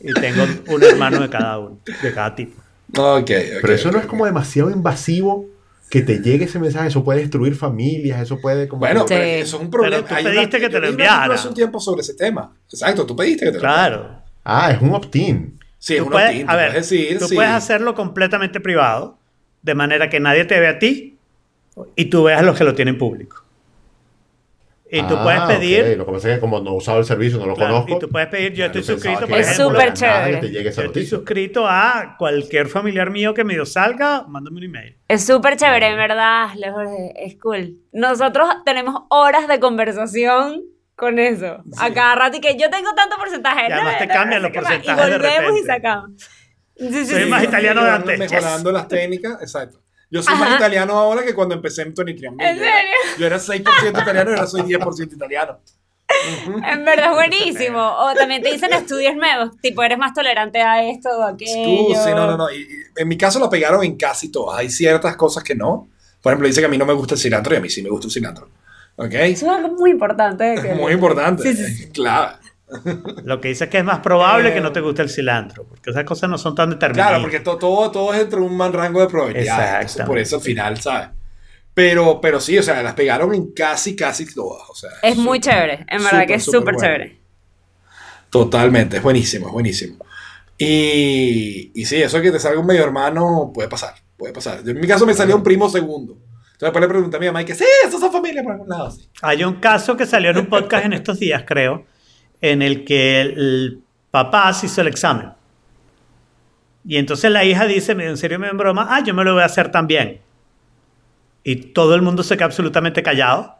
[SPEAKER 3] Y tengo un hermano de cada uno, de cada tipo.
[SPEAKER 2] Ok, ok,
[SPEAKER 4] Pero eso no
[SPEAKER 2] ok.
[SPEAKER 4] es como demasiado invasivo que te llegue ese mensaje. Eso puede destruir familias, eso puede como.
[SPEAKER 2] Bueno,
[SPEAKER 4] que-
[SPEAKER 2] pero eso es un problema.
[SPEAKER 3] Pero tú
[SPEAKER 2] Hay un
[SPEAKER 3] pediste que te
[SPEAKER 2] yo
[SPEAKER 3] lo
[SPEAKER 2] leí un artículo
[SPEAKER 3] enviara.
[SPEAKER 2] hace un tiempo sobre ese tema. Exacto, tú pediste que te lo enviara.
[SPEAKER 3] Claro.
[SPEAKER 4] ah, es un opt-in.
[SPEAKER 2] Sí, es
[SPEAKER 3] Tú
[SPEAKER 2] un
[SPEAKER 3] puedes-
[SPEAKER 2] opt-in,
[SPEAKER 3] a
[SPEAKER 2] tú
[SPEAKER 3] ver,
[SPEAKER 2] puedes decir,
[SPEAKER 3] tú
[SPEAKER 2] sí.
[SPEAKER 3] puedes hacerlo completamente privado, de manera que nadie te ve a ti y tú veas a los que lo tienen público. Y tú
[SPEAKER 4] Ah,
[SPEAKER 3] puedes pedir,
[SPEAKER 4] ok. Lo que pasa es que como no he usado el servicio, no lo
[SPEAKER 3] Claro,
[SPEAKER 4] conozco.
[SPEAKER 3] y tú puedes pedir, yo estoy
[SPEAKER 4] pensaba
[SPEAKER 3] suscrito,
[SPEAKER 4] que
[SPEAKER 3] por
[SPEAKER 5] Es
[SPEAKER 4] era como
[SPEAKER 5] súper
[SPEAKER 4] de la nada que
[SPEAKER 5] chévere.
[SPEAKER 4] te llegue esa
[SPEAKER 3] yo estoy
[SPEAKER 4] noticia.
[SPEAKER 3] suscrito a cualquier familiar mío que medio salga, mándame un email.
[SPEAKER 5] Es súper chévere, en verdad, Leo Jorge. Es cool. Nosotros tenemos horas de conversación con eso. A cada rato y que yo tengo tanto porcentaje.
[SPEAKER 3] Y además te
[SPEAKER 5] no, no,
[SPEAKER 3] cambian los
[SPEAKER 5] no sé qué más.
[SPEAKER 3] porcentajes
[SPEAKER 5] Y
[SPEAKER 3] de
[SPEAKER 5] volvemos y
[SPEAKER 3] repente.
[SPEAKER 5] sacamos. Sí, sí,
[SPEAKER 3] Soy
[SPEAKER 5] sí,
[SPEAKER 3] más
[SPEAKER 5] sí.
[SPEAKER 3] italiano de
[SPEAKER 2] Mejorando-
[SPEAKER 3] antes.
[SPEAKER 2] Mejorando las técnicas, exacto. Yo soy más
[SPEAKER 5] Ajá.
[SPEAKER 2] italiano ahora que cuando empecé en 23
[SPEAKER 5] ¿En serio?
[SPEAKER 2] Yo era 6% italiano y ahora soy 10% italiano.
[SPEAKER 5] En verdad es buenísimo. O también te dicen estudios nuevos, tipo eres más tolerante a esto o a aquello.
[SPEAKER 2] Tú, sí, no, no, no. Y- y en mi caso la pegaron en casi todas. Hay ciertas cosas que no. Por ejemplo, dice que a mí no me gusta el cilantro y a mí sí me gusta el cilantro. ¿Ok?
[SPEAKER 5] Eso es algo muy importante. de que-
[SPEAKER 2] Muy importante.
[SPEAKER 5] Sí, sí, sí.
[SPEAKER 2] Claro.
[SPEAKER 3] Lo que dice es que es más probable
[SPEAKER 2] Eh.
[SPEAKER 3] que no te guste el cilantro, porque esas cosas no son tan determinadas.
[SPEAKER 2] Claro, porque to- todo, todo es entre un man rango de probabilidades. Entonces,
[SPEAKER 3] Exactamente.
[SPEAKER 2] por eso al final, ¿sabes? Pero, pero sí, o sea, las pegaron en casi, casi todas. O sea,
[SPEAKER 5] Es muy
[SPEAKER 2] súper-
[SPEAKER 5] chévere, en verdad que es súper
[SPEAKER 2] bueno.
[SPEAKER 5] chévere.
[SPEAKER 2] Totalmente, es buenísimo, es buenísimo. Y, y sí, eso de que te salga un medio hermano puede pasar, puede pasar. Yo, en mi caso me salió un primo segundo. Entonces después le pregunté a mi mamá y que sí, esas son familias por algún lado. sí.
[SPEAKER 3] Hay un caso que salió en un podcast en estos días, creo, en el que el, el papá se hizo el examen. Y entonces la hija dice, medio en serio, medio en broma, ah, yo me lo voy a hacer también. Y todo el mundo se queda absolutamente callado.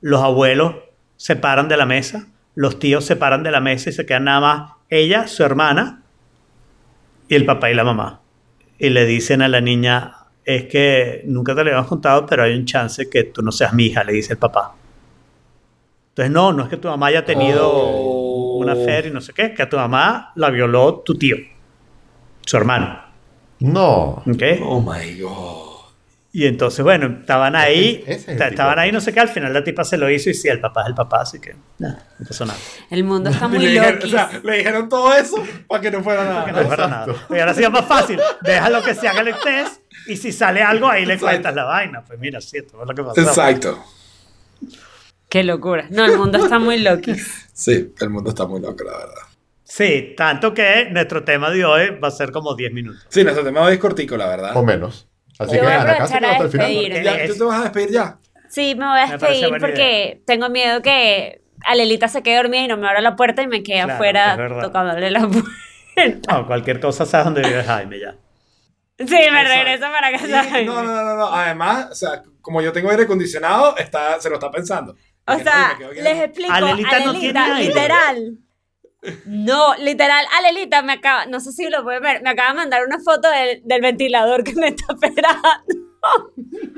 [SPEAKER 3] Los abuelos se paran de la mesa. los tíos se paran de la mesa y se quedan nada más ella, su hermana y el papá y la mamá. Y le dicen a la niña, es que nunca te lo habíamos contado, pero hay un chance que tú no seas mi hija, le dice el papá. Entonces, no, no es que tu mamá haya tenido
[SPEAKER 2] Oh.
[SPEAKER 3] una feria y no sé qué, es que a tu mamá la violó tu tío, su hermano.
[SPEAKER 4] No.
[SPEAKER 3] ¿ok?
[SPEAKER 2] Oh my god.
[SPEAKER 3] Y entonces, bueno, estaban ahí,
[SPEAKER 4] Ese es el
[SPEAKER 3] esta-
[SPEAKER 4] tipo.
[SPEAKER 3] estaban ahí, no sé qué, al final la tipa se lo hizo y sí, el papá es el papá, así que nada, no pasó nada.
[SPEAKER 5] El mundo está
[SPEAKER 2] Y le,
[SPEAKER 5] muy
[SPEAKER 2] dijeron,
[SPEAKER 5] loco.
[SPEAKER 2] o sea, le dijeron todo eso para que no fuera nada.
[SPEAKER 3] Que no fuera
[SPEAKER 4] Exacto.
[SPEAKER 3] nada. Y ahora sí es más fácil, déjalo que se haga el test y si sale algo ahí le
[SPEAKER 2] Exacto.
[SPEAKER 3] cuentas la vaina. Pues mira, sí, esto es lo que pasó.
[SPEAKER 2] Exacto.
[SPEAKER 5] Qué locura. No, el mundo está muy loquis.
[SPEAKER 2] Sí, el mundo está muy loco, la verdad.
[SPEAKER 3] Sí, tanto que nuestro tema de hoy va a ser como 10 minutos.
[SPEAKER 2] Sí, nuestro tema hoy es cortico, la verdad.
[SPEAKER 4] O menos. Así
[SPEAKER 5] Yo
[SPEAKER 4] que
[SPEAKER 5] voy a
[SPEAKER 4] Ana, casi
[SPEAKER 5] aprovechar
[SPEAKER 4] que
[SPEAKER 5] a
[SPEAKER 4] hasta el final.
[SPEAKER 5] despedir.
[SPEAKER 2] Ya, ¿Tú te vas a despedir ya?
[SPEAKER 5] Sí, me voy a
[SPEAKER 3] Me parece
[SPEAKER 5] despedir
[SPEAKER 3] buena
[SPEAKER 5] porque tengo miedo que Alelita se quede dormida y no me abra la puerta y me quede
[SPEAKER 3] Claro, es
[SPEAKER 5] afuera
[SPEAKER 3] verdad.
[SPEAKER 5] tocándole la puerta.
[SPEAKER 3] No, cualquier cosa sabes dónde vive Jaime ya.
[SPEAKER 5] Sí, me regreso para
[SPEAKER 2] Sí,
[SPEAKER 5] casa.
[SPEAKER 2] No, no, no, no. Además, o sea, como yo tengo aire acondicionado, está, se lo está pensando.
[SPEAKER 5] O
[SPEAKER 2] Que,
[SPEAKER 5] sea,
[SPEAKER 2] "Ay, me quedo aquí".
[SPEAKER 5] les explico.
[SPEAKER 3] Alelita
[SPEAKER 5] Alelita,
[SPEAKER 3] no tiene aire.
[SPEAKER 5] literal. No, literal, Alelita me acaba, no sé si lo pueden ver, me acaba de mandar una foto del, del ventilador que me está esperando.
[SPEAKER 4] Ay,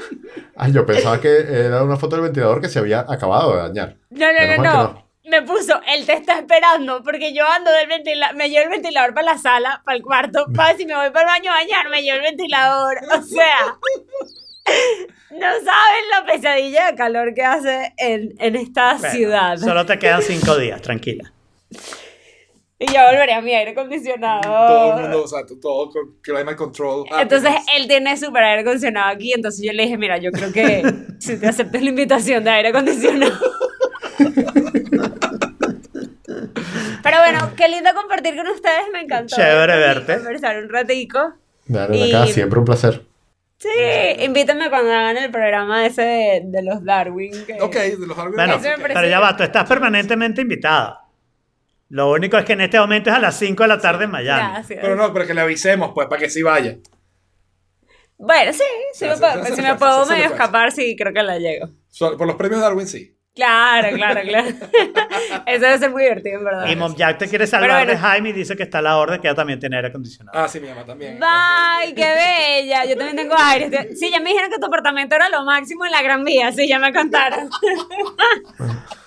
[SPEAKER 4] Ah, yo pensaba que era una foto del ventilador que se había acabado de dañar.
[SPEAKER 5] No, no,
[SPEAKER 4] Menos
[SPEAKER 5] no,
[SPEAKER 4] mal que
[SPEAKER 5] no. Me puso, él te está esperando, porque yo ando del ventilador, me llevo el ventilador para la sala, para el cuarto, para si me voy para el baño a bañar, me llevo el ventilador. O sea, no saben la pesadilla de calor que hace en, en esta
[SPEAKER 3] Bueno,
[SPEAKER 5] ciudad.
[SPEAKER 3] Solo te quedan 5 días, tranquila.
[SPEAKER 5] Y yo volveré a mi aire acondicionado.
[SPEAKER 2] Todo el mundo, o sea, tú- todo con climate control.
[SPEAKER 3] Ah,
[SPEAKER 2] Ah, pues,
[SPEAKER 5] Entonces
[SPEAKER 2] happiness.
[SPEAKER 5] él tiene súper aire acondicionado aquí, entonces yo le dije, mira, yo creo que si te aceptas la invitación de aire acondicionado. Pero bueno, qué lindo compartir con ustedes, me encantó.
[SPEAKER 3] Chévere
[SPEAKER 5] Y
[SPEAKER 3] verte.
[SPEAKER 5] Conversar un ratico.
[SPEAKER 4] Dale,
[SPEAKER 5] Y-
[SPEAKER 4] acá, siempre un placer.
[SPEAKER 5] Sí, invítenme cuando hagan el programa ese de, de los Darwin. que-
[SPEAKER 2] Ok, de los árboles.
[SPEAKER 3] Bueno,
[SPEAKER 5] eh, Eso me
[SPEAKER 3] pero
[SPEAKER 5] parece-
[SPEAKER 3] ya va, tú estás permanentemente invitada. Lo único es que en este momento es a las 5 de la tarde en Miami.
[SPEAKER 5] Gracias.
[SPEAKER 2] Pero no, pero que le avisemos, pues, para que sí vaya.
[SPEAKER 5] Bueno, sí, sí me
[SPEAKER 2] Gracias,
[SPEAKER 5] puedo,
[SPEAKER 2] gracias,
[SPEAKER 5] si me
[SPEAKER 2] gracias,
[SPEAKER 5] puedo
[SPEAKER 2] gracias,
[SPEAKER 5] medio
[SPEAKER 2] gracias.
[SPEAKER 5] escapar, sí, creo que la llego.
[SPEAKER 2] So- Por los premios Darwin, sí.
[SPEAKER 5] Claro, claro, claro. Eso debe ser muy divertido, en verdad.
[SPEAKER 3] Y Mom Jack te quiere salvar
[SPEAKER 5] Pero bueno.
[SPEAKER 3] de Jaime y dice que está a la orden que ella también tiene aire acondicionado.
[SPEAKER 2] Ah, sí, mi mamá también.
[SPEAKER 5] Bye, qué bella. Yo también tengo aire. Estoy- Sí, ya me dijeron que tu apartamento era lo máximo en la Gran Vía. Sí, ya me contaron.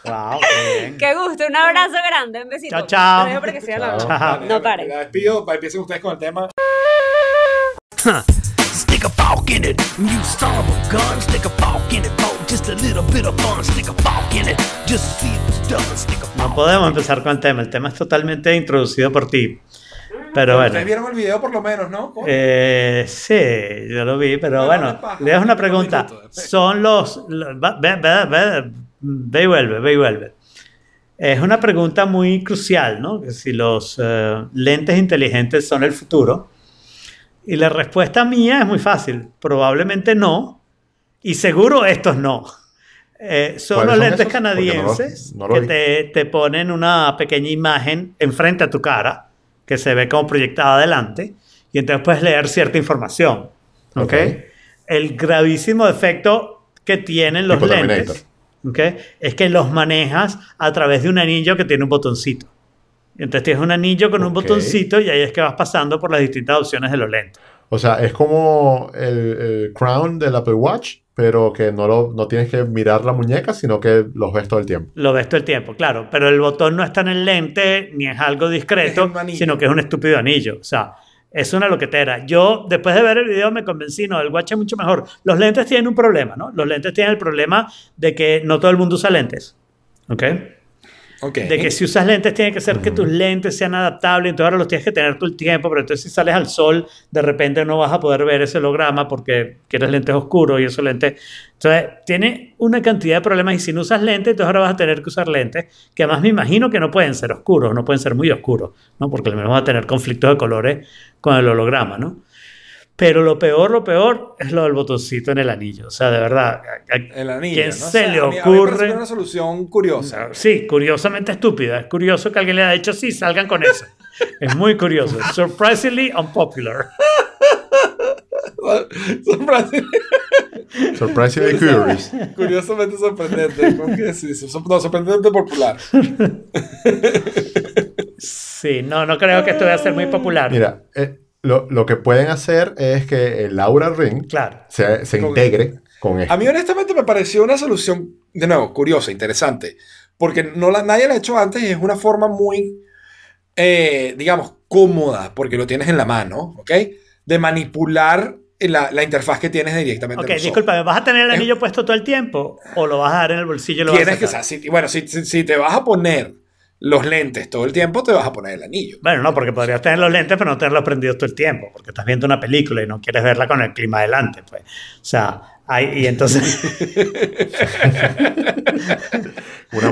[SPEAKER 3] Wow, qué bien.
[SPEAKER 5] qué gusto. Un abrazo grande. Un besito.
[SPEAKER 3] Chao, chao.
[SPEAKER 5] Te dejo porque sigan hablando.
[SPEAKER 3] Ah,
[SPEAKER 2] Vale,
[SPEAKER 5] No
[SPEAKER 2] vale,
[SPEAKER 5] paren.
[SPEAKER 2] La despido, pa- empiecen ustedes con el tema.
[SPEAKER 1] Huh. Stick a fork in it. You son of a gun. Stick a fork in it. Oh, just a little bit of fun. Stick a fork in it. Just see what's done. Stick a
[SPEAKER 3] No
[SPEAKER 1] fork.
[SPEAKER 3] podemos empezar con el tema. El tema es totalmente introducido por ti. Pero
[SPEAKER 2] Ustedes
[SPEAKER 3] bueno.
[SPEAKER 2] vieron el video por lo menos, ¿no? ¿Cómo?
[SPEAKER 3] eh, sí, yo lo vi, pero
[SPEAKER 2] Pero
[SPEAKER 3] bueno,
[SPEAKER 2] no paja,
[SPEAKER 3] le das una
[SPEAKER 2] no
[SPEAKER 3] pregunta.
[SPEAKER 2] minutos, sí.
[SPEAKER 3] Son los... lo- va- Ve, ve- ve- ve y vuelve, ve y vuelve. Es una pregunta muy crucial, ¿no? Que Si los eh, lentes inteligentes son el futuro. Y la respuesta mía es muy fácil. Probablemente no. Y seguro estos no. Eh, son
[SPEAKER 4] ¿Cuáles
[SPEAKER 3] los
[SPEAKER 4] son
[SPEAKER 3] lentes
[SPEAKER 4] esos? Porque no los-
[SPEAKER 3] canadienses
[SPEAKER 4] no los
[SPEAKER 3] que
[SPEAKER 4] vi.
[SPEAKER 3] te, te ponen una pequeña imagen enfrente a tu cara que se ve como proyectada adelante y entonces puedes leer cierta información. ¿ok?
[SPEAKER 4] Ok.
[SPEAKER 3] El gravísimo defecto que tienen los
[SPEAKER 4] Tipo
[SPEAKER 3] lentes ¿ok? es que los manejas a través de un anillo que tiene un botoncito. Entonces tienes un anillo con un
[SPEAKER 4] Ok.
[SPEAKER 3] botoncito y ahí es que vas pasando por las distintas opciones de los lentes.
[SPEAKER 4] O sea, es como el, el crown del Apple Watch, pero que no, lo, no tienes que mirar la muñeca, sino que los ves todo el tiempo.
[SPEAKER 3] Lo ves todo el tiempo, claro, pero el botón no está en el lente ni es algo
[SPEAKER 2] Es
[SPEAKER 3] discreto,
[SPEAKER 2] un anillo.
[SPEAKER 3] sino que es un estúpido anillo. O sea, es una loquetera. Yo, después de ver el video, me convencí, no, el watch es mucho mejor. Los lentes tienen un problema, ¿no? Los lentes tienen el problema de que no todo el mundo usa lentes. ¿Ok?
[SPEAKER 2] Ok.
[SPEAKER 3] De que si usas lentes, tiene que ser que tus lentes sean adaptables, entonces ahora los tienes que tener todo el tiempo, pero entonces si sales al sol, de repente no vas a poder ver ese holograma porque quieres lentes oscuros y esos lentes. Entonces, tiene una cantidad de problemas y si no usas lentes, entonces ahora vas a tener que usar lentes, que además me imagino que no pueden ser oscuros, no pueden ser muy oscuros, ¿no? Porque al menos vas a tener conflictos de colores con el holograma, ¿no? Pero lo peor, lo peor es lo del botoncito en el anillo. O sea, de verdad, a- a-
[SPEAKER 2] El anillo.
[SPEAKER 3] ¿Quién
[SPEAKER 2] ¿no?
[SPEAKER 3] se
[SPEAKER 2] O sea,
[SPEAKER 3] le
[SPEAKER 2] a mí- a mí me
[SPEAKER 3] ocurre?
[SPEAKER 2] parece que era una solución curiosa.
[SPEAKER 3] Ah, Sí, curiosamente estúpida. Es curioso que alguien le haya dicho, sí, salgan con eso. Es muy curioso. Surprisingly unpopular.
[SPEAKER 2] Son brasileños.
[SPEAKER 4] Surprisingly curious.
[SPEAKER 2] Curiosamente sorprendente. ¿Cómo que sí? Sor- No, sorprendente popular.
[SPEAKER 3] Sí, no, no creo que esto vaya a ser muy popular.
[SPEAKER 4] Mira, eh, lo, lo que pueden hacer es que el Laura Ring
[SPEAKER 3] Claro.
[SPEAKER 4] se, se
[SPEAKER 2] Con- Ah,
[SPEAKER 4] integre con esto.
[SPEAKER 2] A mí honestamente me pareció una solución, de nuevo, curiosa, interesante, porque no la, nadie la ha hecho antes y es una forma muy, eh, digamos, cómoda, porque lo tienes en la mano, ¿ok? De manipular la, la interfaz que tienes directamente.
[SPEAKER 3] Ok,
[SPEAKER 2] en los
[SPEAKER 3] disculpa, ¿vas a tener el
[SPEAKER 2] Es-
[SPEAKER 3] anillo puesto todo el tiempo? ¿O lo vas a dar en el bolsillo y lo
[SPEAKER 2] ojos.
[SPEAKER 3] vas a
[SPEAKER 2] Tienes que,
[SPEAKER 3] sacar?
[SPEAKER 2] o sea, si- bueno, si, si- si te vas a poner los lentes todo el tiempo, te vas a poner el anillo.
[SPEAKER 3] Bueno, no, porque podrías tener los lentes, pero no tenerlos prendidos todo el tiempo, porque estás viendo una película y no quieres verla con el clima adelante, pues. O sea, hay, y entonces
[SPEAKER 4] este, Una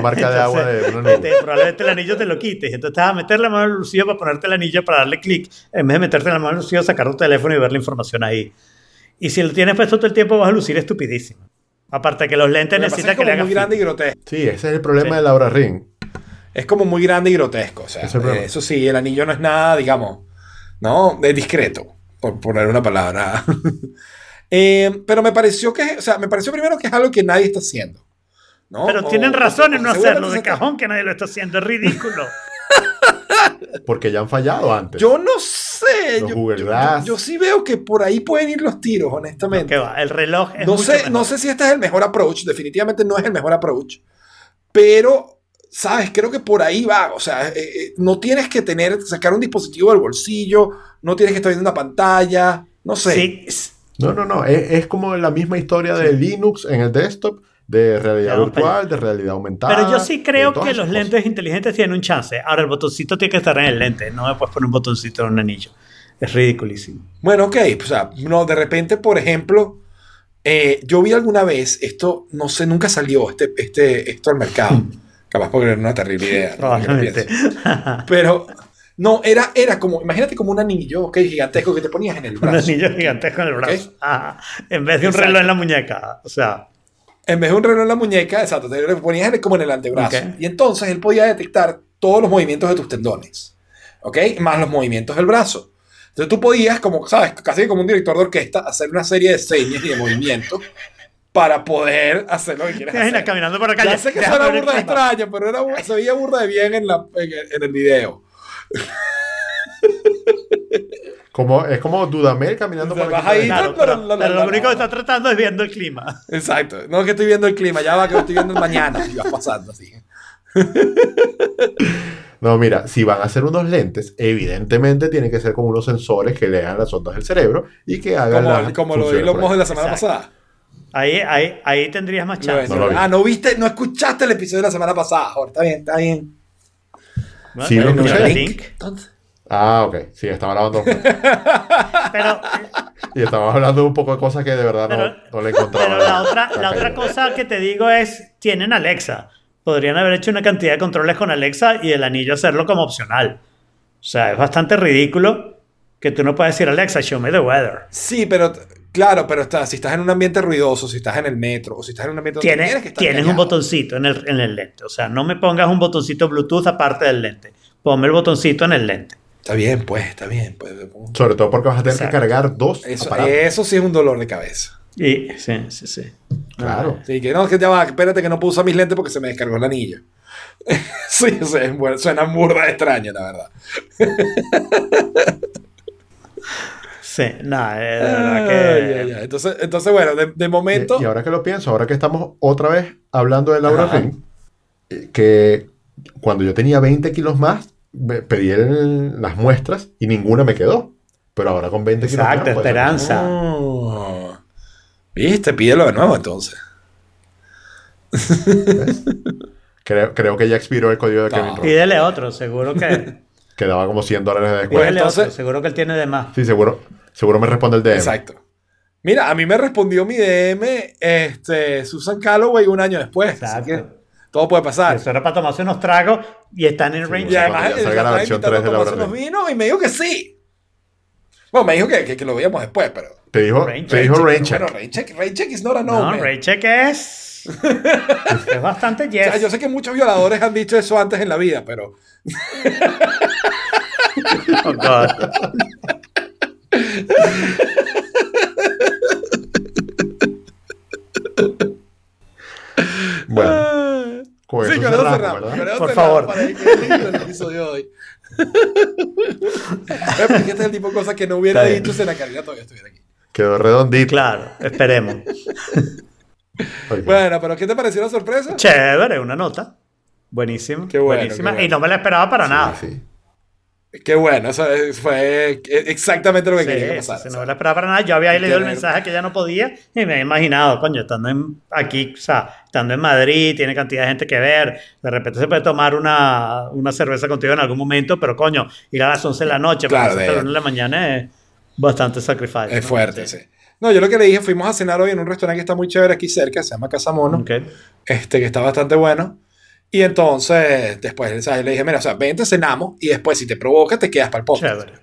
[SPEAKER 4] marca de agua de una
[SPEAKER 3] te-
[SPEAKER 4] nube.
[SPEAKER 3] Este, probablemente el anillo te lo quites. Entonces te vas a meter la mano en el bolsillo para ponerte el anillo para darle clic, en vez de meterte la mano en el bolsillo, sacar tu teléfono y ver la información ahí. Y si lo tienes puesto todo el tiempo, vas a lucir estupidísimo. Aparte que los lentes
[SPEAKER 2] Lo que pasa
[SPEAKER 3] necesitan
[SPEAKER 2] es
[SPEAKER 3] que le
[SPEAKER 2] como
[SPEAKER 3] hagas
[SPEAKER 2] muy grande y grotesco.
[SPEAKER 4] Sí, ese es el problema
[SPEAKER 3] Sí.
[SPEAKER 4] de Laura Ring.
[SPEAKER 2] Es como muy grande y grotesco. O sea,
[SPEAKER 4] Ese es el problema.
[SPEAKER 2] eh, eso sí, el anillo no es nada, digamos, ¿no? Es discreto, por poner una palabra. Eh, pero me pareció que, o sea, me pareció primero que es algo que nadie está haciendo. ¿no?
[SPEAKER 3] Pero
[SPEAKER 2] O-
[SPEAKER 3] tienen razón en no
[SPEAKER 2] o seguramente
[SPEAKER 3] hacerlo,
[SPEAKER 2] se
[SPEAKER 3] de
[SPEAKER 2] está-
[SPEAKER 3] cajón que nadie lo está haciendo, es ridículo.
[SPEAKER 4] Porque ya han fallado antes.
[SPEAKER 2] Yo no sé.
[SPEAKER 4] Los
[SPEAKER 2] Yo,
[SPEAKER 4] Google
[SPEAKER 2] yo-
[SPEAKER 4] Glass.
[SPEAKER 2] yo sí veo que por ahí pueden ir los tiros, honestamente.
[SPEAKER 3] ¿Qué va? El reloj es
[SPEAKER 2] No
[SPEAKER 3] mucho
[SPEAKER 2] sé, no
[SPEAKER 3] mejor.
[SPEAKER 2] sé si este es el mejor approach, definitivamente no es el mejor approach, pero, sabes, creo que por ahí va, o sea, eh, eh, no tienes que tener, sacar un dispositivo del bolsillo, no tienes que estar viendo una pantalla, no sé.
[SPEAKER 3] Sí, s-
[SPEAKER 4] No, no, no. Es, es como la misma historia de Linux en el desktop, de realidad
[SPEAKER 3] Vamos para
[SPEAKER 4] virtual, de realidad aumentada.
[SPEAKER 3] Pero yo sí creo
[SPEAKER 4] de todas
[SPEAKER 3] que los
[SPEAKER 4] esas cosas.
[SPEAKER 3] lentes inteligentes tienen un chance. Ahora, el botoncito tiene que estar en el lente. No me puedes poner un botoncito en un anillo. Es ridiculísimo.
[SPEAKER 2] Bueno, ok, o sea, no, de repente, por ejemplo, eh, yo vi alguna vez, esto, no sé, nunca salió este, este, esto al mercado, capaz porque era una terrible idea. ¿no? Ahora que lo
[SPEAKER 3] Hmm. Probablemente.
[SPEAKER 2] pienso. Pero, no, era, era como, imagínate como un anillo, ok, gigantesco que te ponías en el
[SPEAKER 3] un
[SPEAKER 2] brazo.
[SPEAKER 3] anillo gigantesco en el brazo. Ajá. en vez de un
[SPEAKER 2] Exacto.
[SPEAKER 3] reloj en la muñeca. O sea,
[SPEAKER 2] En vez de un reloj en la muñeca, exacto, te lo ponías en el- como en el antebrazo.
[SPEAKER 3] Ok.
[SPEAKER 2] Y entonces él podía detectar todos los movimientos de tus tendones, ¿ok? Más los movimientos del brazo. Entonces tú podías, como, ¿sabes? Casi como un director de orquesta, hacer una serie de señas y de movimientos para poder hacer lo que
[SPEAKER 3] te
[SPEAKER 2] quieras
[SPEAKER 3] imaginas
[SPEAKER 2] hacer.
[SPEAKER 3] caminando por la calle.
[SPEAKER 2] Ya sé que
[SPEAKER 3] Déjame
[SPEAKER 2] suena
[SPEAKER 3] ver el
[SPEAKER 2] burda de
[SPEAKER 3] clima.
[SPEAKER 2] extraña, pero era, bu- se veía burda de bien en, la, en, el- en el video.
[SPEAKER 4] Como, es como Dudamel caminando por
[SPEAKER 2] Vas
[SPEAKER 4] aquí.
[SPEAKER 2] ahí. La,
[SPEAKER 3] Claro,
[SPEAKER 2] la,
[SPEAKER 3] pero,
[SPEAKER 2] la, la,
[SPEAKER 3] pero
[SPEAKER 2] la,
[SPEAKER 3] lo único
[SPEAKER 2] la.
[SPEAKER 3] que está tratando es viendo el clima.
[SPEAKER 2] Exacto. No es que estoy viendo el clima, ya va que lo estoy viendo el mañana. Y vas pasando así.
[SPEAKER 4] No, mira, si van a hacer unos lentes, evidentemente tienen que ser con unos sensores que lean las ondas del cerebro y que hagan
[SPEAKER 2] Como,
[SPEAKER 4] las
[SPEAKER 2] como lo vi
[SPEAKER 4] funciones
[SPEAKER 2] los
[SPEAKER 4] por
[SPEAKER 2] mojos de
[SPEAKER 4] ahí.
[SPEAKER 2] la semana
[SPEAKER 3] Exacto.
[SPEAKER 2] pasada.
[SPEAKER 3] Ahí, ahí, ahí tendrías más
[SPEAKER 2] No,
[SPEAKER 3] chance.
[SPEAKER 4] No lo vi.
[SPEAKER 2] Ah, no viste, no escuchaste el episodio de la semana pasada. Jorge, está bien, está bien.
[SPEAKER 3] Bueno,
[SPEAKER 4] Sí, lo
[SPEAKER 3] bueno,
[SPEAKER 4] escuché.
[SPEAKER 3] el link.
[SPEAKER 2] Entonces,
[SPEAKER 4] Ah, ok. Sí, estaba hablando
[SPEAKER 3] Pero
[SPEAKER 4] y estaba hablando un poco de cosas que de verdad no,
[SPEAKER 3] Pero-
[SPEAKER 4] no le encontraba.
[SPEAKER 3] Pero la otra, la
[SPEAKER 4] Está
[SPEAKER 3] otra
[SPEAKER 4] caído.
[SPEAKER 3] cosa que te digo es, tienen Alexa. Podrían haber hecho una cantidad de controles con Alexa y el anillo hacerlo como opcional. O sea, es bastante ridículo que tú no puedas decir, Alexa, show me the weather.
[SPEAKER 2] sí, pero claro, pero está, si estás en un ambiente ruidoso, si estás en el metro, o si estás en un ambiente donde tienes que
[SPEAKER 3] Tienes,
[SPEAKER 2] estar
[SPEAKER 3] tienes un
[SPEAKER 2] callado.
[SPEAKER 3] botoncito en el, en el lente. O sea, no me pongas un botoncito Bluetooth aparte del lente. Ponme el botoncito en el lente.
[SPEAKER 2] Está bien, pues, está bien. Pues,
[SPEAKER 4] Sobre todo porque vas a tener
[SPEAKER 3] Exacto.
[SPEAKER 4] que cargar dos
[SPEAKER 2] eso,
[SPEAKER 4] aparatos.
[SPEAKER 2] eso sí es un dolor de cabeza.
[SPEAKER 3] Y, sí, sí, sí.
[SPEAKER 4] Claro.
[SPEAKER 2] Sí, que no, que ya va, espérate que no puedo usar mis lentes porque se me descargó el anillo. sí, sí, es bueno, suena burda de extraño, la verdad.
[SPEAKER 3] Sí, nada, eh, de verdad que...
[SPEAKER 2] Ay, ay, ay. Entonces, entonces, bueno, de, de momento.
[SPEAKER 4] Y, y ahora que lo pienso, ahora que estamos otra vez hablando de Laura
[SPEAKER 2] Ajá.
[SPEAKER 4] Ring, eh, que cuando yo tenía 20 kilos más, me- pedí el- las muestras y ninguna me quedó. Pero ahora con 20 kilos
[SPEAKER 3] Exacto,
[SPEAKER 4] más. puede ser.
[SPEAKER 3] esperanza.
[SPEAKER 2] Oh. Viste, pídelo de nuevo entonces.
[SPEAKER 4] Creo, creo que ya expiró el código de
[SPEAKER 2] No.
[SPEAKER 4] Kevin Ross.
[SPEAKER 3] Pídele otro, seguro que...
[SPEAKER 4] Quedaba como 100 dólares de descuento.
[SPEAKER 3] pídele
[SPEAKER 2] Pues entonces-
[SPEAKER 3] otro, seguro que él tiene de más.
[SPEAKER 4] Sí, seguro, seguro me responde el DM.
[SPEAKER 2] Exacto. Mira, a mí me respondió mi DM este, Susan Calloway un año después. Así que
[SPEAKER 3] Exacto.
[SPEAKER 2] todo puede pasar.
[SPEAKER 3] Eso era para tomarse unos tragos y están en range.
[SPEAKER 2] Y además,
[SPEAKER 4] Cuando ya
[SPEAKER 2] él
[SPEAKER 4] salga la
[SPEAKER 2] estaba
[SPEAKER 4] versión
[SPEAKER 2] invitando
[SPEAKER 4] 3 de
[SPEAKER 2] a
[SPEAKER 4] la
[SPEAKER 2] tomarse
[SPEAKER 4] orden.
[SPEAKER 2] unos vinos y me dijo que sí. Bueno, me dijo que, que- que lo veíamos después, pero.
[SPEAKER 4] Te dijo,
[SPEAKER 3] Rain
[SPEAKER 4] te dijo
[SPEAKER 2] Rain
[SPEAKER 4] Rain
[SPEAKER 2] check,
[SPEAKER 4] check.
[SPEAKER 2] pero Bueno, rain check, rain check is not a no,
[SPEAKER 3] no,
[SPEAKER 2] man.
[SPEAKER 3] range check es. es bastante
[SPEAKER 2] O
[SPEAKER 3] yes.
[SPEAKER 2] sea, yo sé que muchos violadores han dicho eso antes en la vida, pero
[SPEAKER 3] Oh, God. Ah.
[SPEAKER 4] Bueno, con eso
[SPEAKER 2] Ah. Sí, con eso
[SPEAKER 4] cerramos,
[SPEAKER 2] cerramos.
[SPEAKER 4] ¿verdad?
[SPEAKER 2] con eso
[SPEAKER 3] Por
[SPEAKER 2] cerramos
[SPEAKER 3] favor.
[SPEAKER 2] Para que quede lindo el episodio de hoy. Eh, porque este es el tipo de cosas que no hubiera
[SPEAKER 3] Está bien.
[SPEAKER 2] dicho si la Karina todavía estuviera aquí.
[SPEAKER 4] Quedó redondito.
[SPEAKER 3] Claro, esperemos.
[SPEAKER 4] Ok.
[SPEAKER 2] Bueno, pero ¿qué te pareció la sorpresa?
[SPEAKER 3] Chévere, una nota. Buenísima.
[SPEAKER 2] Qué bueno,
[SPEAKER 3] buenísima.
[SPEAKER 2] qué bueno.
[SPEAKER 3] Y no me la esperaba para
[SPEAKER 4] Sí,
[SPEAKER 3] nada.
[SPEAKER 4] sí.
[SPEAKER 2] Qué bueno, eso es- fue exactamente lo que quería que
[SPEAKER 3] Sí,
[SPEAKER 2] pasara.
[SPEAKER 3] sí, no me la esperaba para nada. Yo había
[SPEAKER 2] Y
[SPEAKER 3] leído el
[SPEAKER 2] tener-
[SPEAKER 3] mensaje que ya no podía y me he imaginado, coño, estando en, aquí, o sea, estando en Madrid, tiene cantidad de gente que ver, de repente se puede tomar una, una cerveza contigo en algún momento, pero coño, ir a las 11 de la noche,
[SPEAKER 2] Claro,
[SPEAKER 3] para
[SPEAKER 2] de-
[SPEAKER 3] hasta la 1 de la mañana es bastante sacrificio.
[SPEAKER 2] Es
[SPEAKER 3] ¿no?
[SPEAKER 2] fuerte, sí. No, yo lo que le dije, fuimos a cenar hoy en un restaurante que está muy chévere aquí cerca, se llama Casa Mono,
[SPEAKER 3] Ok.
[SPEAKER 2] este, que está bastante bueno. Y entonces, después, ¿sabes? le dije, mira, o sea, vente, cenamos, y después, si te provoca, te quedas para el podcast.
[SPEAKER 3] Chévere.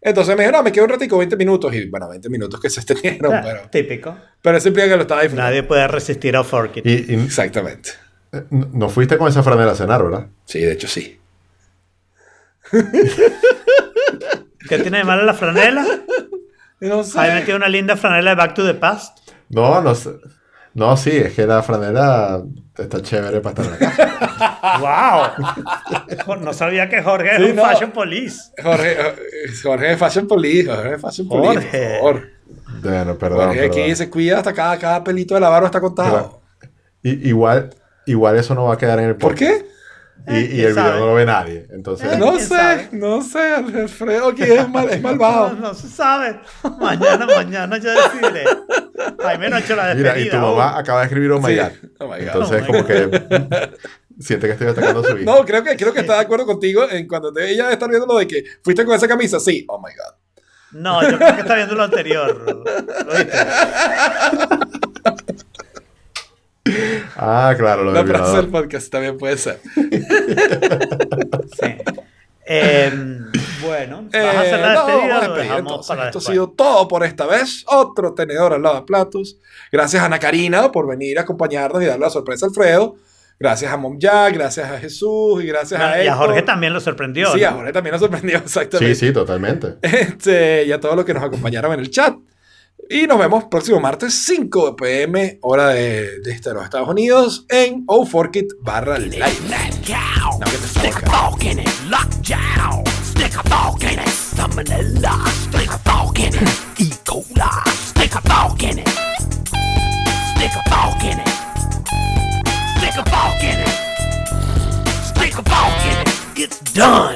[SPEAKER 2] Entonces me dijo, no, me quedo un ratico, 20 minutos. Y bueno, 20 minutos que se extendieron,
[SPEAKER 3] Claro,
[SPEAKER 2] pero,
[SPEAKER 3] Típico.
[SPEAKER 2] pero eso implica que lo estaba disfrutando.
[SPEAKER 3] Nadie puede resistir a Forky.
[SPEAKER 4] Y, y-
[SPEAKER 2] Exactamente.
[SPEAKER 4] eh, no no fuiste con esa franela a cenar, ¿verdad?
[SPEAKER 2] Sí, de hecho sí.
[SPEAKER 3] ¿Qué tiene de malo la franela?
[SPEAKER 2] No sé.
[SPEAKER 3] Ahí metido una linda franela de Back to the Past.
[SPEAKER 4] No, no sé. No, sí, es que la franela está chévere para estar en la casa.
[SPEAKER 3] ¡Wow! No sabía que Jorge
[SPEAKER 2] Sí,
[SPEAKER 3] era un
[SPEAKER 2] no.
[SPEAKER 3] fashion police.
[SPEAKER 2] Jorge, Jorge de Fashion Police, Jorge de Fashion Police,
[SPEAKER 3] Jorge.
[SPEAKER 2] por favor.
[SPEAKER 4] Bueno, perdón.
[SPEAKER 2] Jorge aquí
[SPEAKER 4] perdón.
[SPEAKER 2] se cuida hasta cada, cada pelito de la barba está contado.
[SPEAKER 4] I- igual, igual eso no va a quedar en el
[SPEAKER 2] ¿Por
[SPEAKER 4] podcast.
[SPEAKER 2] qué? Eh,
[SPEAKER 4] Y,
[SPEAKER 3] ¿Quién
[SPEAKER 4] y el video
[SPEAKER 3] sabe?
[SPEAKER 4] no lo ve nadie. Entonces,
[SPEAKER 3] Eh,
[SPEAKER 2] No
[SPEAKER 3] ¿Quién
[SPEAKER 2] sé,
[SPEAKER 3] sabe?
[SPEAKER 2] no sé, Alfredo que es, mal, es
[SPEAKER 3] No,
[SPEAKER 2] malvado.
[SPEAKER 3] no se sabe. Mañana, mañana yo decidiré. Jaime no ha hecho la despedida.
[SPEAKER 4] mira, y tu mamá acaba de escribir Oh My
[SPEAKER 2] Sí.
[SPEAKER 4] God.
[SPEAKER 2] Oh my God.
[SPEAKER 4] Entonces,
[SPEAKER 3] Oh my
[SPEAKER 4] como que siente que estoy atacando a su hija.
[SPEAKER 2] No, creo que, creo que está de acuerdo contigo en cuando te- ella está viendo lo de que fuiste con esa camisa. Sí, oh my god.
[SPEAKER 3] aún. No, yo creo que está viendo lo anterior. ¿Oíste?
[SPEAKER 4] Ah, claro, lo
[SPEAKER 2] La
[SPEAKER 4] del
[SPEAKER 2] frase del
[SPEAKER 4] violador.
[SPEAKER 2] podcast también puede ser.
[SPEAKER 3] Sí. Em, bueno, vas a hacer
[SPEAKER 2] Eh,
[SPEAKER 3] la
[SPEAKER 2] no,
[SPEAKER 3] despedida.
[SPEAKER 2] vamos a
[SPEAKER 3] o lo
[SPEAKER 2] despedir,
[SPEAKER 3] dejamos
[SPEAKER 2] entonces.
[SPEAKER 3] para
[SPEAKER 2] Esto ha
[SPEAKER 3] después?
[SPEAKER 2] sido todo por esta vez. Otro tenedor al lado de platos. Gracias a Ana Karina por venir a acompañarnos y darle la sorpresa a Alfredo. Gracias a Mom Jack, gracias a Jesús y gracias a
[SPEAKER 3] Bueno,
[SPEAKER 2] él.
[SPEAKER 3] y a Jorge también lo sorprendió.
[SPEAKER 2] Sí, a
[SPEAKER 3] ¿no?
[SPEAKER 2] Jorge también nos sorprendió,
[SPEAKER 4] Sí,
[SPEAKER 2] exactamente.
[SPEAKER 4] sí, totalmente.
[SPEAKER 2] Este, y a todos los que nos acompañaron en el chat. Y nos vemos próximo martes 5 pm, hora de, de este, los Estados Unidos, en O4Kit barra live.
[SPEAKER 1] Flat cow.
[SPEAKER 2] Now get the
[SPEAKER 1] Stick
[SPEAKER 2] fork
[SPEAKER 1] a fork in it. Lock down. Stick a fork in it. Salmonella. Stick a fork in it. E. coli. Stick a fork in it. Stick a fork in it. Stick a fork in it. Stick a fork in it. It's done.